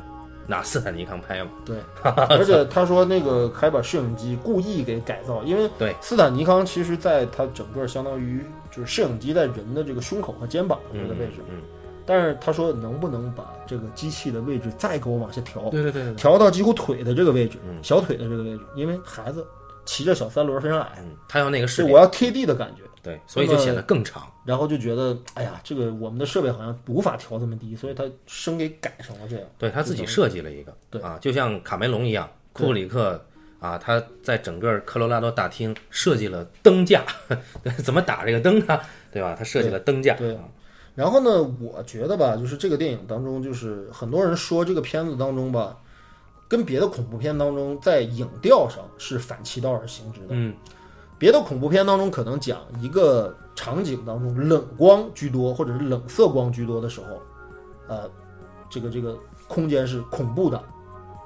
[SPEAKER 2] 拿斯坦尼康拍嘛，
[SPEAKER 1] 对。而且他说那个还把摄影机故意给改造，因为
[SPEAKER 2] 对
[SPEAKER 1] 斯坦尼康其实在他整个相当于就是摄影机在人的这个胸口和肩膀这个位置，
[SPEAKER 2] 嗯
[SPEAKER 1] 但是他说能不能把这个机器的位置再给我往下调？
[SPEAKER 2] 对对对对，
[SPEAKER 1] 调到几乎腿的这个位置，小腿的这个位置，因为孩子骑着小三轮非常矮，
[SPEAKER 2] 嗯，他要那个视
[SPEAKER 1] 是
[SPEAKER 2] 力
[SPEAKER 1] 我，要贴地的感觉，
[SPEAKER 2] 对，所以就显得更长。
[SPEAKER 1] 然后就觉得，哎呀，这个我们的设备好像无法调这么低，所以他生给改成了这样。
[SPEAKER 2] 对他自己设计了一个，
[SPEAKER 1] 对
[SPEAKER 2] 啊，就像卡梅隆一样，库布里克啊，他在整个科罗拉多大厅设计了灯架， 怎么打这个灯呢？对吧？他设计了灯架，啊
[SPEAKER 1] 对然后呢，我觉得吧，就是这个电影当中，就是很多人说这个片子当中吧，跟别的恐怖片当中在影调上是反其道而行之的。
[SPEAKER 2] 嗯，
[SPEAKER 1] 别的恐怖片当中可能讲一个场景当中冷光居多，或者是冷色光居多的时候，呃，这个这个空间是恐怖的，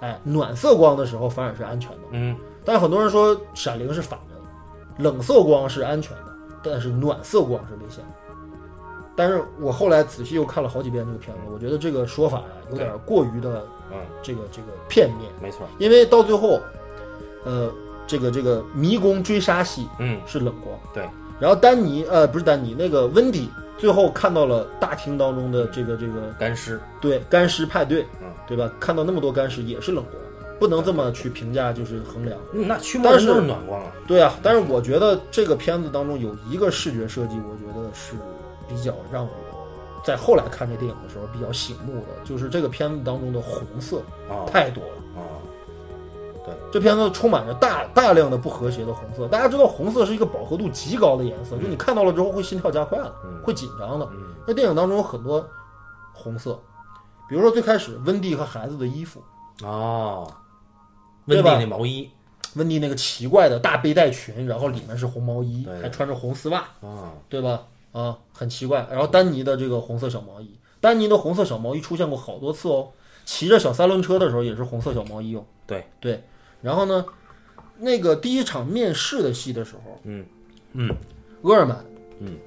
[SPEAKER 1] 哎，暖色光的时候反而是安全的。
[SPEAKER 2] 嗯，
[SPEAKER 1] 但是很多人说《闪灵》是反着的，冷色光是安全的，但是暖色光是危险的。但是我后来仔细又看了好几遍这个片子，我觉得这个说法呀、有点过于的
[SPEAKER 2] 嗯，
[SPEAKER 1] 这个这个片面，
[SPEAKER 2] 没错，
[SPEAKER 1] 因为到最后，呃，这个这个迷宫追杀戏
[SPEAKER 2] 嗯，
[SPEAKER 1] 是冷光，
[SPEAKER 2] 对，
[SPEAKER 1] 然后丹尼呃不是丹尼，那个温迪最后看到了大厅当中的这个这个
[SPEAKER 2] 干尸，
[SPEAKER 1] 对干尸派对，
[SPEAKER 2] 嗯
[SPEAKER 1] 对吧？看到那么多干尸也是冷光，不能这么去评价就是衡量。
[SPEAKER 2] 嗯那驱魔
[SPEAKER 1] 但
[SPEAKER 2] 人都
[SPEAKER 1] 是
[SPEAKER 2] 是暖光啊，
[SPEAKER 1] 对啊，但是我觉得这个片子当中有一个视觉设计，我觉得是比较让我在后来看这电影的时候比较醒目的，就是这个片子当中的红色
[SPEAKER 2] 啊
[SPEAKER 1] 太多了。
[SPEAKER 2] 啊，
[SPEAKER 1] 这片子充满着大大量的不和谐的红色。大家知道，红色是一个饱和度极高的颜色，就你看到了之后会心跳加快的，
[SPEAKER 2] 嗯
[SPEAKER 1] 会紧张的。
[SPEAKER 2] 嗯
[SPEAKER 1] 那电影当中有很多红色，比如说最开始温蒂和孩子的衣服，
[SPEAKER 2] 哦，温
[SPEAKER 1] 对
[SPEAKER 2] 蒂
[SPEAKER 1] 吧
[SPEAKER 2] 那毛衣
[SPEAKER 1] 温蒂那个奇怪的大背带裙，然后里面是红毛衣
[SPEAKER 2] 对，对
[SPEAKER 1] 还穿着红丝袜，
[SPEAKER 2] 啊，
[SPEAKER 1] 对吧？啊，很奇怪。然后丹尼的这个红色小毛衣，丹尼的红色小毛衣出现过好多次哦。骑着小三轮车的时候也是红色小毛衣哦。
[SPEAKER 2] 对
[SPEAKER 1] 对，然后呢，那个第一场面试的戏的时候，
[SPEAKER 2] 嗯嗯，
[SPEAKER 1] 厄尔曼，
[SPEAKER 2] 嗯，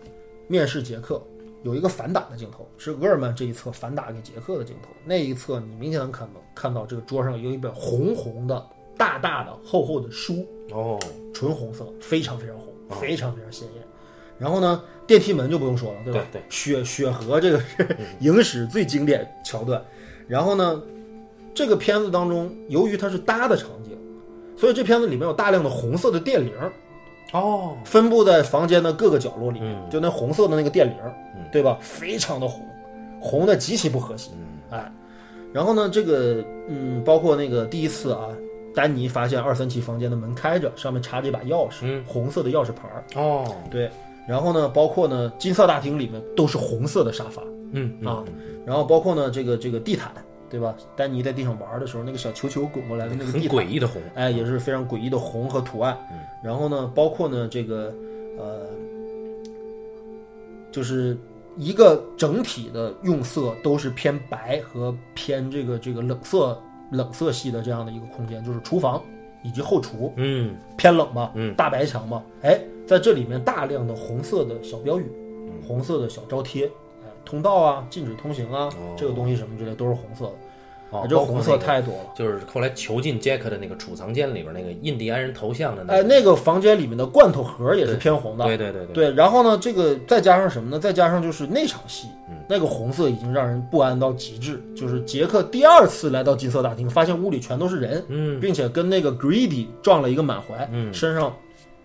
[SPEAKER 1] 面试杰克有一个反打的镜头，是厄尔曼这一侧反打给杰克的镜头，那一侧你明显能看到，看到这个桌上有一本红红的、大大的、厚厚的书，
[SPEAKER 2] 哦，
[SPEAKER 1] 纯红色，非常非常红，
[SPEAKER 2] 啊
[SPEAKER 1] 非常非常鲜艳。然后呢，电梯门就不用说了，对吧？
[SPEAKER 2] 对对嗯
[SPEAKER 1] 血血河这个是影史最经典桥段。然后呢，这个片子当中，由于它是搭的场景，所以这片子里面有大量的红色的电铃
[SPEAKER 2] 哦，
[SPEAKER 1] 分布在房间的各个角落里面，
[SPEAKER 2] 嗯
[SPEAKER 1] 就那红色的那个电铃
[SPEAKER 2] 嗯，
[SPEAKER 1] 对吧？非常的红，红的极其不和谐。
[SPEAKER 2] 嗯
[SPEAKER 1] 哎，然后呢，这个嗯，包括那个第一次啊，丹尼发现二三七房间的门开着，上面插着一把钥匙，
[SPEAKER 2] 嗯
[SPEAKER 1] 红色的钥匙牌儿。
[SPEAKER 2] 哦，
[SPEAKER 1] 对，然后呢，包括呢，金色大厅里面都是红色的沙发，
[SPEAKER 2] 嗯
[SPEAKER 1] 啊
[SPEAKER 2] 嗯
[SPEAKER 1] 然后包括呢，这个这个地毯，对吧？丹尼在地上玩的时候，那个小球球滚过来的那个
[SPEAKER 2] 很
[SPEAKER 1] 地
[SPEAKER 2] 诡
[SPEAKER 1] 毯，
[SPEAKER 2] 异的红，
[SPEAKER 1] 哎，也是非常诡异的红和图案。
[SPEAKER 2] 嗯
[SPEAKER 1] 然后呢，包括呢，这个呃，就是一个整体的用色都是偏白和偏这个这个冷色冷色系的这样的一个空间，就是厨房以及后厨
[SPEAKER 2] 嗯
[SPEAKER 1] 偏冷嘛，
[SPEAKER 2] 嗯
[SPEAKER 1] 大白墙嘛，哎，在这里面大量的红色的小标语，
[SPEAKER 2] 嗯
[SPEAKER 1] 红色的小招贴，哎，通道啊，禁止通行啊，
[SPEAKER 2] 哦
[SPEAKER 1] 这个东西什么之类都是红色的，哎
[SPEAKER 2] 哦，
[SPEAKER 1] 这
[SPEAKER 2] 包括
[SPEAKER 1] 红色
[SPEAKER 2] 那个
[SPEAKER 1] 太多了。
[SPEAKER 2] 就是后来囚禁杰克的那个储藏间里边那个印第安人头像的
[SPEAKER 1] 哎，
[SPEAKER 2] 那个，
[SPEAKER 1] 那个房间里面的罐头盒也是偏红的，啊
[SPEAKER 2] 对对对对，
[SPEAKER 1] 对，然后呢，这个再加上什么呢？再加上就是那场戏，
[SPEAKER 2] 嗯
[SPEAKER 1] 那个红色已经让人不安到极致。就是杰克第二次来到金色大厅，发现屋里全都是人，
[SPEAKER 2] 嗯
[SPEAKER 1] 并且跟那个 Greedy 撞了一个满怀，
[SPEAKER 2] 嗯
[SPEAKER 1] 身上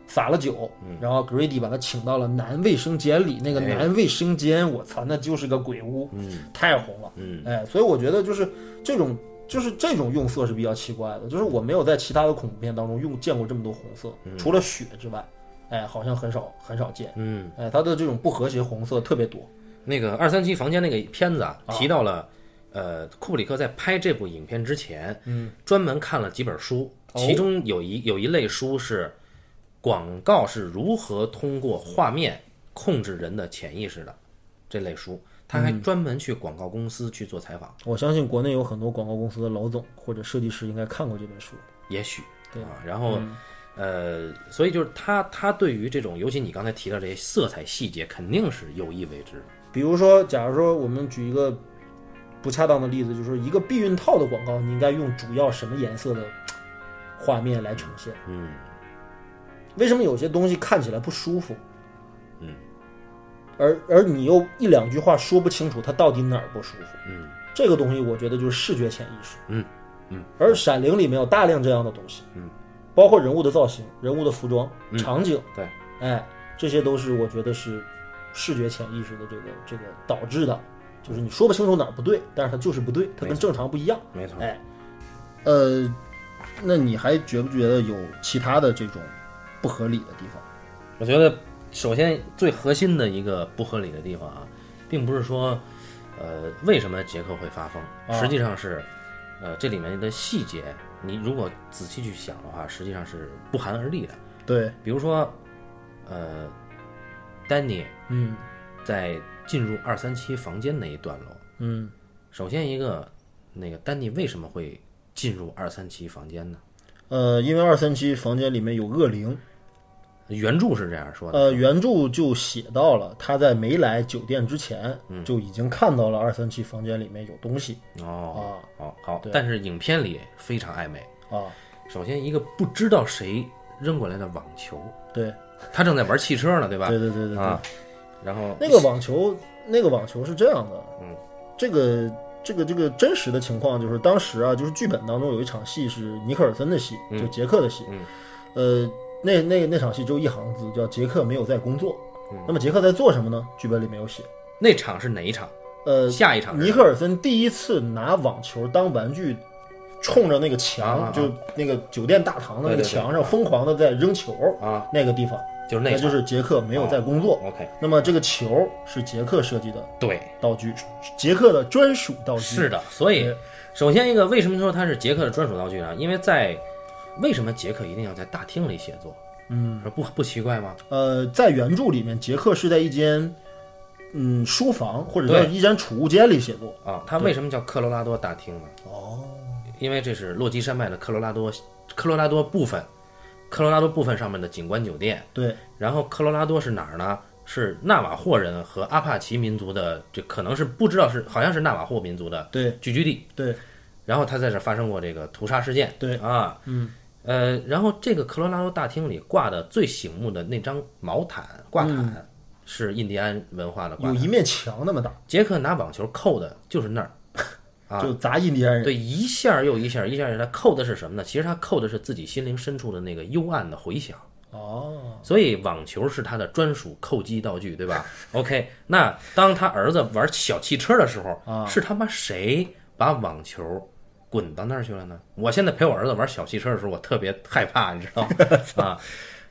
[SPEAKER 1] 撒了酒，然后 Greedy 把他请到了男卫生间里。那个
[SPEAKER 2] 哎
[SPEAKER 1] 男卫生间，我操，那就是个鬼屋，
[SPEAKER 2] 嗯
[SPEAKER 1] 太红了。
[SPEAKER 2] 嗯
[SPEAKER 1] 哎，所以我觉得就是这种，就是这种用色是比较奇怪的，就是我没有在其他的恐怖片当中用见过这么多红色，除了血之外，哎，好像很少很少见。
[SPEAKER 2] 嗯，
[SPEAKER 1] 哎，它的这种不和谐红色特别多。
[SPEAKER 2] 那个二三七房间那个片子啊，提到了，呃，库布里克在拍这部影片之前，嗯，专门看了几本书，
[SPEAKER 1] 哦
[SPEAKER 2] 其中有一有一类书是广告是如何通过画面控制人的潜意识的这类书，他还专门去广告公司去做采访，
[SPEAKER 1] 我相信国内有很多广告公司的老总或者设计师应该看过这本书。
[SPEAKER 2] 也许
[SPEAKER 1] 对
[SPEAKER 2] 啊，然后。呃，所以就是他，他对于这种，尤其你刚才提到这些色彩细节，肯定是有意为之。
[SPEAKER 1] 比如说，假如说我们举一个不恰当的例子，就是说一个避孕套的广告，你应该用主要什么颜色的画面来呈现？
[SPEAKER 2] 嗯，
[SPEAKER 1] 为什么有些东西看起来不舒服？嗯，而而你又一两句话说不清楚它到底哪儿不舒服？
[SPEAKER 2] 嗯，
[SPEAKER 1] 这个东西我觉得就是视觉潜意识。
[SPEAKER 2] 嗯嗯，
[SPEAKER 1] 而《闪灵》里面有大量这样的东西。嗯，包括人物的造型、人物的服装、
[SPEAKER 2] 嗯
[SPEAKER 1] 场景，
[SPEAKER 2] 对，
[SPEAKER 1] 哎，这些都是我觉得是视觉潜意识的这个这个导致的，就是你说不清楚哪儿不对，但是它就是不对，它跟正常不一样。
[SPEAKER 2] 没错。
[SPEAKER 1] 哎，呃，那你还觉不觉得有其他的这种不合理的地方？
[SPEAKER 2] 我觉得首先最核心的一个不合理的地方啊，并不是说，呃，为什么杰克会发疯，实际上是，呃，这里面的细节，你如果仔细去想的话，实际上是不寒而栗的。
[SPEAKER 1] 对，
[SPEAKER 2] 比如说，呃，丹尼
[SPEAKER 1] 嗯
[SPEAKER 2] 在进入二三七房间那一段落，
[SPEAKER 1] 嗯，
[SPEAKER 2] 首先一个，那个丹尼为什么会进入二三七房间呢？
[SPEAKER 1] 呃，因为二三七房间里面有恶灵，
[SPEAKER 2] 原著是这样说的，
[SPEAKER 1] 呃，原著就写到了他在没来酒店之前
[SPEAKER 2] 嗯
[SPEAKER 1] 就已经看到了二三七房间里面有东西
[SPEAKER 2] 哦，好好，但是影片里非常暧昧。
[SPEAKER 1] 啊，
[SPEAKER 2] 首先，一个不知道谁扔过来的网球，
[SPEAKER 1] 对
[SPEAKER 2] 他正在玩汽车呢，对吧？
[SPEAKER 1] 对对对对对
[SPEAKER 2] 啊，，然后
[SPEAKER 1] 那个网球，那个网球是这样的，嗯，这个这个这个真实的情况就是，当时啊，就是剧本当中有一场戏是尼克尔森的戏，就杰克的戏，
[SPEAKER 2] 嗯
[SPEAKER 1] 呃，那那那场戏就一行字，叫杰克没有在工作。
[SPEAKER 2] 嗯
[SPEAKER 1] 那么杰克在做什么呢？剧本里没有写。
[SPEAKER 2] 那场是哪一场？
[SPEAKER 1] 呃，
[SPEAKER 2] 下一场是
[SPEAKER 1] 尼克尔森第一次拿网球当玩具，冲着那个墙，
[SPEAKER 2] 啊啊啊
[SPEAKER 1] 就那个酒店大堂的那
[SPEAKER 2] 对
[SPEAKER 1] 个
[SPEAKER 2] 对对
[SPEAKER 1] 墙上疯狂的在扔球，
[SPEAKER 2] 啊，
[SPEAKER 1] 那个地方，
[SPEAKER 2] 就是那
[SPEAKER 1] 那
[SPEAKER 2] 场，
[SPEAKER 1] 就是杰克没有在工作。
[SPEAKER 2] OK，
[SPEAKER 1] 那么这个球是杰克设计的
[SPEAKER 2] 对，
[SPEAKER 1] 道具，杰克的专属道具。
[SPEAKER 2] 是的。所以
[SPEAKER 1] 对，
[SPEAKER 2] 首先一个，为什么说它是杰克的专属道具呢？因为在为什么杰克一定要在大厅里写作？嗯，不不奇怪吗？
[SPEAKER 1] 呃，在原著里面，杰克是在一间嗯书房或者
[SPEAKER 2] 对
[SPEAKER 1] 在一间储物间里写作。
[SPEAKER 2] 啊，它为什么叫科罗拉多大厅呢？
[SPEAKER 1] 哦，
[SPEAKER 2] 因为这是落基山脉的科罗拉多，科罗拉多部分，科罗拉多部分上面的景观酒店。
[SPEAKER 1] 对，
[SPEAKER 2] 然后科罗拉多是哪儿呢？是纳瓦霍人和阿帕奇民族的，这可能是不知道是好像是纳瓦霍民族的
[SPEAKER 1] 对，
[SPEAKER 2] 聚居地。
[SPEAKER 1] 对，
[SPEAKER 2] 然后他在这儿发生过这个屠杀事件。
[SPEAKER 1] 对
[SPEAKER 2] 啊，嗯，呃，然后这个科罗拉多大厅里挂的最醒目的那张毛毯挂毯、是印第安文化的挂
[SPEAKER 1] 有
[SPEAKER 2] 毯。
[SPEAKER 1] 一面墙那么大，
[SPEAKER 2] 杰克拿网球扣的就是那儿，啊
[SPEAKER 1] 就砸印第安人。
[SPEAKER 2] 对，一下儿又一下儿，一下儿又一下儿，他扣的是什么呢？其实他扣的是自己心灵深处的那个幽暗的回响。
[SPEAKER 1] 哦，
[SPEAKER 2] 所以网球是他的专属扣击道具，对吧？OK，那当他儿子玩小汽车的时候，是他妈谁把网球滚到那儿去了呢？我现在陪我儿子玩小汽车的时候，我特别害怕，你知道吗？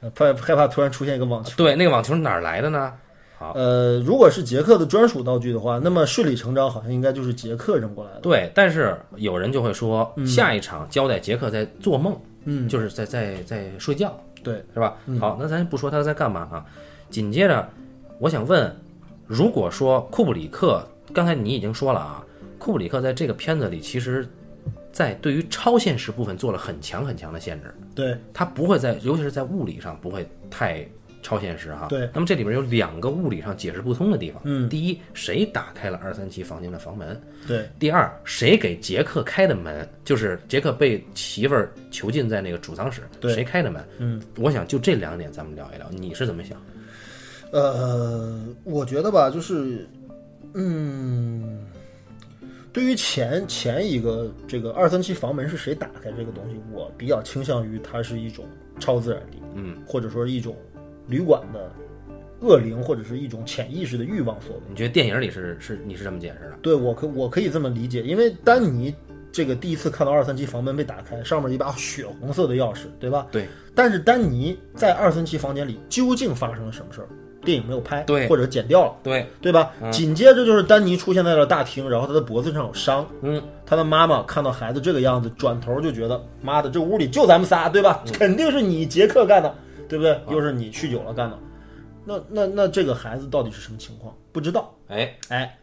[SPEAKER 2] 啊，
[SPEAKER 1] 怕害怕突然出现一个网球。
[SPEAKER 2] 对，那个网球哪儿来的呢？好，
[SPEAKER 1] 呃，如果是杰克的专属道具的话，那么顺理成章，好像应该就是杰克扔过来的。
[SPEAKER 2] 对，但是有人就会说，下一场交代杰克在做梦，嗯，就是在在在睡觉，
[SPEAKER 1] 对，
[SPEAKER 2] 是吧？
[SPEAKER 1] 嗯
[SPEAKER 2] 好，那咱不说他在干嘛啊。紧接着，我想问，如果说库布里克，刚才你已经说了啊，库布里克在这个片子里，其实，在对于超现实部分做了很强很强的限制，
[SPEAKER 1] 对，
[SPEAKER 2] 他不会在，尤其是在物理上不会太超现实哈。
[SPEAKER 1] 对。
[SPEAKER 2] 那么这里边有两个物理上解释不通的地方。
[SPEAKER 1] 嗯
[SPEAKER 2] 第一，谁打开了二三七房间的房门？
[SPEAKER 1] 对，
[SPEAKER 2] 第二，谁给杰克开的门？就是杰克被媳妇儿囚禁在那个储藏室，
[SPEAKER 1] 对
[SPEAKER 2] 谁开的门？嗯，我想就这两点咱们聊一聊，你是怎么想的？
[SPEAKER 1] 呃，我觉得吧，就是，嗯，对于前前一个这个二三七房门是谁打开这个东西，我比较倾向于它是一种超自然力，
[SPEAKER 2] 嗯，
[SPEAKER 1] 或者说一种旅馆的恶灵，或者是一种潜意识的欲望所为。
[SPEAKER 2] 你觉得电影里是是你是这么解释的？
[SPEAKER 1] 对我可我可以这么理解，因为丹尼这个第一次看到二三七房门被打开，上面一把血红色的钥匙，对吧？
[SPEAKER 2] 对。
[SPEAKER 1] 但是丹尼在二三七房间里究竟发生了什么事儿？电影没有拍，
[SPEAKER 2] 对
[SPEAKER 1] 或者剪掉了，
[SPEAKER 2] 对，
[SPEAKER 1] 对吧？紧接着就是丹尼出现在了大厅，然后他的脖子上有伤，
[SPEAKER 2] 嗯，
[SPEAKER 1] 他的妈妈看到孩子这个样子，转头就觉得妈的，这屋里就咱们仨，对吧？肯定是你杰克干的，对不对？又是你酗酒了干的，那那那这个孩子到底是什么情况？不知道。
[SPEAKER 2] 哎，
[SPEAKER 1] 哎，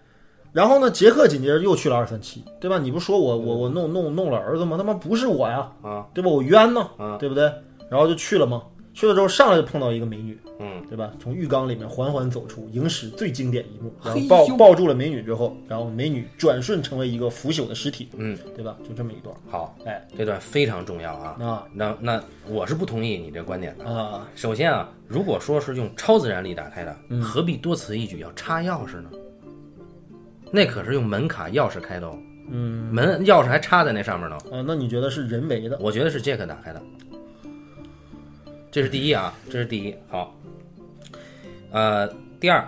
[SPEAKER 1] 然后呢，杰克紧接着又去了二三七，对吧？你不说我我我弄弄弄了儿子吗？他妈不是我呀，
[SPEAKER 2] 嗯啊，
[SPEAKER 1] 对吧？我冤呢，
[SPEAKER 2] 啊
[SPEAKER 1] 对不对？然后就去了嘛，去了之后上来就碰到一个美女，
[SPEAKER 2] 嗯，
[SPEAKER 1] 对吧？从浴缸里面缓缓走出，影史最经典一幕，然后
[SPEAKER 2] 嘿
[SPEAKER 1] 抱
[SPEAKER 2] 呦
[SPEAKER 1] 抱住了美女之后，然后美女转瞬成为一个腐朽的尸体，
[SPEAKER 2] 嗯，
[SPEAKER 1] 对吧？就这么一段，
[SPEAKER 2] 好，
[SPEAKER 1] 哎，
[SPEAKER 2] 这段非常重要啊。
[SPEAKER 1] 啊
[SPEAKER 2] 那那我是不同意你这观点的。
[SPEAKER 1] 啊，
[SPEAKER 2] 首先啊，如果说是用超自然力打开的，何必多此一举要插钥匙呢？那可是用门卡钥匙开的哦，嗯，门钥匙还插在那上面呢。
[SPEAKER 1] 啊，那你觉得是人为的？
[SPEAKER 2] 我觉得是杰克打开的，这是第一啊，这是第一。好，呃，第二，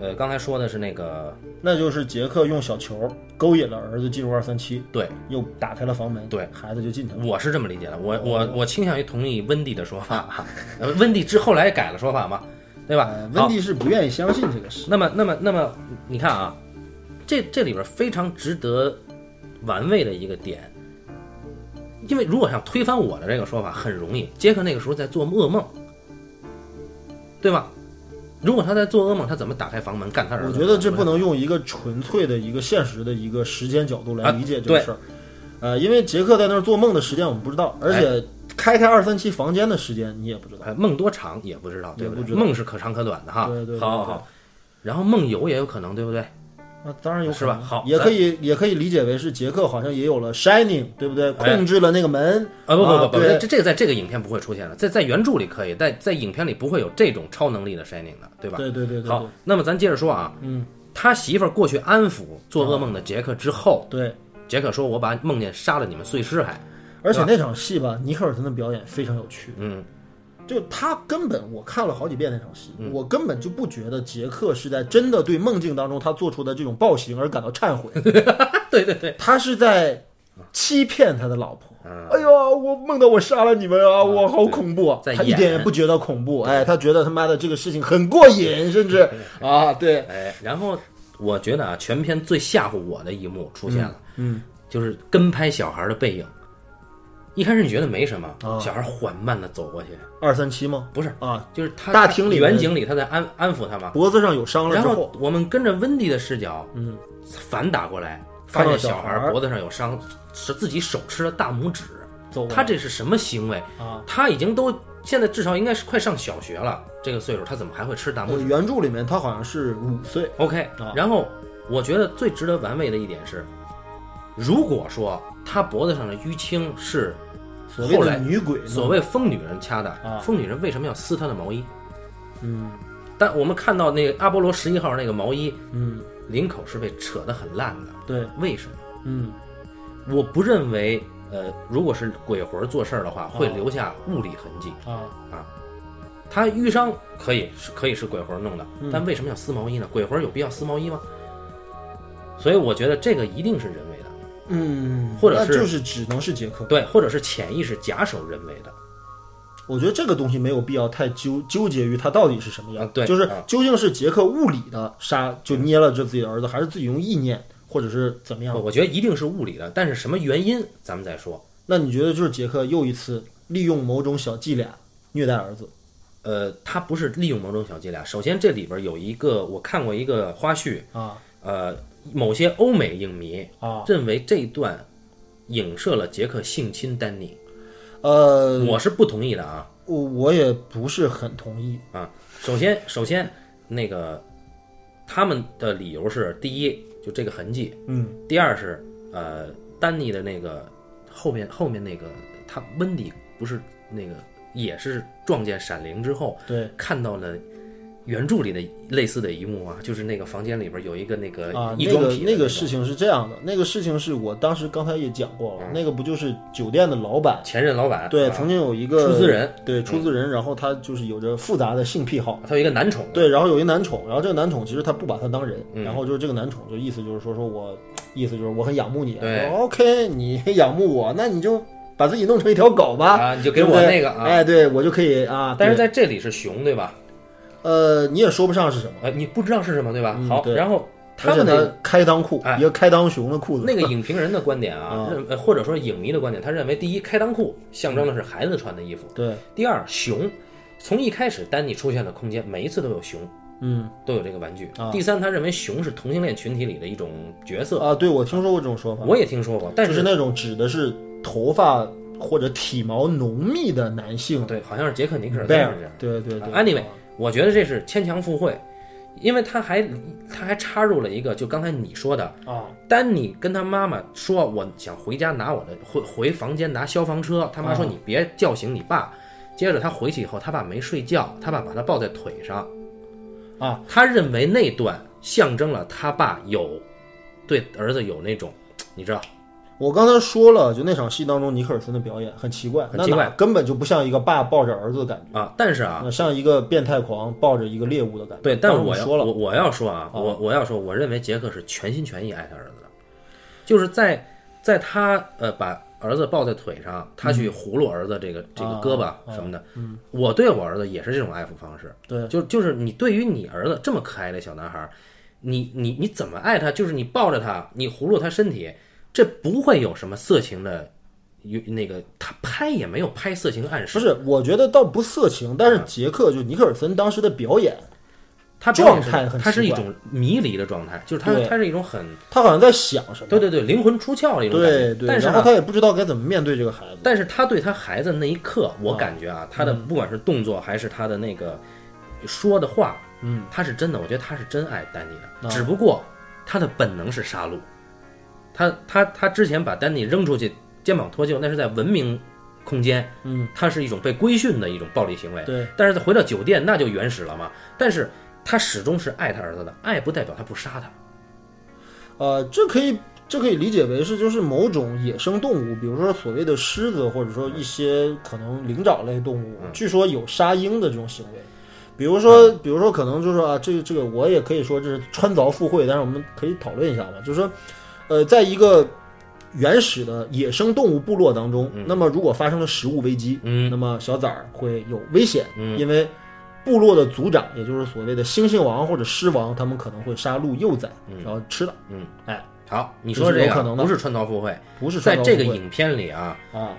[SPEAKER 2] 呃，刚才说的是那个，
[SPEAKER 1] 那就是杰克用小球勾引了儿子进入二三七，
[SPEAKER 2] 对
[SPEAKER 1] 又打开了房门，
[SPEAKER 2] 对
[SPEAKER 1] 孩子就进去了。
[SPEAKER 2] 我是这么理解的，我我我倾向于同意温蒂的说法 啊，呃，温蒂之后来改了说法嘛，对吧
[SPEAKER 1] 呃？温
[SPEAKER 2] 好，
[SPEAKER 1] 蒂是不愿意相信这个事。
[SPEAKER 2] 那么那么那么，你看啊，这这里边非常值得玩味的一个点。因为如果想推翻我的这个说法很容易，杰克那个时候在做噩梦，对吧？如果他在做噩梦，他怎么打开房门干他儿子？
[SPEAKER 1] 我觉得这不能用一个纯粹的一个现实的一个时间角度来理解这
[SPEAKER 2] 啊
[SPEAKER 1] 个
[SPEAKER 2] 对哎
[SPEAKER 1] 事儿，呃，因为杰克在那儿做梦的时间我们不知道，而且开开二三七房间的时间你也不知道。
[SPEAKER 2] 呃，梦多长也不知道，对
[SPEAKER 1] 也不
[SPEAKER 2] 对？
[SPEAKER 1] 知道
[SPEAKER 2] 梦是可长可短的哈。
[SPEAKER 1] 对对对
[SPEAKER 2] 好好
[SPEAKER 1] 对
[SPEAKER 2] 好。然后梦游也有可能，对不对？
[SPEAKER 1] 那
[SPEAKER 2] 啊
[SPEAKER 1] 当然有
[SPEAKER 2] 是
[SPEAKER 1] 可
[SPEAKER 2] 吧
[SPEAKER 1] 能，
[SPEAKER 2] 好
[SPEAKER 1] 啊也
[SPEAKER 2] 咱
[SPEAKER 1] 可以也可以理解为是杰克好像也有了 shining，对不对？
[SPEAKER 2] 哎
[SPEAKER 1] 控制了那个门，
[SPEAKER 2] 啊，不不不不，
[SPEAKER 1] 对
[SPEAKER 2] 这这个在这个影片不会出现了，在在原著里可以，但在影片里不会有这种超能力的 Shining 的，对吧？
[SPEAKER 1] 对对对对
[SPEAKER 2] 好，那么咱接着说啊，
[SPEAKER 1] 嗯，
[SPEAKER 2] 他媳妇儿过去安抚做噩梦的杰克之后，
[SPEAKER 1] 对对。
[SPEAKER 2] 杰克说：“我把梦见杀了你们碎尸还。
[SPEAKER 1] 而且那场戏吧，尼克尔森的表演非常有趣”，
[SPEAKER 2] 嗯，
[SPEAKER 1] 就他根本我看了好几遍那场戏，我根本就不觉得杰克是在真的对梦境当中他做出的这种暴行而感到忏悔，
[SPEAKER 2] 对对对，
[SPEAKER 1] 他是在欺骗他的老婆。
[SPEAKER 2] 嗯
[SPEAKER 1] 哎呦，我梦到我杀了你们啊！我好恐怖啊！
[SPEAKER 2] 在
[SPEAKER 1] 他一
[SPEAKER 2] 演
[SPEAKER 1] 点也不觉得恐怖，哎，他觉得他妈的这个事情很过瘾，甚 至啊，对，
[SPEAKER 2] 哎，然后我觉得啊，全片最吓唬我的一幕出现了，嗯，就是跟拍小孩的背影。一开始你觉得没什么，
[SPEAKER 1] 啊
[SPEAKER 2] 小孩缓慢的走过去，
[SPEAKER 1] 二三七吗？
[SPEAKER 2] 不是，
[SPEAKER 1] 啊，
[SPEAKER 2] 就是他
[SPEAKER 1] 大厅里面
[SPEAKER 2] 远景里他在安安抚他嘛，
[SPEAKER 1] 脖子上有伤了
[SPEAKER 2] 然
[SPEAKER 1] 之
[SPEAKER 2] 后我们跟着温迪的视角，嗯，反打过来，发
[SPEAKER 1] 看到
[SPEAKER 2] 现
[SPEAKER 1] 小
[SPEAKER 2] 小孩
[SPEAKER 1] 孩
[SPEAKER 2] 儿
[SPEAKER 1] 儿
[SPEAKER 2] 脖子上有伤，是自己手吃了大拇指。
[SPEAKER 1] 走过来
[SPEAKER 2] 他这是什么行为？
[SPEAKER 1] 啊，
[SPEAKER 2] 他已经都现在至少应该是快上小学了，这个岁数他怎么还会吃大拇
[SPEAKER 1] 呃
[SPEAKER 2] 指
[SPEAKER 1] 原著里面他好像是五岁，
[SPEAKER 2] ？OK，
[SPEAKER 1] 啊
[SPEAKER 2] 然后我觉得最值得玩味的一点是，如果说他脖子上的淤青是
[SPEAKER 1] 所谓
[SPEAKER 2] 后
[SPEAKER 1] 的
[SPEAKER 2] 来
[SPEAKER 1] 女鬼嘛，
[SPEAKER 2] 所谓疯女人掐的
[SPEAKER 1] 啊，
[SPEAKER 2] 疯女人为什么要撕他的毛衣？嗯，但我们看到那个阿波罗十一号那个毛衣
[SPEAKER 1] 嗯，
[SPEAKER 2] 领口是被扯得很烂的，
[SPEAKER 1] 对，
[SPEAKER 2] 为什么？
[SPEAKER 1] 嗯，
[SPEAKER 2] 我不认为，呃，如果是鬼魂做事儿的话，会留下物理痕迹。
[SPEAKER 1] 啊，
[SPEAKER 2] 他淤伤可以是可以是鬼魂弄的，但为什么要撕毛衣呢？鬼魂有必要撕毛衣吗？所以我觉得这个一定是人为的，
[SPEAKER 1] 嗯，
[SPEAKER 2] 或者是
[SPEAKER 1] 那就是只能是杰克。
[SPEAKER 2] 对，或者是潜意识假手人为的。
[SPEAKER 1] 我觉得这个东西没有必要太纠纠结于它到底是什么样，
[SPEAKER 2] 啊对
[SPEAKER 1] 就是
[SPEAKER 2] 啊
[SPEAKER 1] 究竟是杰克物理的杀就捏了这自己的儿子，还是自己用意念，或者是怎么样
[SPEAKER 2] 我？我觉得一定是物理的，但是什么原因咱们再说。
[SPEAKER 1] 那你觉得就是杰克又一次利用某种小伎俩虐待儿子？
[SPEAKER 2] 呃，他不是利用某种小伎俩。首先，这里边有一个我看过一个花絮
[SPEAKER 1] 啊，
[SPEAKER 2] 呃，某些欧美影迷
[SPEAKER 1] 啊
[SPEAKER 2] 认为这一段影射了杰克性侵丹尼，
[SPEAKER 1] 呃，
[SPEAKER 2] 我是不同意的啊
[SPEAKER 1] 我我也不是很同意。
[SPEAKER 2] 啊！首先，首先那个他们的理由是：第一，就这个痕迹；
[SPEAKER 1] 嗯
[SPEAKER 2] 第二是呃，丹尼的那个后面后面那个他温迪不是那个也是撞见闪灵之后，
[SPEAKER 1] 对
[SPEAKER 2] 看到了。原著里的类似的一幕啊，就是那个房间里边呃有一个那个
[SPEAKER 1] 啊，
[SPEAKER 2] 异
[SPEAKER 1] 那
[SPEAKER 2] 装
[SPEAKER 1] 个
[SPEAKER 2] 癖、
[SPEAKER 1] 那个事情是这样的，那个事情是我当时刚才也讲过了，那个不就是酒店的老板？
[SPEAKER 2] 前任老板
[SPEAKER 1] 对，
[SPEAKER 2] 哦啊
[SPEAKER 1] 曾经有一个
[SPEAKER 2] 出资人，嗯
[SPEAKER 1] 对出资人，然后他就是有着复杂的性癖好，
[SPEAKER 2] 他有一个男宠，啊
[SPEAKER 1] 对，然后有一男宠，然后这个男宠其实他不把他当人，
[SPEAKER 2] 嗯
[SPEAKER 1] 然后就是这个男宠就意思就是说说我，意思就是我很仰慕你，啊
[SPEAKER 2] 对
[SPEAKER 1] 我说 OK，你 仰慕我，那你就把自己弄成一条狗吧，
[SPEAKER 2] 啊，你就给
[SPEAKER 1] 对不
[SPEAKER 2] 我
[SPEAKER 1] 对
[SPEAKER 2] 那个啊。
[SPEAKER 1] 哎，对我就可以啊，
[SPEAKER 2] 但是
[SPEAKER 1] 对
[SPEAKER 2] 在这里是熊对吧？
[SPEAKER 1] 呃，你也说不上是什么，
[SPEAKER 2] 呃，你不知道是什么对吧？
[SPEAKER 1] 嗯
[SPEAKER 2] 好，
[SPEAKER 1] 对
[SPEAKER 2] 然后他
[SPEAKER 1] 而且
[SPEAKER 2] 们的
[SPEAKER 1] 呢开裆裤，
[SPEAKER 2] 哎
[SPEAKER 1] 一个开裆熊的裤子，
[SPEAKER 2] 那个影评人的观 点啊，认呃或者说影迷的观点，他认为第一，开裆裤象征的是孩子穿的衣服；
[SPEAKER 1] 对，
[SPEAKER 2] 第二，熊从一开始丹尼出现的空间，每一次都有熊，
[SPEAKER 1] 嗯
[SPEAKER 2] 都有这个玩具；第三，他认为熊是同性恋群体里的一种角色，
[SPEAKER 1] 啊，对我听说过这种说法，
[SPEAKER 2] 我也听说过，但
[SPEAKER 1] 就是那种指的是头发或者体毛浓密的男性
[SPEAKER 2] 对，好像是杰克尼克尔
[SPEAKER 1] 贝
[SPEAKER 2] 森
[SPEAKER 1] 尔
[SPEAKER 2] 是这样。，
[SPEAKER 1] 对对啊对
[SPEAKER 2] Anyway，我觉得这是牵强附会，因为他还他还插入了一个，就刚才你说的，
[SPEAKER 1] 啊，
[SPEAKER 2] 丹尼跟他妈妈说：“我想回家拿我的回回房间拿消防车。”他
[SPEAKER 1] 啊
[SPEAKER 2] 妈说：“你别叫醒你爸。”接着他回去以后，他爸没睡觉，他爸把他抱在腿上。
[SPEAKER 1] 啊，
[SPEAKER 2] 他认为那段象征了他爸有对儿子有那种，你知道，
[SPEAKER 1] 我刚才说了，就那场戏当中，尼克尔森的表演很奇怪，
[SPEAKER 2] 很奇怪
[SPEAKER 1] 那哪根本就不像一个爸抱着儿子的感觉，
[SPEAKER 2] 啊。但是啊，
[SPEAKER 1] 那像一个变态狂抱着一个猎物的感觉。
[SPEAKER 2] 对，但
[SPEAKER 1] 当然
[SPEAKER 2] 我
[SPEAKER 1] 你
[SPEAKER 2] 要
[SPEAKER 1] 说了哦
[SPEAKER 2] 我我要说啊，我我要说，我认为杰克是全心全意爱他儿子的，就是在在他呃把儿子抱在腿上，他
[SPEAKER 1] 嗯
[SPEAKER 2] 去葫芦儿子这个、这个
[SPEAKER 1] 啊
[SPEAKER 2] 胳膊什么的，我对我儿子也是这种爱抚方式，
[SPEAKER 1] 对
[SPEAKER 2] 就就是你对于你儿子这么可爱的小男孩儿，你你你怎么爱他？就是你抱着他，你葫芦他身体，这不会有什么色情的。有那个他拍也没有拍色情暗示，嗯
[SPEAKER 1] 不是，我觉得倒不色情，但是杰克就尼克尔森当时的表演，
[SPEAKER 2] 他表演
[SPEAKER 1] 状态很
[SPEAKER 2] 他是
[SPEAKER 1] 奇
[SPEAKER 2] 一
[SPEAKER 1] 怪
[SPEAKER 2] 种迷离的状态，就是他
[SPEAKER 1] 对
[SPEAKER 2] 他是一种很
[SPEAKER 1] 他好像在想什么。
[SPEAKER 2] 对对对灵魂出窍的一种感觉
[SPEAKER 1] 对，对，
[SPEAKER 2] 但是
[SPEAKER 1] 然
[SPEAKER 2] 呢
[SPEAKER 1] 后他也不知道该怎么面对这个孩子。
[SPEAKER 2] 但是他对他孩子那一刻，我感觉啊，他的
[SPEAKER 1] 嗯
[SPEAKER 2] 不管是动作还是他的那个说的话，
[SPEAKER 1] 嗯，啊
[SPEAKER 2] 他是真的，我觉得他是真爱丹尼的，只不过他的本能是杀戮。他他他之前把丹尼扔出去，肩膀脱臼，那是在文明空间，
[SPEAKER 1] 嗯，
[SPEAKER 2] 他是一种被规训的一种暴力行为。
[SPEAKER 1] 对，
[SPEAKER 2] 但是回到酒店，那就原始了嘛。但是他始终是爱他儿子的，爱不代表他不杀他。
[SPEAKER 1] 呃，这可以这可以理解为是就是某种野生动物，比如说所谓的狮子，或者说一些可能灵长类动
[SPEAKER 2] 嗯
[SPEAKER 1] 物，据说有杀鹰的这种行为。比如说，比如说，可能就是说啊，这个这个，我也可以说这是穿凿附会，但是我们可以讨论一下嘛，就是说，呃，在一个原始的野生动物部落当中，那么如果发生了食物危机，
[SPEAKER 2] 嗯
[SPEAKER 1] 那么小崽儿会有危险，
[SPEAKER 2] 嗯
[SPEAKER 1] 因为部落的族长，也就是所谓的猩猩王或者狮王，他们可能会杀戮幼崽，然后吃了，
[SPEAKER 2] 嗯，
[SPEAKER 1] 哎，
[SPEAKER 2] 好，你
[SPEAKER 1] 这
[SPEAKER 2] 说
[SPEAKER 1] 是
[SPEAKER 2] 这
[SPEAKER 1] 有可
[SPEAKER 2] 个
[SPEAKER 1] 能的
[SPEAKER 2] 不是穿凿附会，
[SPEAKER 1] 不是
[SPEAKER 2] 在
[SPEAKER 1] 穿凿
[SPEAKER 2] 这个
[SPEAKER 1] 附会
[SPEAKER 2] 影片里啊，
[SPEAKER 1] 啊，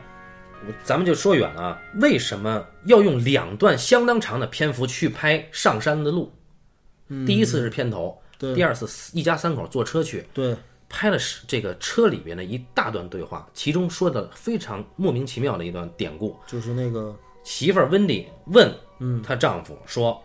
[SPEAKER 2] 咱们就说远了啊，为什么要用两段相当长的篇幅去拍上山的路？第一次是片头，
[SPEAKER 1] 嗯对
[SPEAKER 2] 第二次一家三口坐车去，
[SPEAKER 1] 对，
[SPEAKER 2] 拍了是这个车里边的一大段对话，其中说的非常莫名其妙的一段典故。
[SPEAKER 1] 就是那个
[SPEAKER 2] 媳妇儿温迪问
[SPEAKER 1] 嗯
[SPEAKER 2] 她丈夫说：“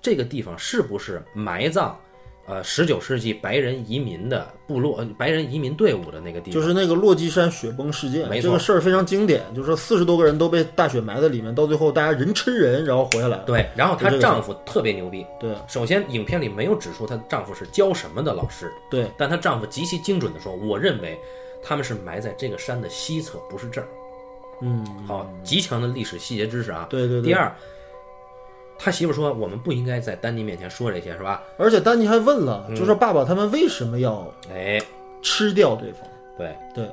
[SPEAKER 2] 这个地方是不是埋葬，呃，十九世纪白人移民的部落、呃白人移民队伍的那个地方？”
[SPEAKER 1] 就是那个落基山雪崩事件，
[SPEAKER 2] 没错
[SPEAKER 1] 这个事儿非常经典，就是说四十多个人都被大雪埋在里面，到最后大家人吃人，然后活下来了。
[SPEAKER 2] 对，然后她
[SPEAKER 1] 就这个事儿
[SPEAKER 2] 丈夫特别牛逼。
[SPEAKER 1] 对
[SPEAKER 2] 首先，影片里没有指出她丈夫是教什么的老师，
[SPEAKER 1] 对
[SPEAKER 2] 但她丈夫极其精准的说：“我认为他们是埋在这个山的西侧，不是这儿。”嗯，好，极强的历史细节知识啊。
[SPEAKER 1] 对对对
[SPEAKER 2] 第二，他媳妇说：“我们不应该在丹尼面前说这些，是吧
[SPEAKER 1] 而且丹尼还问了，就说爸爸他们为什么要？”
[SPEAKER 2] 哎，
[SPEAKER 1] 吃掉对方？
[SPEAKER 2] 对，
[SPEAKER 1] 对，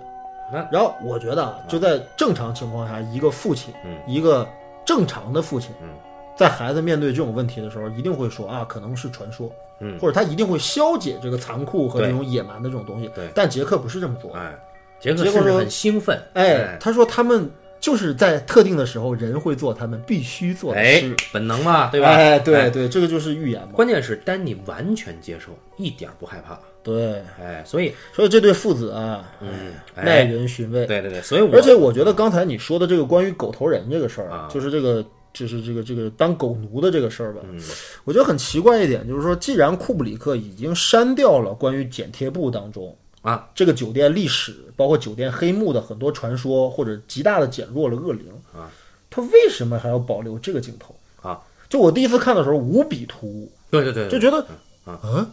[SPEAKER 2] 那
[SPEAKER 1] 然后我觉得啊，就在正常情况下，一个父亲，
[SPEAKER 2] 嗯
[SPEAKER 1] 一个正常的父亲，
[SPEAKER 2] 嗯
[SPEAKER 1] 在孩子面对这种问题的时候，一定会说啊，可能是传说，
[SPEAKER 2] 嗯
[SPEAKER 1] 或者他一定会消解这个残酷和
[SPEAKER 2] 对
[SPEAKER 1] 这种野蛮的这种东西。
[SPEAKER 2] 对
[SPEAKER 1] 但杰克不是这么做，
[SPEAKER 2] 哎，杰克
[SPEAKER 1] 结果
[SPEAKER 2] 甚至
[SPEAKER 1] 说
[SPEAKER 2] 很兴奋，
[SPEAKER 1] 哎，，他说他们就是在特定的时候，人会做他们必须做的
[SPEAKER 2] 哎
[SPEAKER 1] 事，，
[SPEAKER 2] 本能嘛，对吧？
[SPEAKER 1] 哎，对对，这个就是预言嘛。
[SPEAKER 2] 关键是丹尼完全接受，一点儿不害怕，
[SPEAKER 1] 对，
[SPEAKER 2] 哎，所以，
[SPEAKER 1] 所以这对父子啊，
[SPEAKER 2] 嗯，
[SPEAKER 1] 耐
[SPEAKER 2] 哎，
[SPEAKER 1] 人寻味。
[SPEAKER 2] 对对对，所以我，
[SPEAKER 1] 而且我觉得刚才你说的这个关于狗头人这个事儿
[SPEAKER 2] 啊
[SPEAKER 1] 就是这个就是这个这个当狗奴的这个事儿吧，
[SPEAKER 2] 嗯
[SPEAKER 1] 我觉得很奇怪一点，就是说，既然库布里克已经删掉了关于剪贴布当中
[SPEAKER 2] 啊
[SPEAKER 1] 这个酒店历史，包括酒店黑幕的很多传说，或者极大的减弱了恶灵
[SPEAKER 2] 啊，
[SPEAKER 1] 他为什么还要保留这个镜头
[SPEAKER 2] 啊？
[SPEAKER 1] 就我第一次看的时候无比突兀，
[SPEAKER 2] 对对对，
[SPEAKER 1] 就
[SPEAKER 2] 对
[SPEAKER 1] 觉得
[SPEAKER 2] 嗯啊
[SPEAKER 1] 啊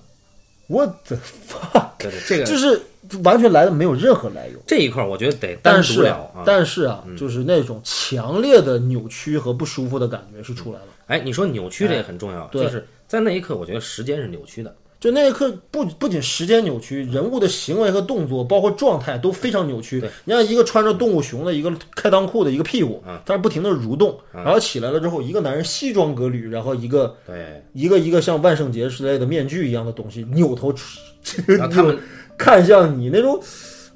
[SPEAKER 1] ，what the fuck，
[SPEAKER 2] 对对，这个
[SPEAKER 1] 就是完全来的没有任何来由。
[SPEAKER 2] 这一块儿我觉得得单
[SPEAKER 1] 但是
[SPEAKER 2] 独聊
[SPEAKER 1] 啊
[SPEAKER 2] 啊。
[SPEAKER 1] 但是啊，就是那种强烈的扭曲和不舒服的感觉是出来了。
[SPEAKER 2] 哎，你说扭曲这个很重要，
[SPEAKER 1] 对
[SPEAKER 2] 就是在那一刻，我觉得时间是扭曲的。
[SPEAKER 1] 就那一刻不，不仅时间扭曲，人物的行为和动作，包括状态都非常扭曲。你看，一个穿着动物熊的，一个开裆裤的，一个屁股，
[SPEAKER 2] 嗯
[SPEAKER 1] 但是不停的蠕动，然后起来了之后，一个男人西装革履，然后一个
[SPEAKER 2] 对，
[SPEAKER 1] 一个一个像万圣节之类的面具一样的东西扭头，
[SPEAKER 2] 然后他们
[SPEAKER 1] 看向你那种，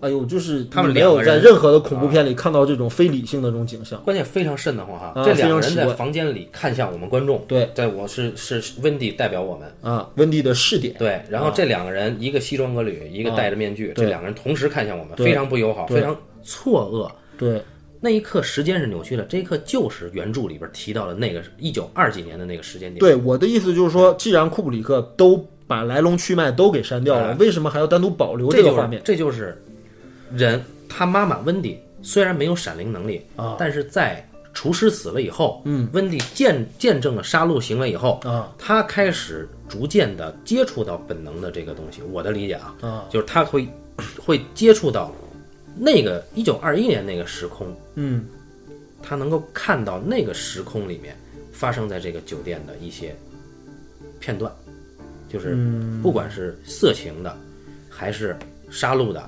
[SPEAKER 1] 哎呦，就是
[SPEAKER 2] 他们
[SPEAKER 1] 你没有
[SPEAKER 2] 两个
[SPEAKER 1] 在
[SPEAKER 2] 人啊
[SPEAKER 1] 任何的恐怖片里看到这种非理性的这种景象。
[SPEAKER 2] 关键非常瘆得慌哈。
[SPEAKER 1] 啊
[SPEAKER 2] 这两
[SPEAKER 1] 非
[SPEAKER 2] 个人
[SPEAKER 1] 常奇
[SPEAKER 2] 在
[SPEAKER 1] 怪
[SPEAKER 2] 房间里看向我们观众，
[SPEAKER 1] 对，
[SPEAKER 2] 在我是是是温蒂代表我们，
[SPEAKER 1] 啊，温蒂的试点，
[SPEAKER 2] 对。然
[SPEAKER 1] 啊
[SPEAKER 2] 后这两个人，一个西装革履，一个戴着面具，这两个人同时看向我们，
[SPEAKER 1] 对
[SPEAKER 2] 非常不友好，
[SPEAKER 1] 对
[SPEAKER 2] 非常错愕。
[SPEAKER 1] 对
[SPEAKER 2] 那一刻，时间是扭曲的。这一刻就是原著里边提到的那个一九二几年的那个时间点。
[SPEAKER 1] 对，我的意思就是说，既然库布里克都把来龙去脉都给删掉了，为什么还要单独保留
[SPEAKER 2] 这
[SPEAKER 1] 个
[SPEAKER 2] 就
[SPEAKER 1] 画
[SPEAKER 2] 是
[SPEAKER 1] 面？
[SPEAKER 2] 这就是人他妈妈温迪虽然没有闪灵能力
[SPEAKER 1] 啊
[SPEAKER 2] 但是在厨师死了以后，嗯，温迪见见证了杀戮行为以后
[SPEAKER 1] 啊，
[SPEAKER 2] 他开始逐渐的接触到本能的这个东西。我的理解啊，
[SPEAKER 1] 啊
[SPEAKER 2] 就是他会会接触到那个一九二一年那个时空，
[SPEAKER 1] 嗯，
[SPEAKER 2] 他能够看到那个时空里面发生在这个酒店的一些片段，就是不管是色情的，还是杀戮的，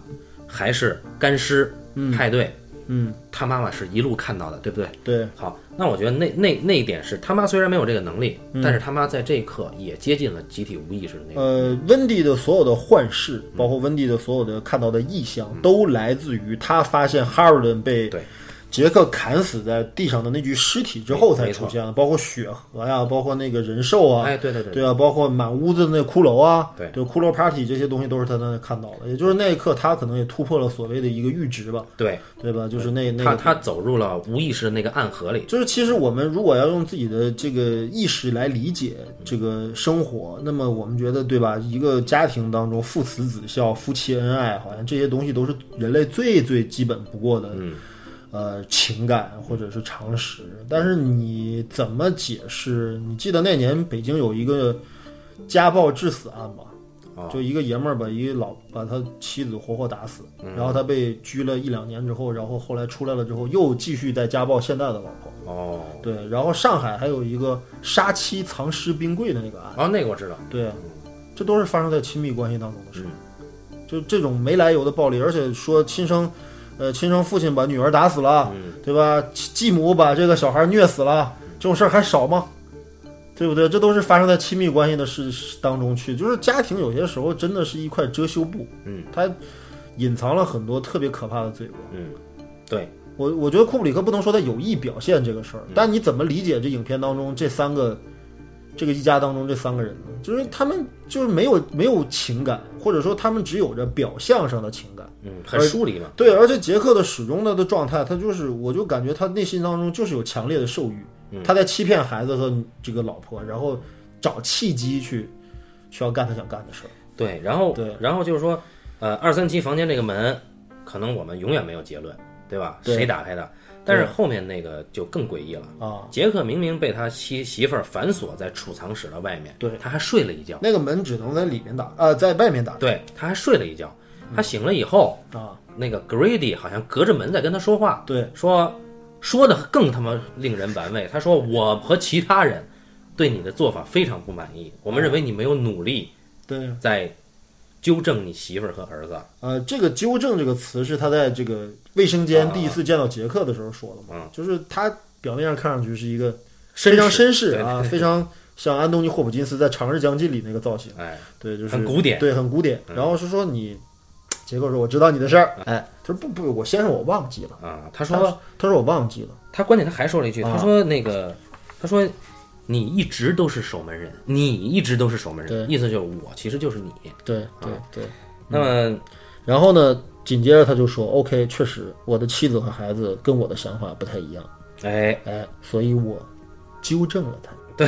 [SPEAKER 2] 还是干尸派对，
[SPEAKER 1] 嗯，
[SPEAKER 2] 他妈妈是一路看到的，对不对？
[SPEAKER 1] 对，
[SPEAKER 2] 好，那我觉得那那那一点是他妈虽然没有这个能力，但是他妈在这一刻也接近了集体无意识的那个。
[SPEAKER 1] 呃，温蒂的所有的幻视，嗯包括温蒂的所有的看到的异象，都来自于他发现哈尔顿被
[SPEAKER 2] 对
[SPEAKER 1] 杰克砍死在地上的那具尸体之后才
[SPEAKER 2] 没
[SPEAKER 1] 出
[SPEAKER 2] 错
[SPEAKER 1] 现的，包括血河呀，包括那个人兽啊，
[SPEAKER 2] 哎，对对对，
[SPEAKER 1] 对啊，包括满屋子的那骷髅啊，
[SPEAKER 2] 对
[SPEAKER 1] 骷髅 party 这些东西都是他在那看到的，也就是那一刻他可能也突破了所谓的一个阈值吧，
[SPEAKER 2] 对
[SPEAKER 1] 对吧？就是那那
[SPEAKER 2] 他
[SPEAKER 1] 个
[SPEAKER 2] 他走入了无意识的那个暗河里，
[SPEAKER 1] 就是其实我们如果要用自己的这个意识来理解这个生活，那么我们觉得对吧？一个家庭当中父慈子孝、夫妻恩爱，好像这些东西都是人类最最基本不过的，呃，情感或者是常识。但是你怎么解释？你记得那年北京有一个家暴致死案吧？就一个爷们儿把一老把他妻子活活打死，然后他被拘了一两年之后，然后后来出来了之后又继续在家暴现在的老婆。
[SPEAKER 2] 哦，
[SPEAKER 1] 对，然后上海还有一个杀妻藏尸冰柜的那个案，
[SPEAKER 2] 哦，那个我知道，
[SPEAKER 1] 对，啊这都是发生在亲密关系当中的事，就这种没来由的暴力，而且说亲生，呃，亲生父亲把女儿打死了，对吧？继继母把这个小孩虐死了，这种事儿还少吗？对不对？这都是发生在亲密关系的事事当中去，就是家庭有些时候真的是一块遮羞布，
[SPEAKER 2] 嗯，
[SPEAKER 1] 它隐藏了很多特别可怕的罪恶。
[SPEAKER 2] 嗯，对，
[SPEAKER 1] 我我觉得库布里克不能说他有意表现这个事儿，但你怎么理解这影片当中这三个，这个一家当中这三个人呢？就是他们就是没有没有情感，或者说他们只有着表象上的情感。
[SPEAKER 2] 嗯，很
[SPEAKER 1] 而
[SPEAKER 2] 疏离嘛，
[SPEAKER 1] 对，而且杰克的始终的的状态，他就是我就感觉他内心当中就是有强烈的兽欲，他在欺骗孩子和这个老婆，然后找契机去去要干他想干的事儿。
[SPEAKER 2] 对，然后
[SPEAKER 1] 对
[SPEAKER 2] 然后就是说，呃，二三七房间这个门，可能我们永远没有结论，对吧？
[SPEAKER 1] 对
[SPEAKER 2] 谁打开的？但是后面那个就更诡异了
[SPEAKER 1] 啊！
[SPEAKER 2] 杰克明明被他妻媳妇儿反锁在储藏室的外面，
[SPEAKER 1] 对
[SPEAKER 2] 他还睡了一觉，
[SPEAKER 1] 那个门只能在里面打，呃，在外面打
[SPEAKER 2] 对，他还睡了一觉。
[SPEAKER 1] 嗯
[SPEAKER 2] 他醒了以后，
[SPEAKER 1] 啊，
[SPEAKER 2] 那个 Grady 好像隔着门在跟他说话，
[SPEAKER 1] 对。
[SPEAKER 2] 说说的更他妈令人玩味。他说：“我和其他人对你的做法非常不满意，我们认为你没有努力
[SPEAKER 1] 对，
[SPEAKER 2] 在纠正你媳妇儿和儿子。
[SPEAKER 1] 呃，这个“纠正”这个词是他在这个卫生
[SPEAKER 2] 啊
[SPEAKER 1] 间第一次见到杰克的时候说的
[SPEAKER 2] 嗯
[SPEAKER 1] 嘛，就是他表面上看上去是一个非常绅士啊，非常像安东尼·霍普金斯在《长日将近》里那个造型，
[SPEAKER 2] 哎，
[SPEAKER 1] 对，就是
[SPEAKER 2] 很古典嗯
[SPEAKER 1] 对，很古典。然后是说你，杰克说我知道你的事儿，哎，他说不不，我先生我忘记了，
[SPEAKER 2] 啊，嗯他
[SPEAKER 1] 他
[SPEAKER 2] 说
[SPEAKER 1] 他说我啊忘记了，
[SPEAKER 2] 他关键他还说了一句，他说那个他说你一直都是守门人，你一直都是守门人，意思就是我其实就是你。
[SPEAKER 1] 对对对。
[SPEAKER 2] 那么
[SPEAKER 1] 然后呢，紧接着他就说，OK，确实我的妻子和孩子跟我的想法不太一样，
[SPEAKER 2] 哎
[SPEAKER 1] 哎，所以我纠正了他。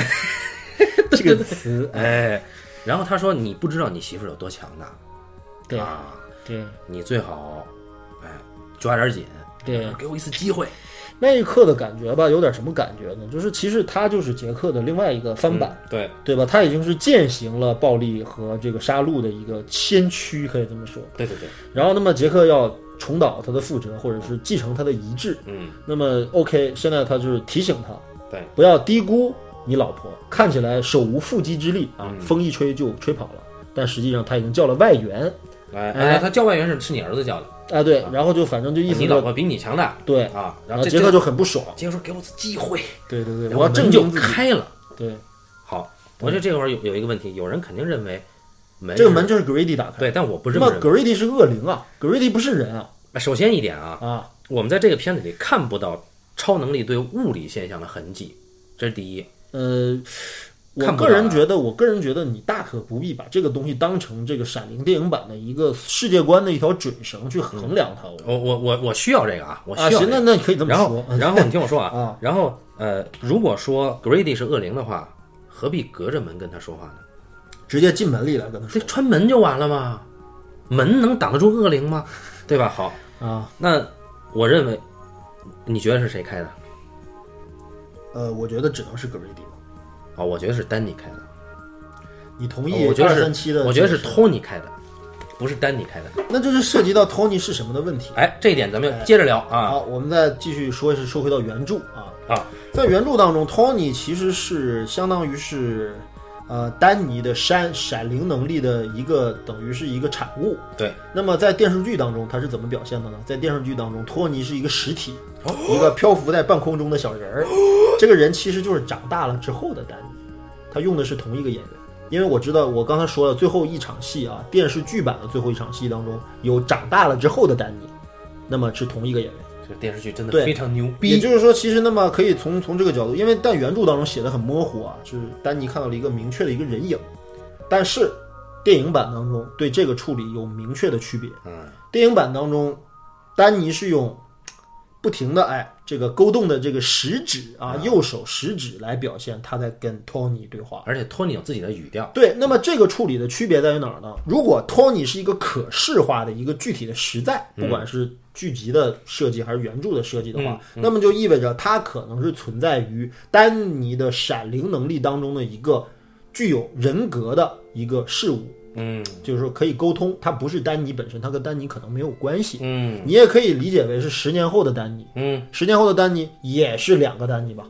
[SPEAKER 2] 这个词哎，然后他说你不知道你媳妇儿有多强大，
[SPEAKER 1] 对
[SPEAKER 2] 啊，
[SPEAKER 1] 对
[SPEAKER 2] 你最好哎抓点紧，
[SPEAKER 1] 对，
[SPEAKER 2] 给我一次机会。
[SPEAKER 1] 那一刻的感觉吧，有点什么感觉呢？就是其实他就是杰克的另外一个翻版，
[SPEAKER 2] 嗯对
[SPEAKER 1] 对吧？他已经是践行了暴力和这个杀戮的一个先驱，可以这么说。
[SPEAKER 2] 对对对，
[SPEAKER 1] 然后，那么杰克要重蹈他的覆辙，或者是继承他的遗志。
[SPEAKER 2] 嗯
[SPEAKER 1] 那么，OK，现在他就是提醒他，
[SPEAKER 2] 对，
[SPEAKER 1] 不要低估你老婆，看起来手无缚鸡之力啊，风一吹就吹跑了，但实际上他已经叫了外援。
[SPEAKER 2] 哎
[SPEAKER 1] 哎
[SPEAKER 2] 哎，他教外援是是你儿子教的，
[SPEAKER 1] 啊，对，然后就反正就意思
[SPEAKER 2] 你
[SPEAKER 1] 就
[SPEAKER 2] 老婆比你强大
[SPEAKER 1] 对，
[SPEAKER 2] 啊。然
[SPEAKER 1] 然后
[SPEAKER 2] 后这
[SPEAKER 1] 杰克就很不爽，
[SPEAKER 2] 杰克说给我次机会，
[SPEAKER 1] 对对对，我
[SPEAKER 2] 然后
[SPEAKER 1] 要
[SPEAKER 2] 门
[SPEAKER 1] 证
[SPEAKER 2] 就
[SPEAKER 1] 明自己，
[SPEAKER 2] 开了。
[SPEAKER 1] 对，
[SPEAKER 2] 好，我觉得这会儿有有一个问题，有人肯定认为门
[SPEAKER 1] 这个
[SPEAKER 2] 是
[SPEAKER 1] 门就是 Grady 打开的。
[SPEAKER 2] 对，但我不
[SPEAKER 1] 那
[SPEAKER 2] 这么
[SPEAKER 1] 么
[SPEAKER 2] 认
[SPEAKER 1] Grady 是恶灵啊，Grady 不是人啊
[SPEAKER 2] 为。首先一点啊，
[SPEAKER 1] 啊，
[SPEAKER 2] 我们在这个片子里看不到超能力对物理现象的痕迹，这是第一。
[SPEAKER 1] 呃，我
[SPEAKER 2] 看不
[SPEAKER 1] 个
[SPEAKER 2] 到
[SPEAKER 1] 人
[SPEAKER 2] 啊
[SPEAKER 1] 觉得，我个人觉得你大可不必把这个东西当成这个《闪灵》电影版的一个世界观的一条准绳去衡量嗯它。我
[SPEAKER 2] 我我我我需要这个啊，我需
[SPEAKER 1] 啊，
[SPEAKER 2] 要、这
[SPEAKER 1] 行，
[SPEAKER 2] 个
[SPEAKER 1] 那那你可以这么
[SPEAKER 2] 然
[SPEAKER 1] 说
[SPEAKER 2] 后，然后你听我说啊，
[SPEAKER 1] 啊
[SPEAKER 2] 然后呃，如果说 Grady 是恶灵的话，何必隔着门跟他说话呢？
[SPEAKER 1] 直接进门里来跟他
[SPEAKER 2] 这
[SPEAKER 1] 说
[SPEAKER 2] 穿门就完了嘛，门能挡得住恶灵吗？对吧？好，
[SPEAKER 1] 啊。
[SPEAKER 2] 那我认为，你觉得是谁开的？
[SPEAKER 1] 呃，我觉得只能是 Grady 了。
[SPEAKER 2] 啊、我觉得是丹尼开的。
[SPEAKER 1] 你同意
[SPEAKER 2] 我觉
[SPEAKER 1] 二
[SPEAKER 2] 得
[SPEAKER 1] 三七
[SPEAKER 2] 是，
[SPEAKER 1] 的？
[SPEAKER 2] 我觉得是，托尼开的，不是丹尼开的。
[SPEAKER 1] 那就是涉及到 Tony 是什么的问题。啊
[SPEAKER 2] 哎，这一点咱们接着聊啊
[SPEAKER 1] 好，我们再继续说一说，说回到原著啊。
[SPEAKER 2] 啊！
[SPEAKER 1] 在原著当中，Tony 其实是相当于是，呃，丹尼的闪闪灵能力的一个等于是一个产物。
[SPEAKER 2] 对，
[SPEAKER 1] 那么在电视剧当中，他是怎么表现的呢？在电视剧当中，托尼是一个实体，
[SPEAKER 2] 哦
[SPEAKER 1] 一个漂浮在半空中的小人儿。这个人其实就是长大了之后的丹尼，他用的是同一个演员。因为我知道，我刚才说了，最后一场戏啊，电视剧版的最后一场戏当中有长大了之后的丹尼，那么是同一个演员。
[SPEAKER 2] 这个电视剧真的
[SPEAKER 1] 对
[SPEAKER 2] 非常牛
[SPEAKER 1] 也
[SPEAKER 2] 逼，
[SPEAKER 1] 就是说，其实那么可以从从这个角度，因为但原著当中写的很模糊啊，就是丹尼看到了一个明确的一个人影，但是电影版当中对这个处理有明确的区别。
[SPEAKER 2] 嗯，
[SPEAKER 1] 电影版当中，丹尼是用不停的哎这个勾动的这个食指啊，右手食指来表现他在跟托尼对话。
[SPEAKER 2] 而且托尼有自己的语调，嗯
[SPEAKER 1] 对，那么这个处理的区别在于哪儿呢？如果托尼是一个可视化的一个具体的实在，
[SPEAKER 2] 嗯
[SPEAKER 1] 不管是剧集的设计还是原著的设计的话，
[SPEAKER 2] 嗯
[SPEAKER 1] 那么就意味着它可能是存在于丹尼的闪灵能力当中的一个具有人格的一个事物，
[SPEAKER 2] 嗯
[SPEAKER 1] 就是说可以沟通，它不是丹尼本身，它跟丹尼可能没有关系。
[SPEAKER 2] 嗯
[SPEAKER 1] 你也可以理解为是十年后的丹尼，
[SPEAKER 2] 嗯，
[SPEAKER 1] 十年后的丹尼也是两个丹尼吧，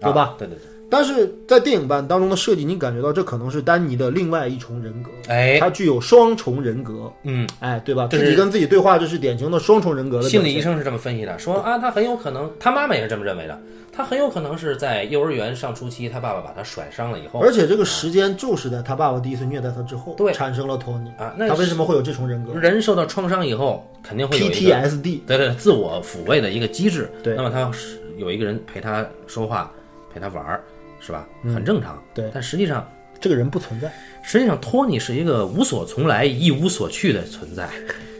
[SPEAKER 1] 对吧？
[SPEAKER 2] 啊？对对对，
[SPEAKER 1] 但是在电影版当中的设计，你感觉到这可能是丹尼的另外一重人格，
[SPEAKER 2] 哎，
[SPEAKER 1] 他具有双重人格，
[SPEAKER 2] 嗯，
[SPEAKER 1] 哎，对吧？
[SPEAKER 2] 这
[SPEAKER 1] 自
[SPEAKER 2] 是
[SPEAKER 1] 己跟自己对话，这是典型的双重人格的
[SPEAKER 2] 心
[SPEAKER 1] 表
[SPEAKER 2] 理医
[SPEAKER 1] 现。
[SPEAKER 2] 生是这么分析的，说啊，他很有可能，他妈妈也是这么认为的，他很有可能是在幼儿园上初期，他爸爸把他甩伤了以后，
[SPEAKER 1] 而且这个时间就是在他爸爸第一次虐待他之后，
[SPEAKER 2] 对
[SPEAKER 1] 产生了托尼
[SPEAKER 2] 啊那
[SPEAKER 1] 他为
[SPEAKER 2] 是
[SPEAKER 1] 什么会有这重人格
[SPEAKER 2] 人受到创伤以后，肯定会有一个
[SPEAKER 1] ？PTSD，
[SPEAKER 2] 对对，自我抚慰的一个机制。
[SPEAKER 1] 对
[SPEAKER 2] 那么他是有一个人陪他说话，陪他玩儿，是吧？很正常。
[SPEAKER 1] 嗯对
[SPEAKER 2] 但实际上，
[SPEAKER 1] 这个人不存在。
[SPEAKER 2] 实际上托尼是一个无所从来、一无所去的存在，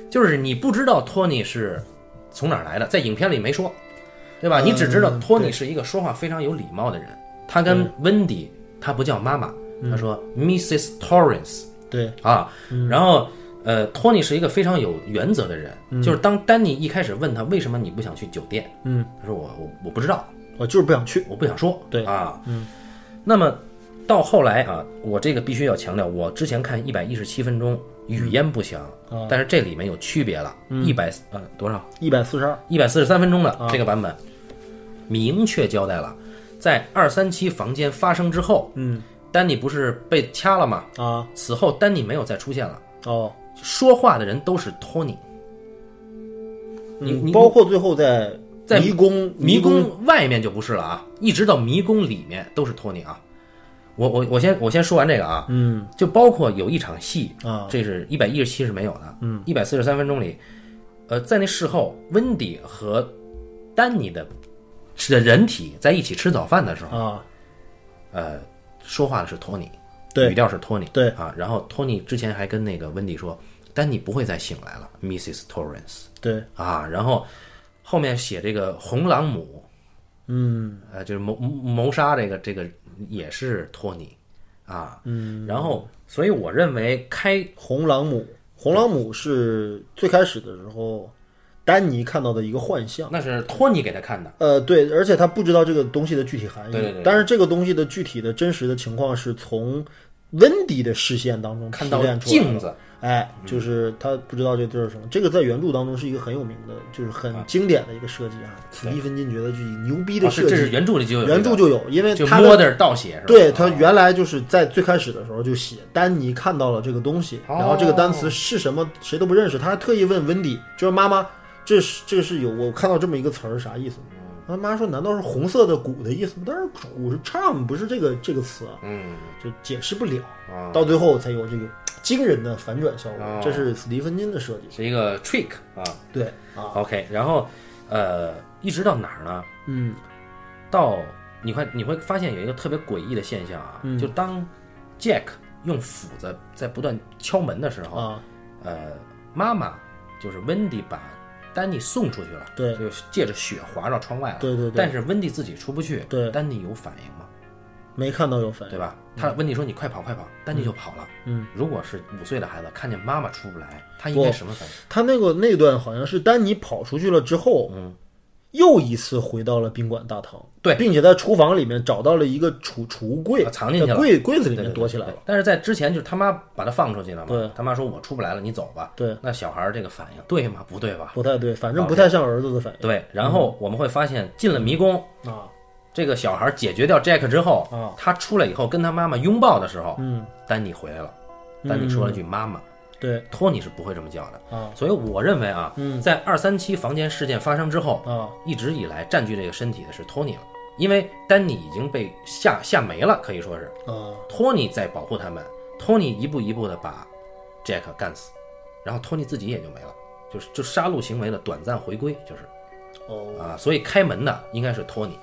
[SPEAKER 2] 就是你不知道托尼是从哪儿来的，在影片里没说，对吧？你只知道托尼是一个说话非常有礼貌的人。他跟温迪，他不叫妈妈，他说 Mrs. Torrance。
[SPEAKER 1] 对，
[SPEAKER 2] 啊，然后呃，托尼是一个非常有原则的人，就是当丹尼一开始问他为什么你不想去酒店，
[SPEAKER 1] 嗯，
[SPEAKER 2] 他说我我我不知道，
[SPEAKER 1] 我就是不想去。
[SPEAKER 2] 我不想说，
[SPEAKER 1] 对
[SPEAKER 2] 啊，嗯，那么到后来啊，我这个必须要强调，我之前看一百一十七分钟语焉不详，
[SPEAKER 1] 嗯啊
[SPEAKER 2] 但是这里面有区别了，一百呃多少
[SPEAKER 1] 一百四十二，
[SPEAKER 2] 一百四十三分钟的
[SPEAKER 1] 啊
[SPEAKER 2] 这个版本，明确交代了，在二三七房间发生之后，
[SPEAKER 1] 嗯
[SPEAKER 2] 丹尼不是被掐了吗？
[SPEAKER 1] 啊，
[SPEAKER 2] 此后丹尼没有再出现了。
[SPEAKER 1] 哦，
[SPEAKER 2] 说话的人都是托尼，你
[SPEAKER 1] 嗯
[SPEAKER 2] 你
[SPEAKER 1] 包括最后在
[SPEAKER 2] 在
[SPEAKER 1] 迷宫
[SPEAKER 2] 迷
[SPEAKER 1] 宫
[SPEAKER 2] 宫外面就不是了啊，一直到迷宫里面都是托尼啊。我我我先我先说完这个啊，
[SPEAKER 1] 嗯
[SPEAKER 2] 就包括有一场戏，
[SPEAKER 1] 啊
[SPEAKER 2] 这是一百一十七是没有的，嗯，一百四十三分钟里，呃，在那事后，温迪和丹尼的的人体在一起吃早饭的时候，
[SPEAKER 1] 啊，
[SPEAKER 2] 呃，说话的是托尼，
[SPEAKER 1] 对
[SPEAKER 2] 语调是托尼，
[SPEAKER 1] 对
[SPEAKER 2] 啊，然后托尼之前还跟那个温迪说，丹尼不会再醒来了，Mrs. Torrance。
[SPEAKER 1] 对，
[SPEAKER 2] 啊，然后后面写这个红朗姆，嗯，呃，就是谋谋杀这个这个也是托尼啊，嗯，然后所以我认为开
[SPEAKER 1] 红朗姆，红朗姆是最开始的时候，丹尼看到的一个幻象。
[SPEAKER 2] 那是托尼给他看的，
[SPEAKER 1] 呃，对，而且他不知道这个东西的具体含义。
[SPEAKER 2] 对对对
[SPEAKER 1] 但是这个东西的具体的真实的情况是从温迪的视线当中
[SPEAKER 2] 看
[SPEAKER 1] 提
[SPEAKER 2] 到
[SPEAKER 1] 炼出来的
[SPEAKER 2] 镜子，
[SPEAKER 1] 哎，就是他不知道这地儿是什么。这个在原著当中是一个很有名的，就是很经典的一个设计啊。斯蒂芬金觉得就是牛逼的
[SPEAKER 2] 啊
[SPEAKER 1] 设
[SPEAKER 2] 是这是
[SPEAKER 1] 计，
[SPEAKER 2] 原著里就有
[SPEAKER 1] 原著就
[SPEAKER 2] 就
[SPEAKER 1] 有，因为
[SPEAKER 2] 就
[SPEAKER 1] 他
[SPEAKER 2] 摸
[SPEAKER 1] 的
[SPEAKER 2] 着倒写是吧？
[SPEAKER 1] 对他
[SPEAKER 2] 啊
[SPEAKER 1] 原来就是在最开始的时候就写丹尼看到了这个东西，
[SPEAKER 2] 哦
[SPEAKER 1] 然后这个单词是什么谁都不认识，他还特意问温迪，就是妈妈，这是这是有我看到这么一个词儿是啥意思？
[SPEAKER 2] 嗯
[SPEAKER 1] 他妈说难道是红色的鼓的意思吗？但是鼓是唱，不是这个这个词啊，
[SPEAKER 2] 嗯
[SPEAKER 1] 就解释不了。
[SPEAKER 2] 啊，
[SPEAKER 1] 到最后才有这个惊人的反转效果
[SPEAKER 2] 哦，
[SPEAKER 1] 这是斯蒂芬金的设计。
[SPEAKER 2] 是一个 trick 啊
[SPEAKER 1] 对啊，
[SPEAKER 2] ，OK，然后呃，一直到哪儿呢？
[SPEAKER 1] 嗯
[SPEAKER 2] 到你会你会发现有一个特别诡异的现象
[SPEAKER 1] 嗯
[SPEAKER 2] 啊，就当 Jack 用斧子在不断敲门的时候，
[SPEAKER 1] 啊，
[SPEAKER 2] 呃，妈妈就是温迪把丹尼送出去了，
[SPEAKER 1] 对
[SPEAKER 2] 就借着雪滑到窗外了。
[SPEAKER 1] 对对对
[SPEAKER 2] 但是温迪自己出不去，
[SPEAKER 1] 对
[SPEAKER 2] 丹尼有反应吗？
[SPEAKER 1] 没看到有反应
[SPEAKER 2] 对。吧？他温迪说你快跑快跑，丹尼就跑了。
[SPEAKER 1] 嗯，
[SPEAKER 2] 如果是五岁的孩子看见妈妈出不来，他应
[SPEAKER 1] 不
[SPEAKER 2] 该什么反应？
[SPEAKER 1] 他那个那段好像是丹尼跑出去了之后，嗯，又一次回到了宾馆大堂，
[SPEAKER 2] 对
[SPEAKER 1] 并且在厨房里面找到了一个储储物柜
[SPEAKER 2] 啊，藏进去了
[SPEAKER 1] 在柜柜子里
[SPEAKER 2] 对
[SPEAKER 1] 面
[SPEAKER 2] 对
[SPEAKER 1] 躲起来
[SPEAKER 2] 对
[SPEAKER 1] 了。
[SPEAKER 2] 但是在之前就是他妈把他放出去了
[SPEAKER 1] 对
[SPEAKER 2] 嘛，他妈说我出不来了，你走吧。
[SPEAKER 1] 对，
[SPEAKER 2] 那小孩儿这个反应对吗？不对吧？
[SPEAKER 1] 不太对，反正不太像儿子的反应
[SPEAKER 2] 对，然
[SPEAKER 1] 嗯
[SPEAKER 2] 后我们会发现进了迷宫，
[SPEAKER 1] 啊。
[SPEAKER 2] 这个小孩解决掉 Jack 之后，
[SPEAKER 1] 啊
[SPEAKER 2] 他出来以后跟他妈妈拥抱的时候，
[SPEAKER 1] 嗯，
[SPEAKER 2] 丹尼回来了，丹尼说了句“妈妈”，
[SPEAKER 1] 对
[SPEAKER 2] 托尼是不会这么叫的。
[SPEAKER 1] 啊嗯
[SPEAKER 2] 所以我认为啊，在二三七房间事件发生之后，
[SPEAKER 1] 啊，
[SPEAKER 2] 一直以来占据这个身体的是托尼了，因为丹尼已经被吓吓没了，可以说是
[SPEAKER 1] 啊
[SPEAKER 2] 托尼在保护他们，托尼一步一步的把 Jack 干死，然后托尼自己也就没了，就是就杀戮行为的短暂回归，就是。
[SPEAKER 1] 哦，
[SPEAKER 2] 啊，所以开门的应该是托尼。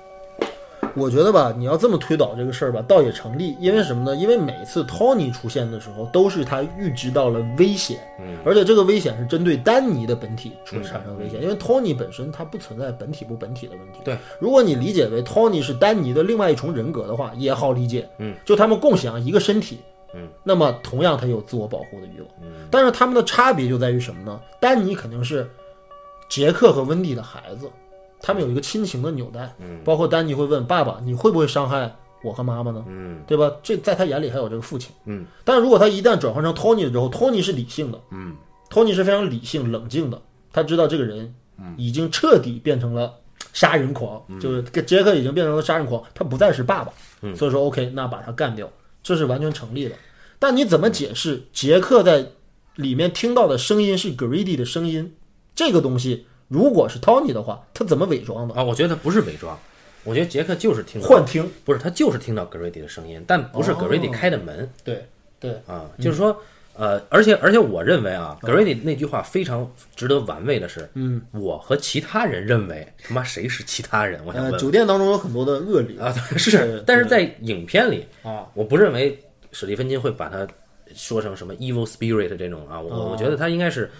[SPEAKER 1] 我觉得吧，你要这么推导这个事儿吧，倒也成立。因为什么呢？因为每次 Tony 出现的时候，都是他预知到了危险，
[SPEAKER 2] 嗯
[SPEAKER 1] 而且这个危险是针对丹尼的本体出产生危险。因为 Tony 本身它不存在本体不本体的问题。
[SPEAKER 2] 嗯对，
[SPEAKER 1] 如果你理解为 Tony 是丹尼的另外一重人格的话，也好理解。
[SPEAKER 2] 嗯，
[SPEAKER 1] 就他们共享一个身体。
[SPEAKER 2] 嗯，
[SPEAKER 1] 那么同样他有自我保护的欲望。嗯，但是他们的差别就在于什么呢？丹尼肯定是杰克和温蒂的孩子，他们有一个亲情的纽带。
[SPEAKER 2] 嗯
[SPEAKER 1] 包括丹尼会问爸爸：“你会不会伤害我和妈妈呢？”
[SPEAKER 2] 嗯
[SPEAKER 1] 对吧？这在他眼里还有这个父亲。
[SPEAKER 2] 嗯，
[SPEAKER 1] 但如果他一旦转换成 Tony 之后，Tony 是理性的，
[SPEAKER 2] 嗯
[SPEAKER 1] ，Tony 是非常理性冷静的，他知道这个人
[SPEAKER 2] 嗯
[SPEAKER 1] 已经彻底变成了杀人狂，就是跟杰克已经变成了杀人狂，他不再是爸爸，
[SPEAKER 2] 嗯
[SPEAKER 1] 所以说 OK，那把他干掉，这是完全成立的。但你怎么解释杰克在里面听到的声音是 Grady 的声音？这个东西如果是 Tony 的话，他怎么伪装的？
[SPEAKER 2] 啊，我觉得他不是伪装，我觉得杰克就是听到
[SPEAKER 1] 幻听，
[SPEAKER 2] 不是他就是听到格瑞迪的声音，但不是格瑞迪开的门、
[SPEAKER 1] 对对，
[SPEAKER 2] 啊，就是说。呃，而且而且，我认为啊，格瑞迪那句话非常值得玩味的是，嗯，我和其他人认为，他妈谁是其他人？我想
[SPEAKER 1] 呃，
[SPEAKER 2] 问问
[SPEAKER 1] 酒店当中有很多的恶劣
[SPEAKER 2] 啊， 是，但是在影片里，
[SPEAKER 1] 啊，
[SPEAKER 2] 我不认为史蒂芬金会把它说成什么 evil spirit 这种啊，我、我觉得他应该是，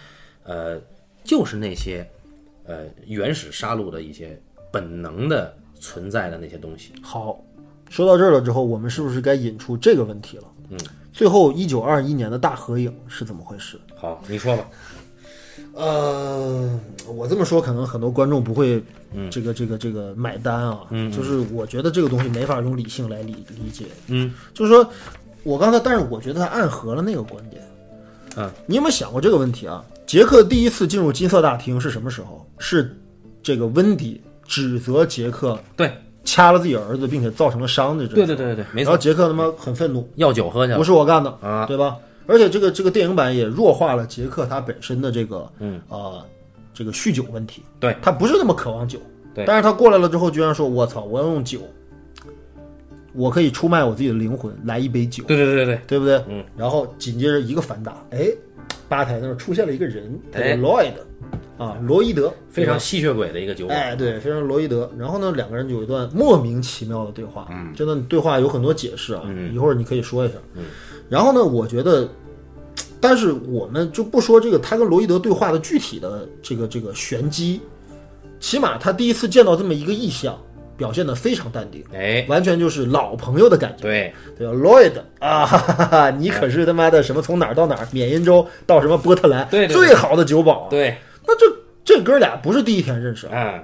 [SPEAKER 2] 呃，就是那些呃原始杀戮的一些本能的存在的那些东西。
[SPEAKER 1] 好，说到这儿了之后，我们是不是该引出这个问题了？嗯，最后一九二一年的大合影是怎么回事？
[SPEAKER 2] 好，你说吧。
[SPEAKER 1] 呃，我这么说可能很多观众不会
[SPEAKER 2] 嗯
[SPEAKER 1] 这个这个这个买单啊，就是我觉得这个东西没法用理性来理理解，
[SPEAKER 2] 嗯，
[SPEAKER 1] 就是说我刚才，但是我觉得它暗合了那个观点。
[SPEAKER 2] 嗯，
[SPEAKER 1] 你有没有想过这个问题啊？杰克第一次进入金色大厅是什么时候？是这个温迪指责杰克
[SPEAKER 2] 对，
[SPEAKER 1] 掐了自己儿子，并且造成了伤的这
[SPEAKER 2] 对对对对对，没
[SPEAKER 1] 然后
[SPEAKER 2] 错，
[SPEAKER 1] 杰克他妈很愤怒，
[SPEAKER 2] 药酒喝去
[SPEAKER 1] 不
[SPEAKER 2] 了。
[SPEAKER 1] 是我干的
[SPEAKER 2] 啊
[SPEAKER 1] 对吧？而且这个这个电影版也弱化了杰克他本身的这个嗯呃这个酗酒问题，
[SPEAKER 2] 对
[SPEAKER 1] 他不是那么渴望酒，
[SPEAKER 2] 对
[SPEAKER 1] 但是他过来了之后，居然说我操，我要用酒，我可以出卖我自己的灵魂来一杯酒，
[SPEAKER 2] 对对对对对，
[SPEAKER 1] 对不对？
[SPEAKER 2] 嗯。
[SPEAKER 1] 然后紧接着一个反打，哎，吧台那儿出现了一个人，叫做
[SPEAKER 2] 哎
[SPEAKER 1] Lloyd，啊，罗伊德，
[SPEAKER 2] 非常吸血鬼的一个酒馆。
[SPEAKER 1] 哎，对，非常罗伊德。然后呢，两个人有一段莫名其妙的对话，
[SPEAKER 2] 嗯
[SPEAKER 1] 真的对话有很多解释啊，一会儿你可以说一下。然后呢，我觉得，但是我们就不说这个他跟罗伊德对话的具体的这个这个玄机，起码他第一次见到这么一个意象，表现得非常淡定，
[SPEAKER 2] 哎，
[SPEAKER 1] 完全就是老朋友的感觉。
[SPEAKER 2] 对，
[SPEAKER 1] 对吧？Lloyd 啊，哈哈哈，你可是他妈的什么从哪儿到哪儿，缅因州到什么波特兰，
[SPEAKER 2] 对对对
[SPEAKER 1] 最好的酒保啊。
[SPEAKER 2] 对，
[SPEAKER 1] 那这这哥俩不是第一天认识啊。
[SPEAKER 2] 啊，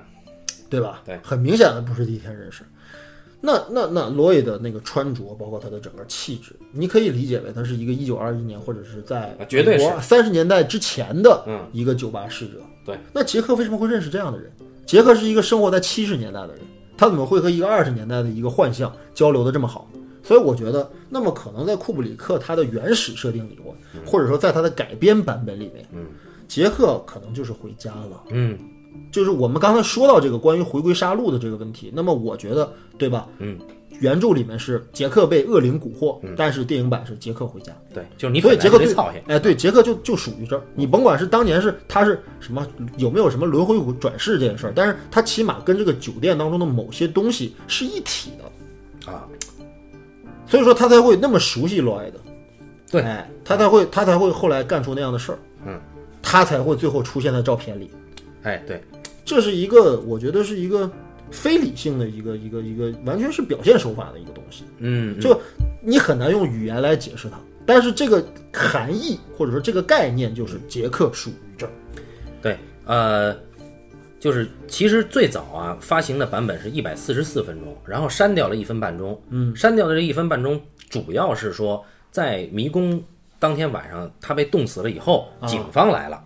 [SPEAKER 1] 对吧？
[SPEAKER 2] 对
[SPEAKER 1] 很明显的不是第一天认识。那那那罗伊的那个穿着，包括他的整个气质，你可以理解为他是一个一九二一年或者是在
[SPEAKER 2] 啊绝对是
[SPEAKER 1] 三十年代之前的
[SPEAKER 2] 嗯
[SPEAKER 1] 一个酒吧侍者。
[SPEAKER 2] 对，
[SPEAKER 1] 那杰克为什么会认识这样的人？杰克是一个生活在七十年代的人，他怎么会和一个二十年代的一个幻象交流的这么好？所以我觉得，那么可能在库布里克他的原始设定里面，或者说在他的改编版本里面，
[SPEAKER 2] 嗯，
[SPEAKER 1] 杰克可能就是回家了。
[SPEAKER 2] 嗯，
[SPEAKER 1] 就是我们刚才说到这个关于回归杀戮的这个问题，那么我觉得，对吧？
[SPEAKER 2] 嗯，
[SPEAKER 1] 原著里面是杰克被恶灵蛊惑，但是电影版是杰克回家，
[SPEAKER 2] 对，就是你
[SPEAKER 1] 所以
[SPEAKER 2] 本来
[SPEAKER 1] 杰克
[SPEAKER 2] 就
[SPEAKER 1] 对
[SPEAKER 2] 得操心。
[SPEAKER 1] 哎，对，杰克就就属于这儿。你甭管是当年是他是什么，有没有什么轮回转世这件事儿，但是他起码跟这个酒店当中的某些东西是一体的，
[SPEAKER 2] 啊，
[SPEAKER 1] 所以说他才会那么熟悉罗埃德，
[SPEAKER 2] 对
[SPEAKER 1] 哎，他才会他才会后来干出那样的事儿，
[SPEAKER 2] 嗯，
[SPEAKER 1] 他才会最后出现在照片里，
[SPEAKER 2] 哎，对，
[SPEAKER 1] 这是一个我觉得是一个非理性的一个一个一个，完全是表现手法的一个东西，
[SPEAKER 2] 嗯，
[SPEAKER 1] 就你很难用语言来解释它。但是这个含义或者说这个概念就是杰克属于这儿，
[SPEAKER 2] 对，呃，就是其实最早啊发行的版本是一百四十四分钟，然后删掉了一分半钟。嗯，删掉的这一分半钟主要是说在迷宫当天晚上他被冻死了以后，警方来了，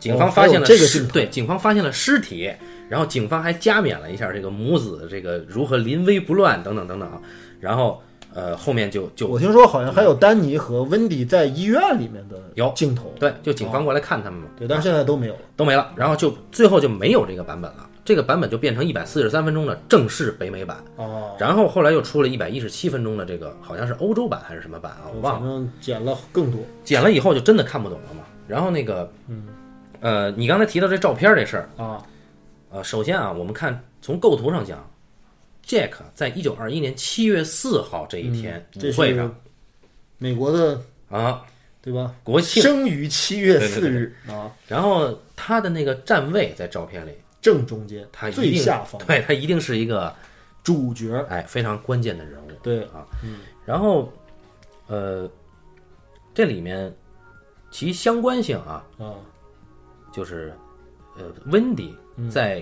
[SPEAKER 2] 警方发现了
[SPEAKER 1] 啊哦还有这个
[SPEAKER 2] 尸
[SPEAKER 1] 镜头
[SPEAKER 2] 对，警方发现了尸体。然后警方还加冕了一下这个母子这个如何临危不乱等等等等啊，然后呃后面就就
[SPEAKER 1] 我听说好像还有丹尼和温迪在医院里面的
[SPEAKER 2] 有
[SPEAKER 1] 镜头，
[SPEAKER 2] 对就警方过来看他们嘛，
[SPEAKER 1] 对，但是现在都没有了。
[SPEAKER 2] 都没了，然后就最后就没有这个版本了，这个版本就变成一百四十三分钟的正式北美版，
[SPEAKER 1] 哦，
[SPEAKER 2] 然后后来又出了一百一十七分钟的这个好像是欧洲版还是什么版啊，我忘
[SPEAKER 1] 反
[SPEAKER 2] 了，
[SPEAKER 1] 正减了更多。
[SPEAKER 2] 剪了以后就真的看不懂了嘛。然后那个，嗯，呃，你刚才提到这照片这事儿，
[SPEAKER 1] 嗯啊，
[SPEAKER 2] 呃，首先啊，我们看从构图上讲，Jack 在一九二一年七月四号这一天
[SPEAKER 1] 嗯这
[SPEAKER 2] 舞会
[SPEAKER 1] 是
[SPEAKER 2] 上
[SPEAKER 1] 美国的
[SPEAKER 2] 啊，
[SPEAKER 1] 对吧？
[SPEAKER 2] 国庆，
[SPEAKER 1] 生于七月四日啊，
[SPEAKER 2] 然后他的那个站位在照片里，
[SPEAKER 1] 正中间
[SPEAKER 2] 他，一
[SPEAKER 1] 最
[SPEAKER 2] 定
[SPEAKER 1] 下方，
[SPEAKER 2] 对他一定是一个
[SPEAKER 1] 主角。
[SPEAKER 2] 哎非常关键的人物。
[SPEAKER 1] 对，
[SPEAKER 2] 然后，呃，这里面其相关性啊，
[SPEAKER 1] 啊，
[SPEAKER 2] 就是呃温迪
[SPEAKER 1] 嗯
[SPEAKER 2] 在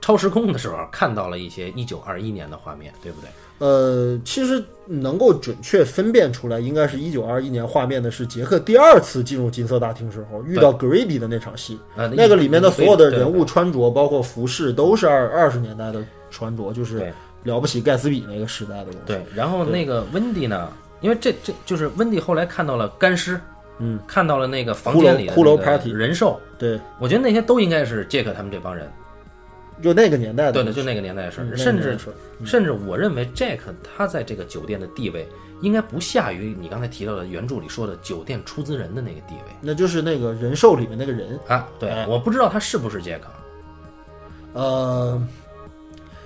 [SPEAKER 2] 超时空的时候看到了一些一九二一年的画面，对不对？
[SPEAKER 1] 呃，其实能够准确分辨出来，应该是一九二一年画面的是杰克第二次进入金色大厅时候遇到 Grady 的那场戏。
[SPEAKER 2] 呃，
[SPEAKER 1] 那个里面的所有的人物
[SPEAKER 2] 对，
[SPEAKER 1] 穿着，包括服饰，都是二二十年代的穿着，就是
[SPEAKER 2] 对
[SPEAKER 1] 了不起盖茨比那个时代的东西。
[SPEAKER 2] 对，对然后那个温迪呢，因为这这就是温迪后来看到了干尸，嗯，看到了那个房间里的
[SPEAKER 1] 骷髅骷髅
[SPEAKER 2] 那个
[SPEAKER 1] party
[SPEAKER 2] 人兽，
[SPEAKER 1] 对，
[SPEAKER 2] 我觉得那些都应该是杰克他们这帮人，
[SPEAKER 1] 就那个年代的
[SPEAKER 2] 对
[SPEAKER 1] 东
[SPEAKER 2] 的，
[SPEAKER 1] 西，
[SPEAKER 2] 就那个年代的事
[SPEAKER 1] 嗯那
[SPEAKER 2] 儿，
[SPEAKER 1] 个
[SPEAKER 2] 甚
[SPEAKER 1] 年代
[SPEAKER 2] 至
[SPEAKER 1] 的事儿
[SPEAKER 2] 甚至我认为 Jack 他在这个酒店的地位，应该不下于你刚才提到的原著里说的酒店出资人的那个地位
[SPEAKER 1] 那就是那个人兽里面那个人，
[SPEAKER 2] 啊。对，
[SPEAKER 1] 哎
[SPEAKER 2] 我不知道他是不是 Jack，啊
[SPEAKER 1] 呃，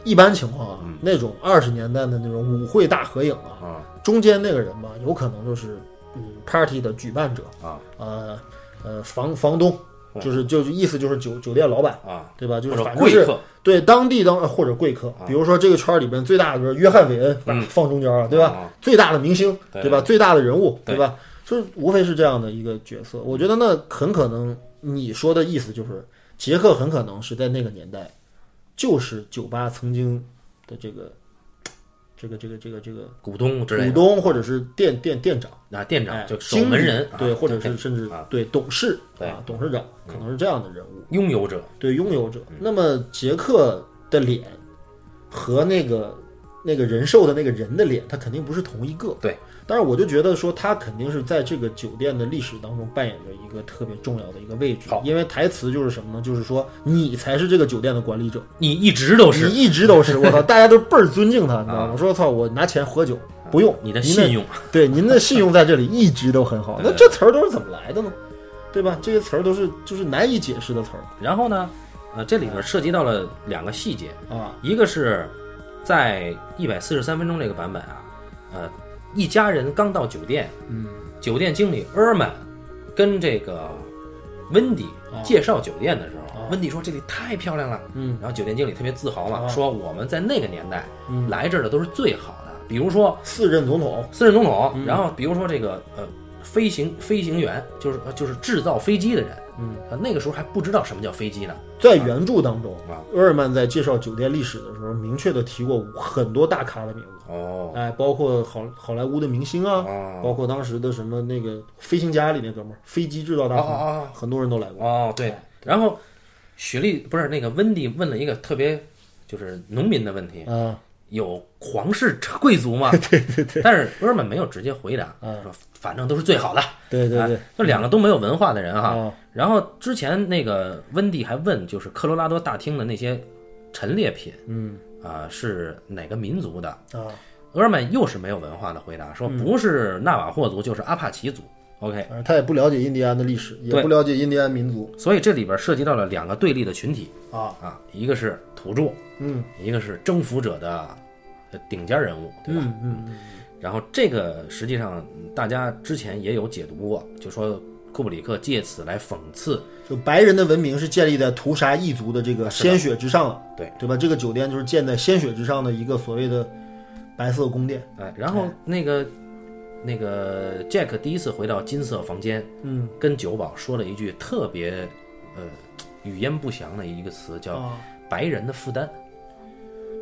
[SPEAKER 1] 一般情况啊，
[SPEAKER 2] 嗯
[SPEAKER 1] 那种二十年代的那种舞会大合影啊，
[SPEAKER 2] 啊
[SPEAKER 1] 中间那个人吧，有可能就是嗯 party 的举办者，
[SPEAKER 2] 啊
[SPEAKER 1] 呃呃房房东，就是就是意思就是酒酒店老板，
[SPEAKER 2] 啊，
[SPEAKER 1] 对吧？就
[SPEAKER 2] 或
[SPEAKER 1] 是
[SPEAKER 2] 者
[SPEAKER 1] 反正
[SPEAKER 2] 贵
[SPEAKER 1] 是
[SPEAKER 2] 客啊
[SPEAKER 1] 对当地当或者贵客，比如说这个圈里边最大的就是约翰韦恩，把放中间了，对吧？
[SPEAKER 2] 嗯啊
[SPEAKER 1] 最大的明星，
[SPEAKER 2] 对
[SPEAKER 1] 对吧？最大的人物，
[SPEAKER 2] 对
[SPEAKER 1] 对吧？就是无非是这样的一个角色。我觉得那很可能你说的意思就是，杰克很可能是在那个年代，就是酒吧曾经的这个这个这个这个这个
[SPEAKER 2] 股东之类
[SPEAKER 1] 股
[SPEAKER 2] 的
[SPEAKER 1] 东或者是店店店长。
[SPEAKER 2] 啊，店
[SPEAKER 1] 哎
[SPEAKER 2] 长就守
[SPEAKER 1] 经
[SPEAKER 2] 门
[SPEAKER 1] 理
[SPEAKER 2] 人，啊
[SPEAKER 1] 对，或者
[SPEAKER 2] 对
[SPEAKER 1] 是甚至
[SPEAKER 2] 啊
[SPEAKER 1] 对董事
[SPEAKER 2] 对嗯
[SPEAKER 1] 啊，董事长可能是这样的人物。
[SPEAKER 2] 拥有者
[SPEAKER 1] 对拥有
[SPEAKER 2] 嗯
[SPEAKER 1] 者。那么杰克的脸和那个那个人兽的那个人的脸，他肯定不是同一个。
[SPEAKER 2] 对，
[SPEAKER 1] 但是我就觉得说他肯定是在这个酒店的历史当中扮演着一个特别重要的一个位置
[SPEAKER 2] 好，
[SPEAKER 1] 因为台词就是什么呢？就是说你才是这个酒店的管理者，
[SPEAKER 2] 你一直都
[SPEAKER 1] 你
[SPEAKER 2] 是啊
[SPEAKER 1] 一直都是我操，大家都倍儿尊敬他，你知道吗？我说操，我拿钱喝酒不用
[SPEAKER 2] 你的
[SPEAKER 1] 您的
[SPEAKER 2] 信用，
[SPEAKER 1] 对，您的信用在这里一直都很好。那这词儿都是怎么来的呢？对吧？这些词儿都是就是难以解释的词儿
[SPEAKER 2] 然后呢，呃，这里面涉及到了两个细节，
[SPEAKER 1] 啊。
[SPEAKER 2] 一个是在一百四十三分钟这个版本啊，呃，一家人刚到酒店，
[SPEAKER 1] 嗯，
[SPEAKER 2] 酒店经理 Erman 跟这个温迪
[SPEAKER 1] 啊
[SPEAKER 2] 介绍酒店的时候，
[SPEAKER 1] 啊
[SPEAKER 2] 温迪说这里太漂亮了，
[SPEAKER 1] 嗯，
[SPEAKER 2] 然后酒店经理特别自豪嘛，
[SPEAKER 1] 啊
[SPEAKER 2] 说我们在那个年代、
[SPEAKER 1] 嗯
[SPEAKER 2] 来这儿的都是最好的，比如说
[SPEAKER 1] 四任总统，
[SPEAKER 2] 私人总统，
[SPEAKER 1] 嗯
[SPEAKER 2] 然后比如说这个呃。飞行飞行员就是呃就是制造飞机的人，
[SPEAKER 1] 嗯
[SPEAKER 2] 啊，那个时候还不知道什么叫飞机呢，
[SPEAKER 1] 在原著当中
[SPEAKER 2] 啊，
[SPEAKER 1] 厄尔曼在介绍酒店历史的时候，明确的提过很多大咖的名字，
[SPEAKER 2] 哦，
[SPEAKER 1] 哎，包括好好莱坞的明星啊，
[SPEAKER 2] 哦
[SPEAKER 1] 包括当时的什么那个飞行家里那哥们儿，飞机制造大
[SPEAKER 2] 哦哦
[SPEAKER 1] 亨，
[SPEAKER 2] 哦，
[SPEAKER 1] 很多人都来过。
[SPEAKER 2] 哦，对。然后雪莉不是那个温蒂问了一个特别就是农民的问题，
[SPEAKER 1] 啊，
[SPEAKER 2] 有皇室贵族吗？ 对对对。嗯但是厄尔曼没有直接回答，说反正都是最好的。
[SPEAKER 1] 对对
[SPEAKER 2] 啊
[SPEAKER 1] 对，
[SPEAKER 2] 就两个都没有文化的人哈。
[SPEAKER 1] 哎啊
[SPEAKER 2] 然后之前那个温蒂还问，就是科罗拉多大厅的那些陈列品，嗯啊、是哪个民族的？
[SPEAKER 1] 啊，
[SPEAKER 2] 厄尔曼又是没有文化的回答，说不是纳瓦霍族就是阿帕奇族。OK，
[SPEAKER 1] 反正啊他也不了解印第安的历史，也
[SPEAKER 2] 对
[SPEAKER 1] 不了解印第安民族
[SPEAKER 2] 所以这里边涉及到了两个对立的群体，
[SPEAKER 1] 啊，
[SPEAKER 2] 啊，一个是土著，
[SPEAKER 1] 嗯，
[SPEAKER 2] 一个是征服者的呃顶尖人物，对吧？
[SPEAKER 1] 嗯嗯
[SPEAKER 2] 然后这个实际上嗯大家之前也有解读过，就说库布里克借此来讽刺，
[SPEAKER 1] 嗯，就白人的文明是建立在屠杀异族的这个鲜血之上的，
[SPEAKER 2] 对
[SPEAKER 1] 对吧？这个酒店就是建在鲜血之上的一个所谓的白色宫殿，
[SPEAKER 2] 哎，然后那个那个 Jack 第一次回到金色房间，
[SPEAKER 1] 嗯，
[SPEAKER 2] 跟酒保说了一句特别呃语焉不详的一个词，叫
[SPEAKER 1] 啊，
[SPEAKER 2] “白人的负担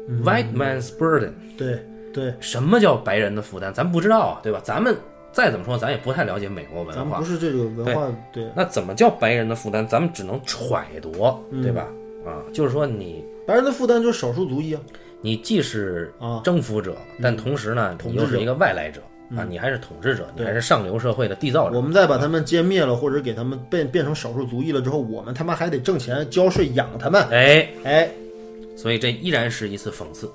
[SPEAKER 1] 嗯
[SPEAKER 2] ”（White man's burden）。
[SPEAKER 1] 对对，
[SPEAKER 2] 什么叫白人的负担？咱不知道啊，对吧？咱们再怎么说，咱也不太了解美国文
[SPEAKER 1] 咱
[SPEAKER 2] 化
[SPEAKER 1] 们不，是这个文化，对
[SPEAKER 2] 那怎么叫白人的负担？咱们只能揣度，
[SPEAKER 1] 嗯
[SPEAKER 2] 对吧？啊，就是说你
[SPEAKER 1] 白人的负担就是少数族裔啊，
[SPEAKER 2] 你既是
[SPEAKER 1] 啊
[SPEAKER 2] 征服者，但同时呢，
[SPEAKER 1] 统
[SPEAKER 2] 你
[SPEAKER 1] 治嗯
[SPEAKER 2] 又是一个外来者啊，你还是统治者，你还是上流社会的缔造
[SPEAKER 1] 我
[SPEAKER 2] 者。
[SPEAKER 1] 们再把他们歼灭了，或者给他们变变成少数族裔了之后，我们他妈还得挣钱交税养他们。
[SPEAKER 2] 哎，
[SPEAKER 1] 哎，
[SPEAKER 2] 所以这依然是一次讽刺。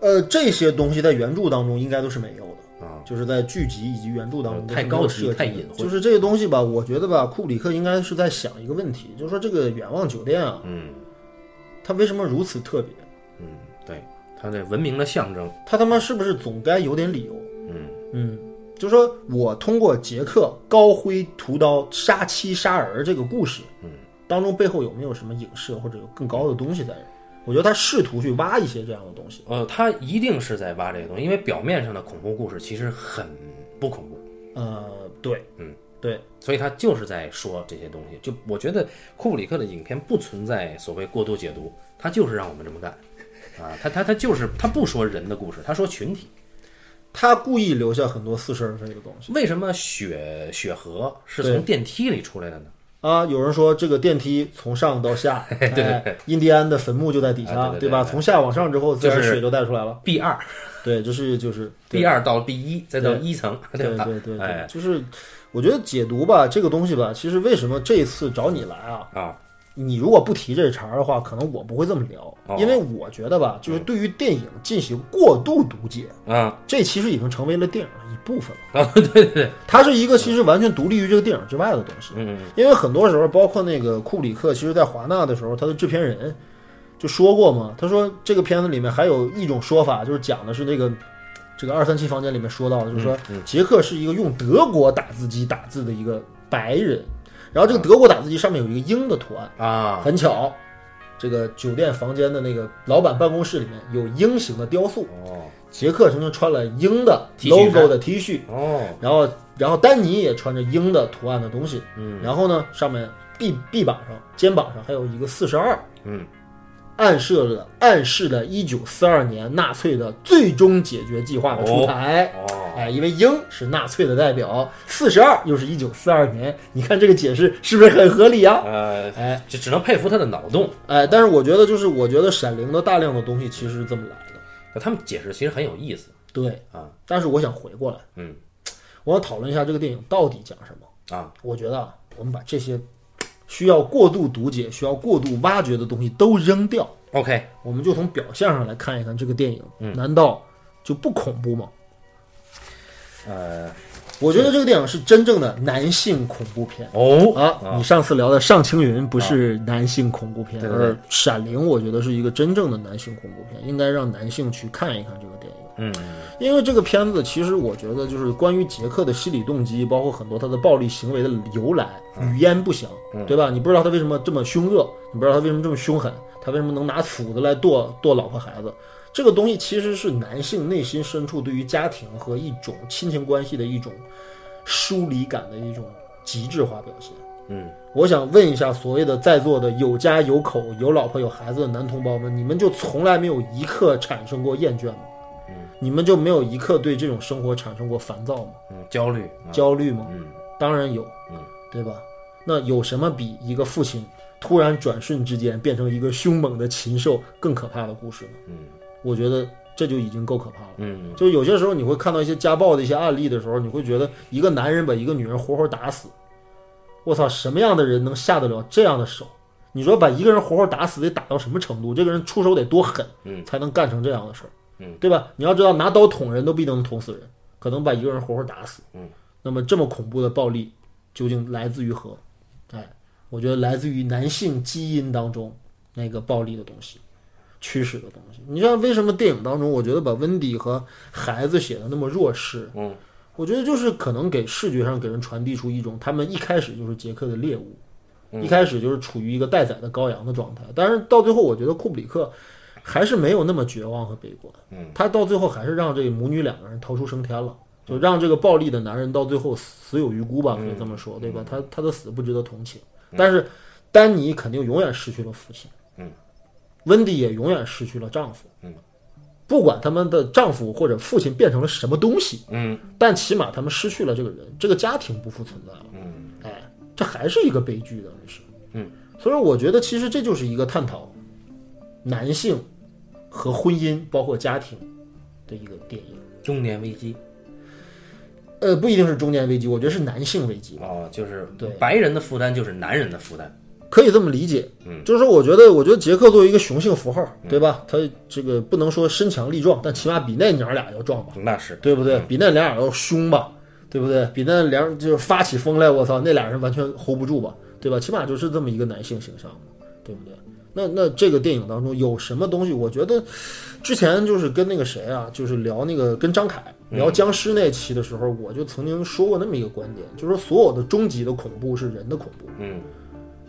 [SPEAKER 1] 呃，这些东西在原著当中应该都是没有的
[SPEAKER 2] 啊，
[SPEAKER 1] 就是在剧集以及原著当中
[SPEAKER 2] 嗯
[SPEAKER 1] 都是
[SPEAKER 2] 太
[SPEAKER 1] 没
[SPEAKER 2] 高
[SPEAKER 1] 有
[SPEAKER 2] 级
[SPEAKER 1] 设计的
[SPEAKER 2] 太隐晦
[SPEAKER 1] 就是这个东西吧，我觉得吧，库布里克应该是在想一个问题，就是说这个远望酒店啊，
[SPEAKER 2] 嗯，
[SPEAKER 1] 他为什么如此特别？
[SPEAKER 2] 嗯，对，它这文明的象征，
[SPEAKER 1] 他他妈是不是总该有点理由？
[SPEAKER 2] 嗯
[SPEAKER 1] 嗯，就说我通过杰克高挥屠刀杀妻杀儿这个故事，
[SPEAKER 2] 嗯，
[SPEAKER 1] 当中背后有没有什么影射或者有更高的东西在里面？我觉得他试图去挖一些这样的东西。
[SPEAKER 2] 呃，他一定是在挖这个东西，因为表面上的恐怖故事其实很不恐怖，
[SPEAKER 1] 呃，对，
[SPEAKER 2] 嗯，
[SPEAKER 1] 对，
[SPEAKER 2] 所以他就是在说这些东西。就我觉得库布里克的影片不存在所谓过度解读，他就是让我们这么干， 啊，他他他就是他不说人的故事，他说群体。
[SPEAKER 1] 他故意留下很多似是而非的东西
[SPEAKER 2] 为什么雪雪河是
[SPEAKER 1] 对
[SPEAKER 2] 从电梯里出来的呢？
[SPEAKER 1] 啊。有人说这个电梯从上到 下，对印第安的坟墓就在底下，
[SPEAKER 2] 啊对对对
[SPEAKER 1] 吧？
[SPEAKER 2] 对
[SPEAKER 1] 从下往上之后，自然
[SPEAKER 2] 就是
[SPEAKER 1] 水就带出来了。
[SPEAKER 2] B 二
[SPEAKER 1] 对，就是就是对
[SPEAKER 2] ，B 二到 B 一，再到
[SPEAKER 1] 对
[SPEAKER 2] 一层，
[SPEAKER 1] 对
[SPEAKER 2] 吧？
[SPEAKER 1] 对对对，
[SPEAKER 2] 哎
[SPEAKER 1] 就是我觉得解读吧，这个东西吧，其实为什么这次找你来啊？
[SPEAKER 2] 啊，
[SPEAKER 1] 你如果不提这茬儿的话，可能我不会这么聊，
[SPEAKER 2] 哦嗯
[SPEAKER 1] 因为我觉得吧，就是对于电影进行过度读解，
[SPEAKER 2] 啊，
[SPEAKER 1] 这其实已经成为了电影的一部分了。
[SPEAKER 2] 啊，对对对，
[SPEAKER 1] 它是一个其实完全独立于这个电影之外的东西，
[SPEAKER 2] 嗯，
[SPEAKER 1] 因为很多时候，包括那个库布里克，其实在华纳的时候，他的制片人就说过嘛，他说这个片子里面还有一种说法，就是讲的是那个这个二三七房间里面说到的，就是说
[SPEAKER 2] 嗯
[SPEAKER 1] 杰克是一个用德国打字机打字的一个白人，然后这个德国打字机上面有一个鹰的图案，
[SPEAKER 2] 啊，
[SPEAKER 1] 很巧，这个酒店房间的那个老板办公室里面有鹰形的雕塑，
[SPEAKER 2] 哦
[SPEAKER 1] 杰克曾经穿了鹰的
[SPEAKER 2] T 恤衫
[SPEAKER 1] logo 的 T 恤，
[SPEAKER 2] 哦，
[SPEAKER 1] 然后然后丹尼也穿着鹰的图案的东西，
[SPEAKER 2] 嗯
[SPEAKER 1] 然后呢上面臂臂膀上、肩膀上还有一个四十二，
[SPEAKER 2] 嗯，
[SPEAKER 1] 暗示了暗示了一九四二年纳粹的最终解决计划的出台。
[SPEAKER 2] 哦，
[SPEAKER 1] 哎，因为鹰是纳粹的代表，四十二又是一九四二年，你看这个解释是不是很合理啊？
[SPEAKER 2] 呃，
[SPEAKER 1] 哎
[SPEAKER 2] 就只能佩服他的脑洞。
[SPEAKER 1] 哎，但是我觉得就是我觉得《闪灵》的大量的东西其实是这么来的，
[SPEAKER 2] 他们解释其实很有意思
[SPEAKER 1] 对
[SPEAKER 2] 啊。
[SPEAKER 1] 但是我想回过来，
[SPEAKER 2] 嗯，
[SPEAKER 1] 我想讨论一下这个电影到底讲什么。
[SPEAKER 2] 啊，
[SPEAKER 1] 我觉得啊，我们把这些需要过度读解、需要过度挖掘的东西都扔掉，
[SPEAKER 2] OK，
[SPEAKER 1] 我们就从表象上来看一看这个电影，难道就不恐怖吗？
[SPEAKER 2] 呃，
[SPEAKER 1] 我觉得这个电影是真正的男性恐怖片。
[SPEAKER 2] 哦，
[SPEAKER 1] 啊，你上次聊的《上青云》不是男性恐怖片，
[SPEAKER 2] 对对对
[SPEAKER 1] 而《闪灵》我觉得是一个真正的男性恐怖片，应该让男性去看一看这个电影。
[SPEAKER 2] 嗯，
[SPEAKER 1] 因为这个片子，其实我觉得就是关于杰克的心理动机，包括很多他的暴力行为的由来，
[SPEAKER 2] 嗯
[SPEAKER 1] 语焉不详，对吧？你不知道他为什么这么凶恶，你不知道他为什么这么凶狠，他为什么能拿斧子来剁剁老婆孩子？这个东西其实是男性内心深处对于家庭和一种亲情关系的一种疏离感的一种极致化表现。
[SPEAKER 2] 嗯，
[SPEAKER 1] 我想问一下，所谓的在座的有家有口、有老婆有孩子的男同胞们，你们就从来没有一刻产生过厌倦吗？
[SPEAKER 2] 嗯
[SPEAKER 1] 你们就没有一刻对这种生活产生过烦躁吗？
[SPEAKER 2] 嗯，焦虑，啊
[SPEAKER 1] 焦虑吗？
[SPEAKER 2] 嗯，
[SPEAKER 1] 当然有
[SPEAKER 2] 嗯，
[SPEAKER 1] 对吧？那有什么比一个父亲突然转瞬之间变成一个凶猛的禽兽更可怕的故事呢？
[SPEAKER 2] 嗯，
[SPEAKER 1] 我觉得这就已经够可怕了。
[SPEAKER 2] 嗯，
[SPEAKER 1] 就有些时候你会看到一些家暴的一些案例的时候，你会觉得一个男人把一个女人活活打死，我操，什么样的人能下得了这样的手？你说把一个人活活打死得打到什么程度？这个人出手得多狠，
[SPEAKER 2] 嗯
[SPEAKER 1] 才能干成这样的事儿，
[SPEAKER 2] 嗯，
[SPEAKER 1] 对吧？你要知道，拿刀捅人都不一定能捅死人，可能把一个人活活打死，
[SPEAKER 2] 嗯，
[SPEAKER 1] 那么这么恐怖的暴力究竟来自于何？哎，我觉得来自于男性基因当中那个暴力的东西。驱使的东西。你像为什么电影当中，我觉得把温迪和孩子写的那么弱势，
[SPEAKER 2] 嗯，
[SPEAKER 1] 我觉得就是可能给视觉上给人传递出一种他们一开始就是杰克的猎物，一开始就是处于一个待宰的羔羊的状态。但是到最后，我觉得库布里克还是没有那么绝望和悲观，嗯，他到最后还是让这个母女两个人逃出升天了。就让这个暴力的男人到最后死有余辜吧，可以这么说，对吧？他他的死不值得同情，但是丹尼肯定永远失去了父亲，温迪也永远失去了丈夫。嗯，不管他们的丈夫或者父亲变成了什么东西，
[SPEAKER 2] 嗯，
[SPEAKER 1] 但起码他们失去了这个人，这个家庭不复存在了。嗯，哎，这还是一个悲剧的，这是。
[SPEAKER 2] 嗯，
[SPEAKER 1] 所以我觉得其实这就是一个探讨男性和婚姻，包括家庭的一个电影。
[SPEAKER 2] 中年危机
[SPEAKER 1] 呃，不一定是中年危机，我觉得是男性危机吧，
[SPEAKER 2] 哦，就是
[SPEAKER 1] 对
[SPEAKER 2] 白人的负担就是男人的负担，
[SPEAKER 1] 可以这么理解。嗯，就是说，我觉得，我觉得杰克作为一个雄性符号，对吧？他这个不能说身强力壮，但起码比那娘俩要壮吧。
[SPEAKER 2] 那是
[SPEAKER 1] 对不对？比那俩人要凶吧，对不对？比那俩人就是发起疯来，我操，那俩人完全 hold 不住吧，对吧？起码就是这么一个男性形象嘛，对不对？那那这个电影当中有什么东西？我觉得之前就是跟那个谁啊，就是聊那个跟张凯聊僵尸那期的时候，我就曾经说过那么一个观点，就是说所有的终极的恐怖是人的恐怖，
[SPEAKER 2] 嗯，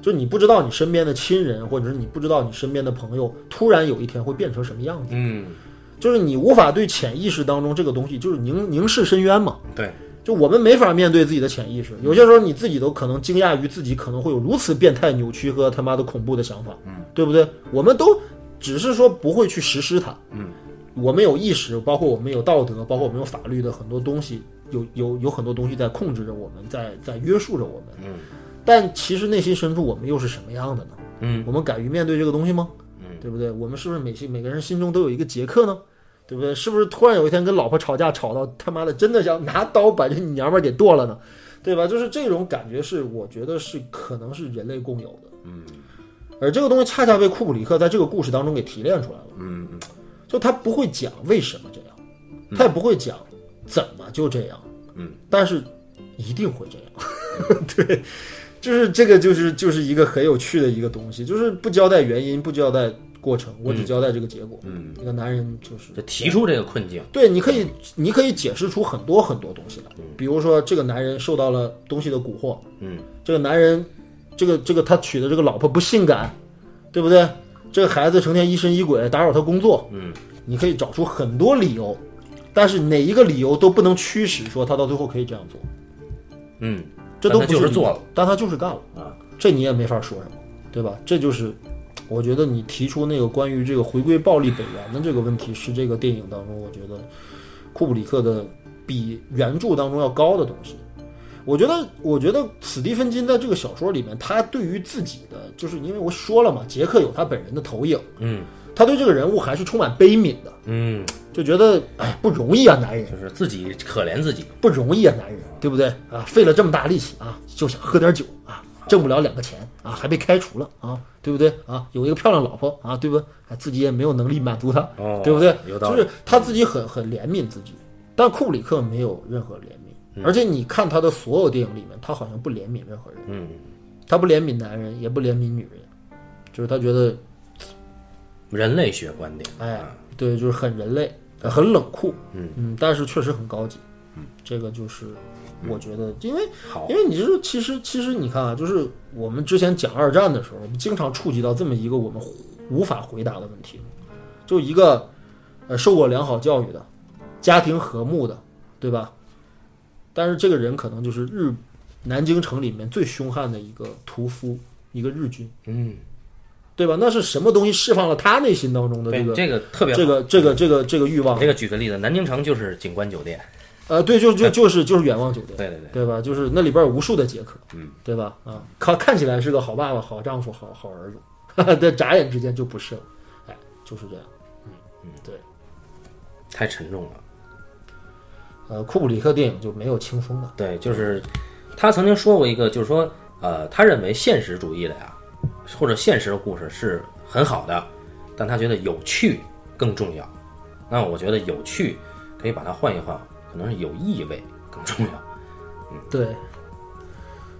[SPEAKER 1] 就你不知道你身边的亲人，或者是你不知道你身边的朋友，突然有一天会变成什么样子，
[SPEAKER 2] 嗯，
[SPEAKER 1] 就是你无法对潜意识当中这个东西，就是凝凝视深渊嘛，
[SPEAKER 2] 对，
[SPEAKER 1] 就我们没法面对自己的潜意识，有些时候你自己都可能惊讶于自己可能会有如此变态、扭曲和他妈的恐怖的想法，嗯，对不对？我们都只是说不会去实施它，嗯，我们有意识，包括我们有道德，包括我们有法律的很多东西，有有有很多东西在控制着我们，在在约束着我们，嗯，但其实内心深处我们又是什么样的呢？
[SPEAKER 2] 嗯，
[SPEAKER 1] 我们敢于面对这个东西吗？嗯，对不对？我们是不是每心每个人心中都有一个杰克呢？对不对？是不是突然有一天跟老婆吵架，吵到他妈的真的想拿刀把这娘们儿给剁了呢？对吧？就是这种感觉是，我觉得是可能是人类共有的。嗯，而这个东西恰恰被库布里克在这个故事当中给提炼出来了。
[SPEAKER 2] 嗯嗯
[SPEAKER 1] 就他不会讲为什么这样，他也不会讲怎么就这样，
[SPEAKER 2] 嗯，
[SPEAKER 1] 但是一定会这样， 对，就是这个就是就是一个很有趣的一个东西，就是不交代原因，不交代过程，我只交代这个结果。
[SPEAKER 2] 嗯，
[SPEAKER 1] 这个男人就是
[SPEAKER 2] 就提出这个困境，
[SPEAKER 1] 对，你可以，你可以解释出很多很多东西来，比如说这个男人受到了东西的蛊惑，
[SPEAKER 2] 嗯，
[SPEAKER 1] 这个男人，这个这个他娶的这个老婆不性感，对不对？这个孩子成天疑神疑鬼，打扰他工作，
[SPEAKER 2] 嗯，
[SPEAKER 1] 你可以找出很多理由，但是哪一个理由都不能驱使说他到最后可以这样做，
[SPEAKER 2] 嗯，
[SPEAKER 1] 这都
[SPEAKER 2] 但
[SPEAKER 1] 不
[SPEAKER 2] 他就是
[SPEAKER 1] 理由
[SPEAKER 2] 做了，
[SPEAKER 1] 但他就是干了
[SPEAKER 2] 啊，
[SPEAKER 1] 这你也没法说什么，对吧？这就是我觉得你提出那个关于这个回归暴力本源的这个问题，是这个电影当中我觉得库布里克的比原著当中要高的东西。我觉得，我觉得史蒂芬金在这个小说里面，他对于自己的，就是因为我说了嘛，杰克有他本人的投影，
[SPEAKER 2] 嗯
[SPEAKER 1] 他对这个人物还是充满悲悯的，
[SPEAKER 2] 嗯，
[SPEAKER 1] 就觉得哎不容易啊，男人
[SPEAKER 2] 就是自己可怜自己，
[SPEAKER 1] 不容易啊，男人，对不对啊？费了这么大力气啊，就想喝点酒啊，挣不了两个钱啊，还被开除了啊，对不对啊？有一个漂亮老婆啊，对不对？还自己也没有能力满足她，
[SPEAKER 2] 哦
[SPEAKER 1] 对不对？
[SPEAKER 2] 有
[SPEAKER 1] 就
[SPEAKER 2] 道理
[SPEAKER 1] 是他自己很很怜悯自己，但库布里克没有任何怜
[SPEAKER 2] 嗯
[SPEAKER 1] 悯，而且你看他的所有电影里面，他好像不怜悯任何人，
[SPEAKER 2] 嗯，
[SPEAKER 1] 他不怜悯男人，也不怜悯女人，就是他觉得
[SPEAKER 2] 人类学观点，
[SPEAKER 1] 哎，对，就是很人类，呃很冷酷，嗯但是确实很高级，嗯，这个就是我觉得，因为
[SPEAKER 2] 好
[SPEAKER 1] 因为你就是其实其实你看啊，就是我们之前讲二战的时候，我们经常触及到这么一个我们无法回答的问题，就一个呃受过良好教育的，家庭和睦的，对吧？但是这个人可能就是日南京城里面最凶悍的一个屠夫，一个日军，
[SPEAKER 2] 嗯，
[SPEAKER 1] 对吧？那是什么东西释放了他内心当中的这
[SPEAKER 2] 对
[SPEAKER 1] 个，
[SPEAKER 2] 这个特别好
[SPEAKER 1] 这。个这个这个这个欲望
[SPEAKER 2] 这，个举个例子，南京城就是景观酒店，
[SPEAKER 1] 呃，对，就就就是就是远望酒店，
[SPEAKER 2] 对对对，
[SPEAKER 1] 对吧？就是那里边有无数的杰克，
[SPEAKER 2] 嗯，
[SPEAKER 1] 对吧？啊，看看起来是个好爸爸、好丈夫、好好儿子，哈哈，但眨眼之间就不是了，哎，就是这样。
[SPEAKER 2] 太沉重了。
[SPEAKER 1] 呃，库布里克电影就没有轻松的，
[SPEAKER 2] 对，就是他曾经说过一个，就是说，呃，他认为现实主义的呀，或者现实的故事是很好的，但他觉得有趣更重要。那我觉得有趣可以把它换一换，可能是有意味更重 要。
[SPEAKER 1] 对。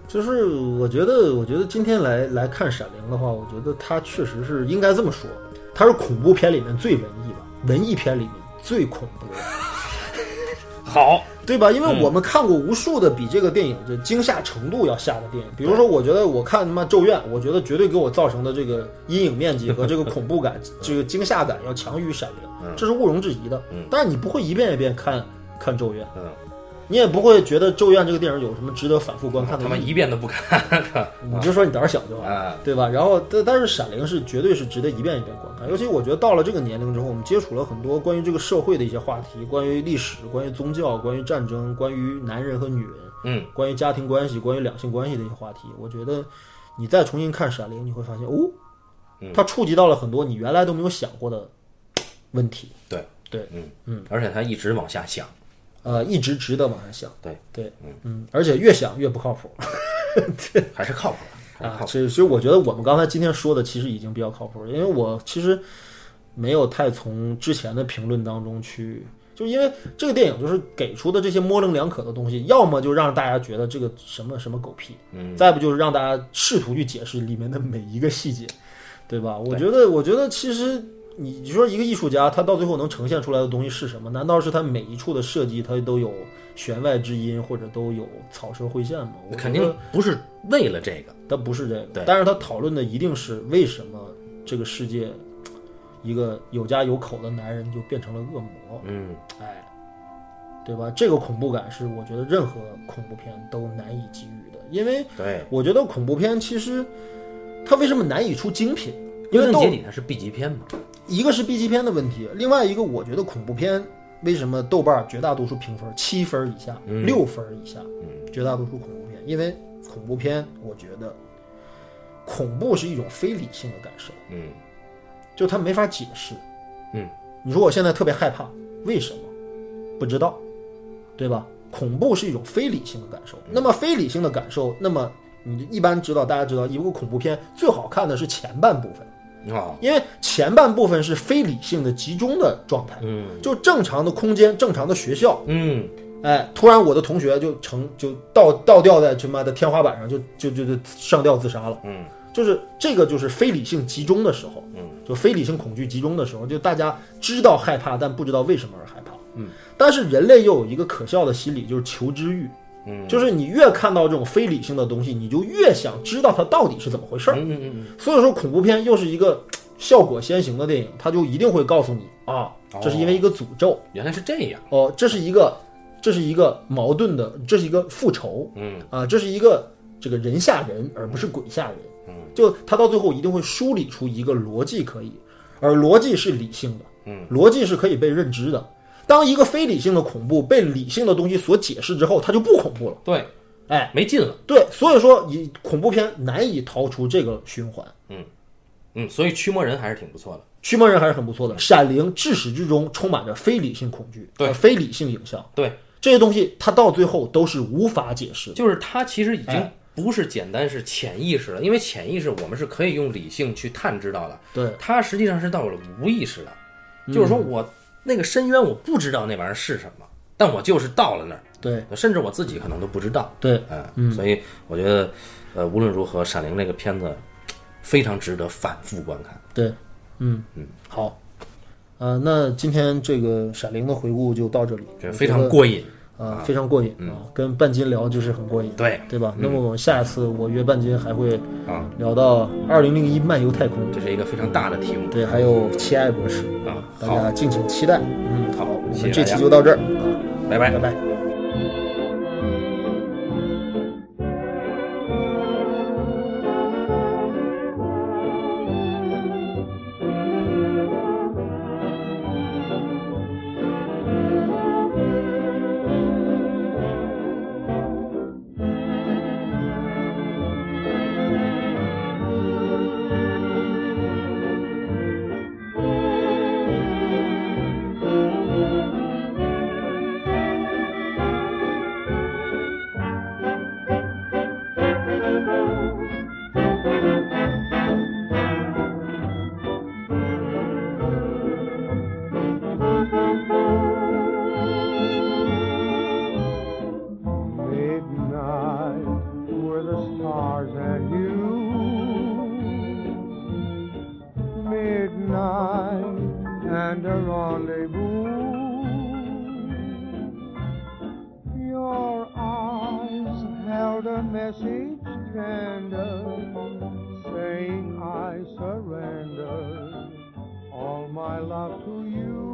[SPEAKER 1] 就是我觉得，我觉得今天来来看《闪灵》的话，我觉得它确实是应该这么说，它是恐怖片里面最文艺的，文艺片里面最恐怖的。
[SPEAKER 2] 好，
[SPEAKER 1] 对吧？因
[SPEAKER 2] 嗯
[SPEAKER 1] 为我们看过无数的比这个电影就惊吓程度要吓的电影，比如说，我觉得我看他妈《咒怨》，我觉得绝对给我造成的这个阴影面积和这个恐怖 感、这个惊吓感要强于《闪灵》，
[SPEAKER 2] 嗯
[SPEAKER 1] 这是毋庸置疑的。但是你不会一遍一遍看看《咒怨》，
[SPEAKER 2] 嗯，
[SPEAKER 1] 你也不会觉得《咒怨》这个电影有什么值得反复观看的
[SPEAKER 2] 他们
[SPEAKER 1] 意义。
[SPEAKER 2] 一遍都不看
[SPEAKER 1] 你就说你胆儿小就好了。
[SPEAKER 2] 啊，
[SPEAKER 1] 对吧？然后，但但是《闪灵》是绝对是值得一遍一遍观看，尤其我觉得到了这个年龄之后，我们接触了很多关于这个社会的一些话题，关于历史、关于宗教、关于战争、关于男人和女人、
[SPEAKER 2] 嗯，
[SPEAKER 1] 关于家庭关系、关于两性关系的一些话题。我觉得你再重新看《闪灵》，你会发现哦，它触及到了很多你原来都没有想过的问题。
[SPEAKER 2] 对
[SPEAKER 1] 对，
[SPEAKER 2] 嗯嗯，而且他一直往 下想，
[SPEAKER 1] 呃，一直值得往下想。
[SPEAKER 2] 对
[SPEAKER 1] 对，嗯，而且越想越不靠谱。
[SPEAKER 2] 还是靠谱的，还是
[SPEAKER 1] 啊
[SPEAKER 2] 靠，谱
[SPEAKER 1] 其实其实我觉得我们刚才今天说的其实已经比较靠谱了，因为我其实没有太从之前的评论当中去，就因为这个电影就是给出的这些模棱两可的东西，要么就让大家觉得这个什么什么狗屁，嗯，再不就是让大家试图去解释里面的每一个细节，对吧？我觉得，我觉得其实你你说一个艺术家，他到最后能呈现出来的东西是什么？难道是他每一处的设计，他都有弦外之音，或者都有草蛇灰线吗？我觉得
[SPEAKER 2] 肯定不是为了这个，
[SPEAKER 1] 他不是这个，
[SPEAKER 2] 对
[SPEAKER 1] 但是他讨论的一定是为什么这个世界一个有家有口的男人就变成了恶魔，
[SPEAKER 2] 嗯，
[SPEAKER 1] 哎，对吧？这个恐怖感是我觉得任何恐怖片都难以给予的，因为
[SPEAKER 2] 对。
[SPEAKER 1] 我觉得恐怖片其实它为什么难以出精品？因为
[SPEAKER 2] 归根
[SPEAKER 1] 到
[SPEAKER 2] 结底，它是 B 级片嘛，
[SPEAKER 1] 一个是 B 级片的问题，另外一个我觉得恐怖片为什么豆瓣儿绝大多数评分七分以下、六分以下，绝大多数恐怖片，因为恐怖片我觉得恐怖是一种非理性的感受，
[SPEAKER 2] 嗯，
[SPEAKER 1] 就它没法解释，
[SPEAKER 2] 嗯，
[SPEAKER 1] 你说我现在特别害怕，为什么？不知道，对吧？恐怖是一种非理性的感受，那么非理性的感受，那么你一般知道，大家知道，一部恐怖片最好看的是前半部分。
[SPEAKER 2] 哦，
[SPEAKER 1] 因为前半部分是非理性的集中的状态，
[SPEAKER 2] 嗯
[SPEAKER 1] 就正常的空间、正常的学校，
[SPEAKER 2] 嗯，
[SPEAKER 1] 哎，突然我的同学就成就倒倒吊在他妈的天花板上，就就就就上吊自杀了，
[SPEAKER 2] 嗯，
[SPEAKER 1] 就是这个就是非理性集中的时候，
[SPEAKER 2] 嗯，
[SPEAKER 1] 就非理性恐惧集中的时候，就大家知道害怕，但不知道为什么而害怕，嗯，但是人类又有一个可笑的心理，就是求知欲。
[SPEAKER 2] 嗯，
[SPEAKER 1] 就是你越看到这种非理性的东西，你就越想知道它到底是怎么回事儿。
[SPEAKER 2] 嗯嗯嗯嗯，
[SPEAKER 1] 所以说，恐怖片又是一个效果先行的电影，它就一定会告诉你啊，
[SPEAKER 2] 哦
[SPEAKER 1] 这是因为一个诅咒
[SPEAKER 2] 原来是这样，
[SPEAKER 1] 哦、这是一个，这是一个矛盾的，这是一个复仇，
[SPEAKER 2] 嗯
[SPEAKER 1] 啊，这是一个这个人吓人，而不是鬼吓人。嗯，就它到最后一定会梳理出一个逻辑可以，而逻辑是理性的，
[SPEAKER 2] 嗯，
[SPEAKER 1] 逻辑是可以被认知的。当一个非理性的恐怖被理性的东西所解释之后，它就不恐怖了。
[SPEAKER 2] 对，
[SPEAKER 1] 哎，
[SPEAKER 2] 没劲了，
[SPEAKER 1] 对，所以说以恐怖片难以逃出这个循环。
[SPEAKER 2] 嗯，所以驱魔人还是挺不错的，
[SPEAKER 1] 驱魔人还是很不错的，《闪灵》至始至终充满着非理性恐惧，
[SPEAKER 2] 对
[SPEAKER 1] 呃非理性影像，
[SPEAKER 2] 对，
[SPEAKER 1] 这些东西它到最后都是无法解释的。
[SPEAKER 2] 就是它其实已经
[SPEAKER 1] 哎
[SPEAKER 2] 不是简单是潜意识了，因为潜意识我们是可以用理性去探知到的，
[SPEAKER 1] 对，嗯
[SPEAKER 2] 它实际上是到了无意识的，就是说我那个深渊我不知道那玩意儿是什么，但我就是到了那儿，
[SPEAKER 1] 对，
[SPEAKER 2] 甚至我自己可能都不知道，
[SPEAKER 1] 对，
[SPEAKER 2] 哎，所以我觉得，呃，无论如何，《闪灵》这个片子非常值得反复观看。
[SPEAKER 1] 对，嗯嗯，好，呃，那今天这个《闪灵》的回顾就到这里，
[SPEAKER 2] 这非常过瘾。嗯
[SPEAKER 1] 我觉得啊、非常过瘾啊，跟半斤聊就是很过瘾，
[SPEAKER 2] 对，嗯
[SPEAKER 1] 对吧？那么我们下一次我约半斤还会
[SPEAKER 2] 啊
[SPEAKER 1] 聊到《二零零一漫游太空》，
[SPEAKER 2] 这是一个非常大的题目
[SPEAKER 1] 对，还有《奇爱博士》，
[SPEAKER 2] 啊。
[SPEAKER 1] 大
[SPEAKER 2] 好，
[SPEAKER 1] 家敬请期待。嗯，
[SPEAKER 2] 好
[SPEAKER 1] 我
[SPEAKER 2] 谢谢
[SPEAKER 1] 们这
[SPEAKER 2] 大
[SPEAKER 1] 期
[SPEAKER 2] 家哎
[SPEAKER 1] 就到这儿，
[SPEAKER 2] 拜拜
[SPEAKER 1] 拜。拜。
[SPEAKER 3] midnight were the stars and you. Midnight and a rendezvous. Your eyes held a message tender, saying I surrender all my love to you.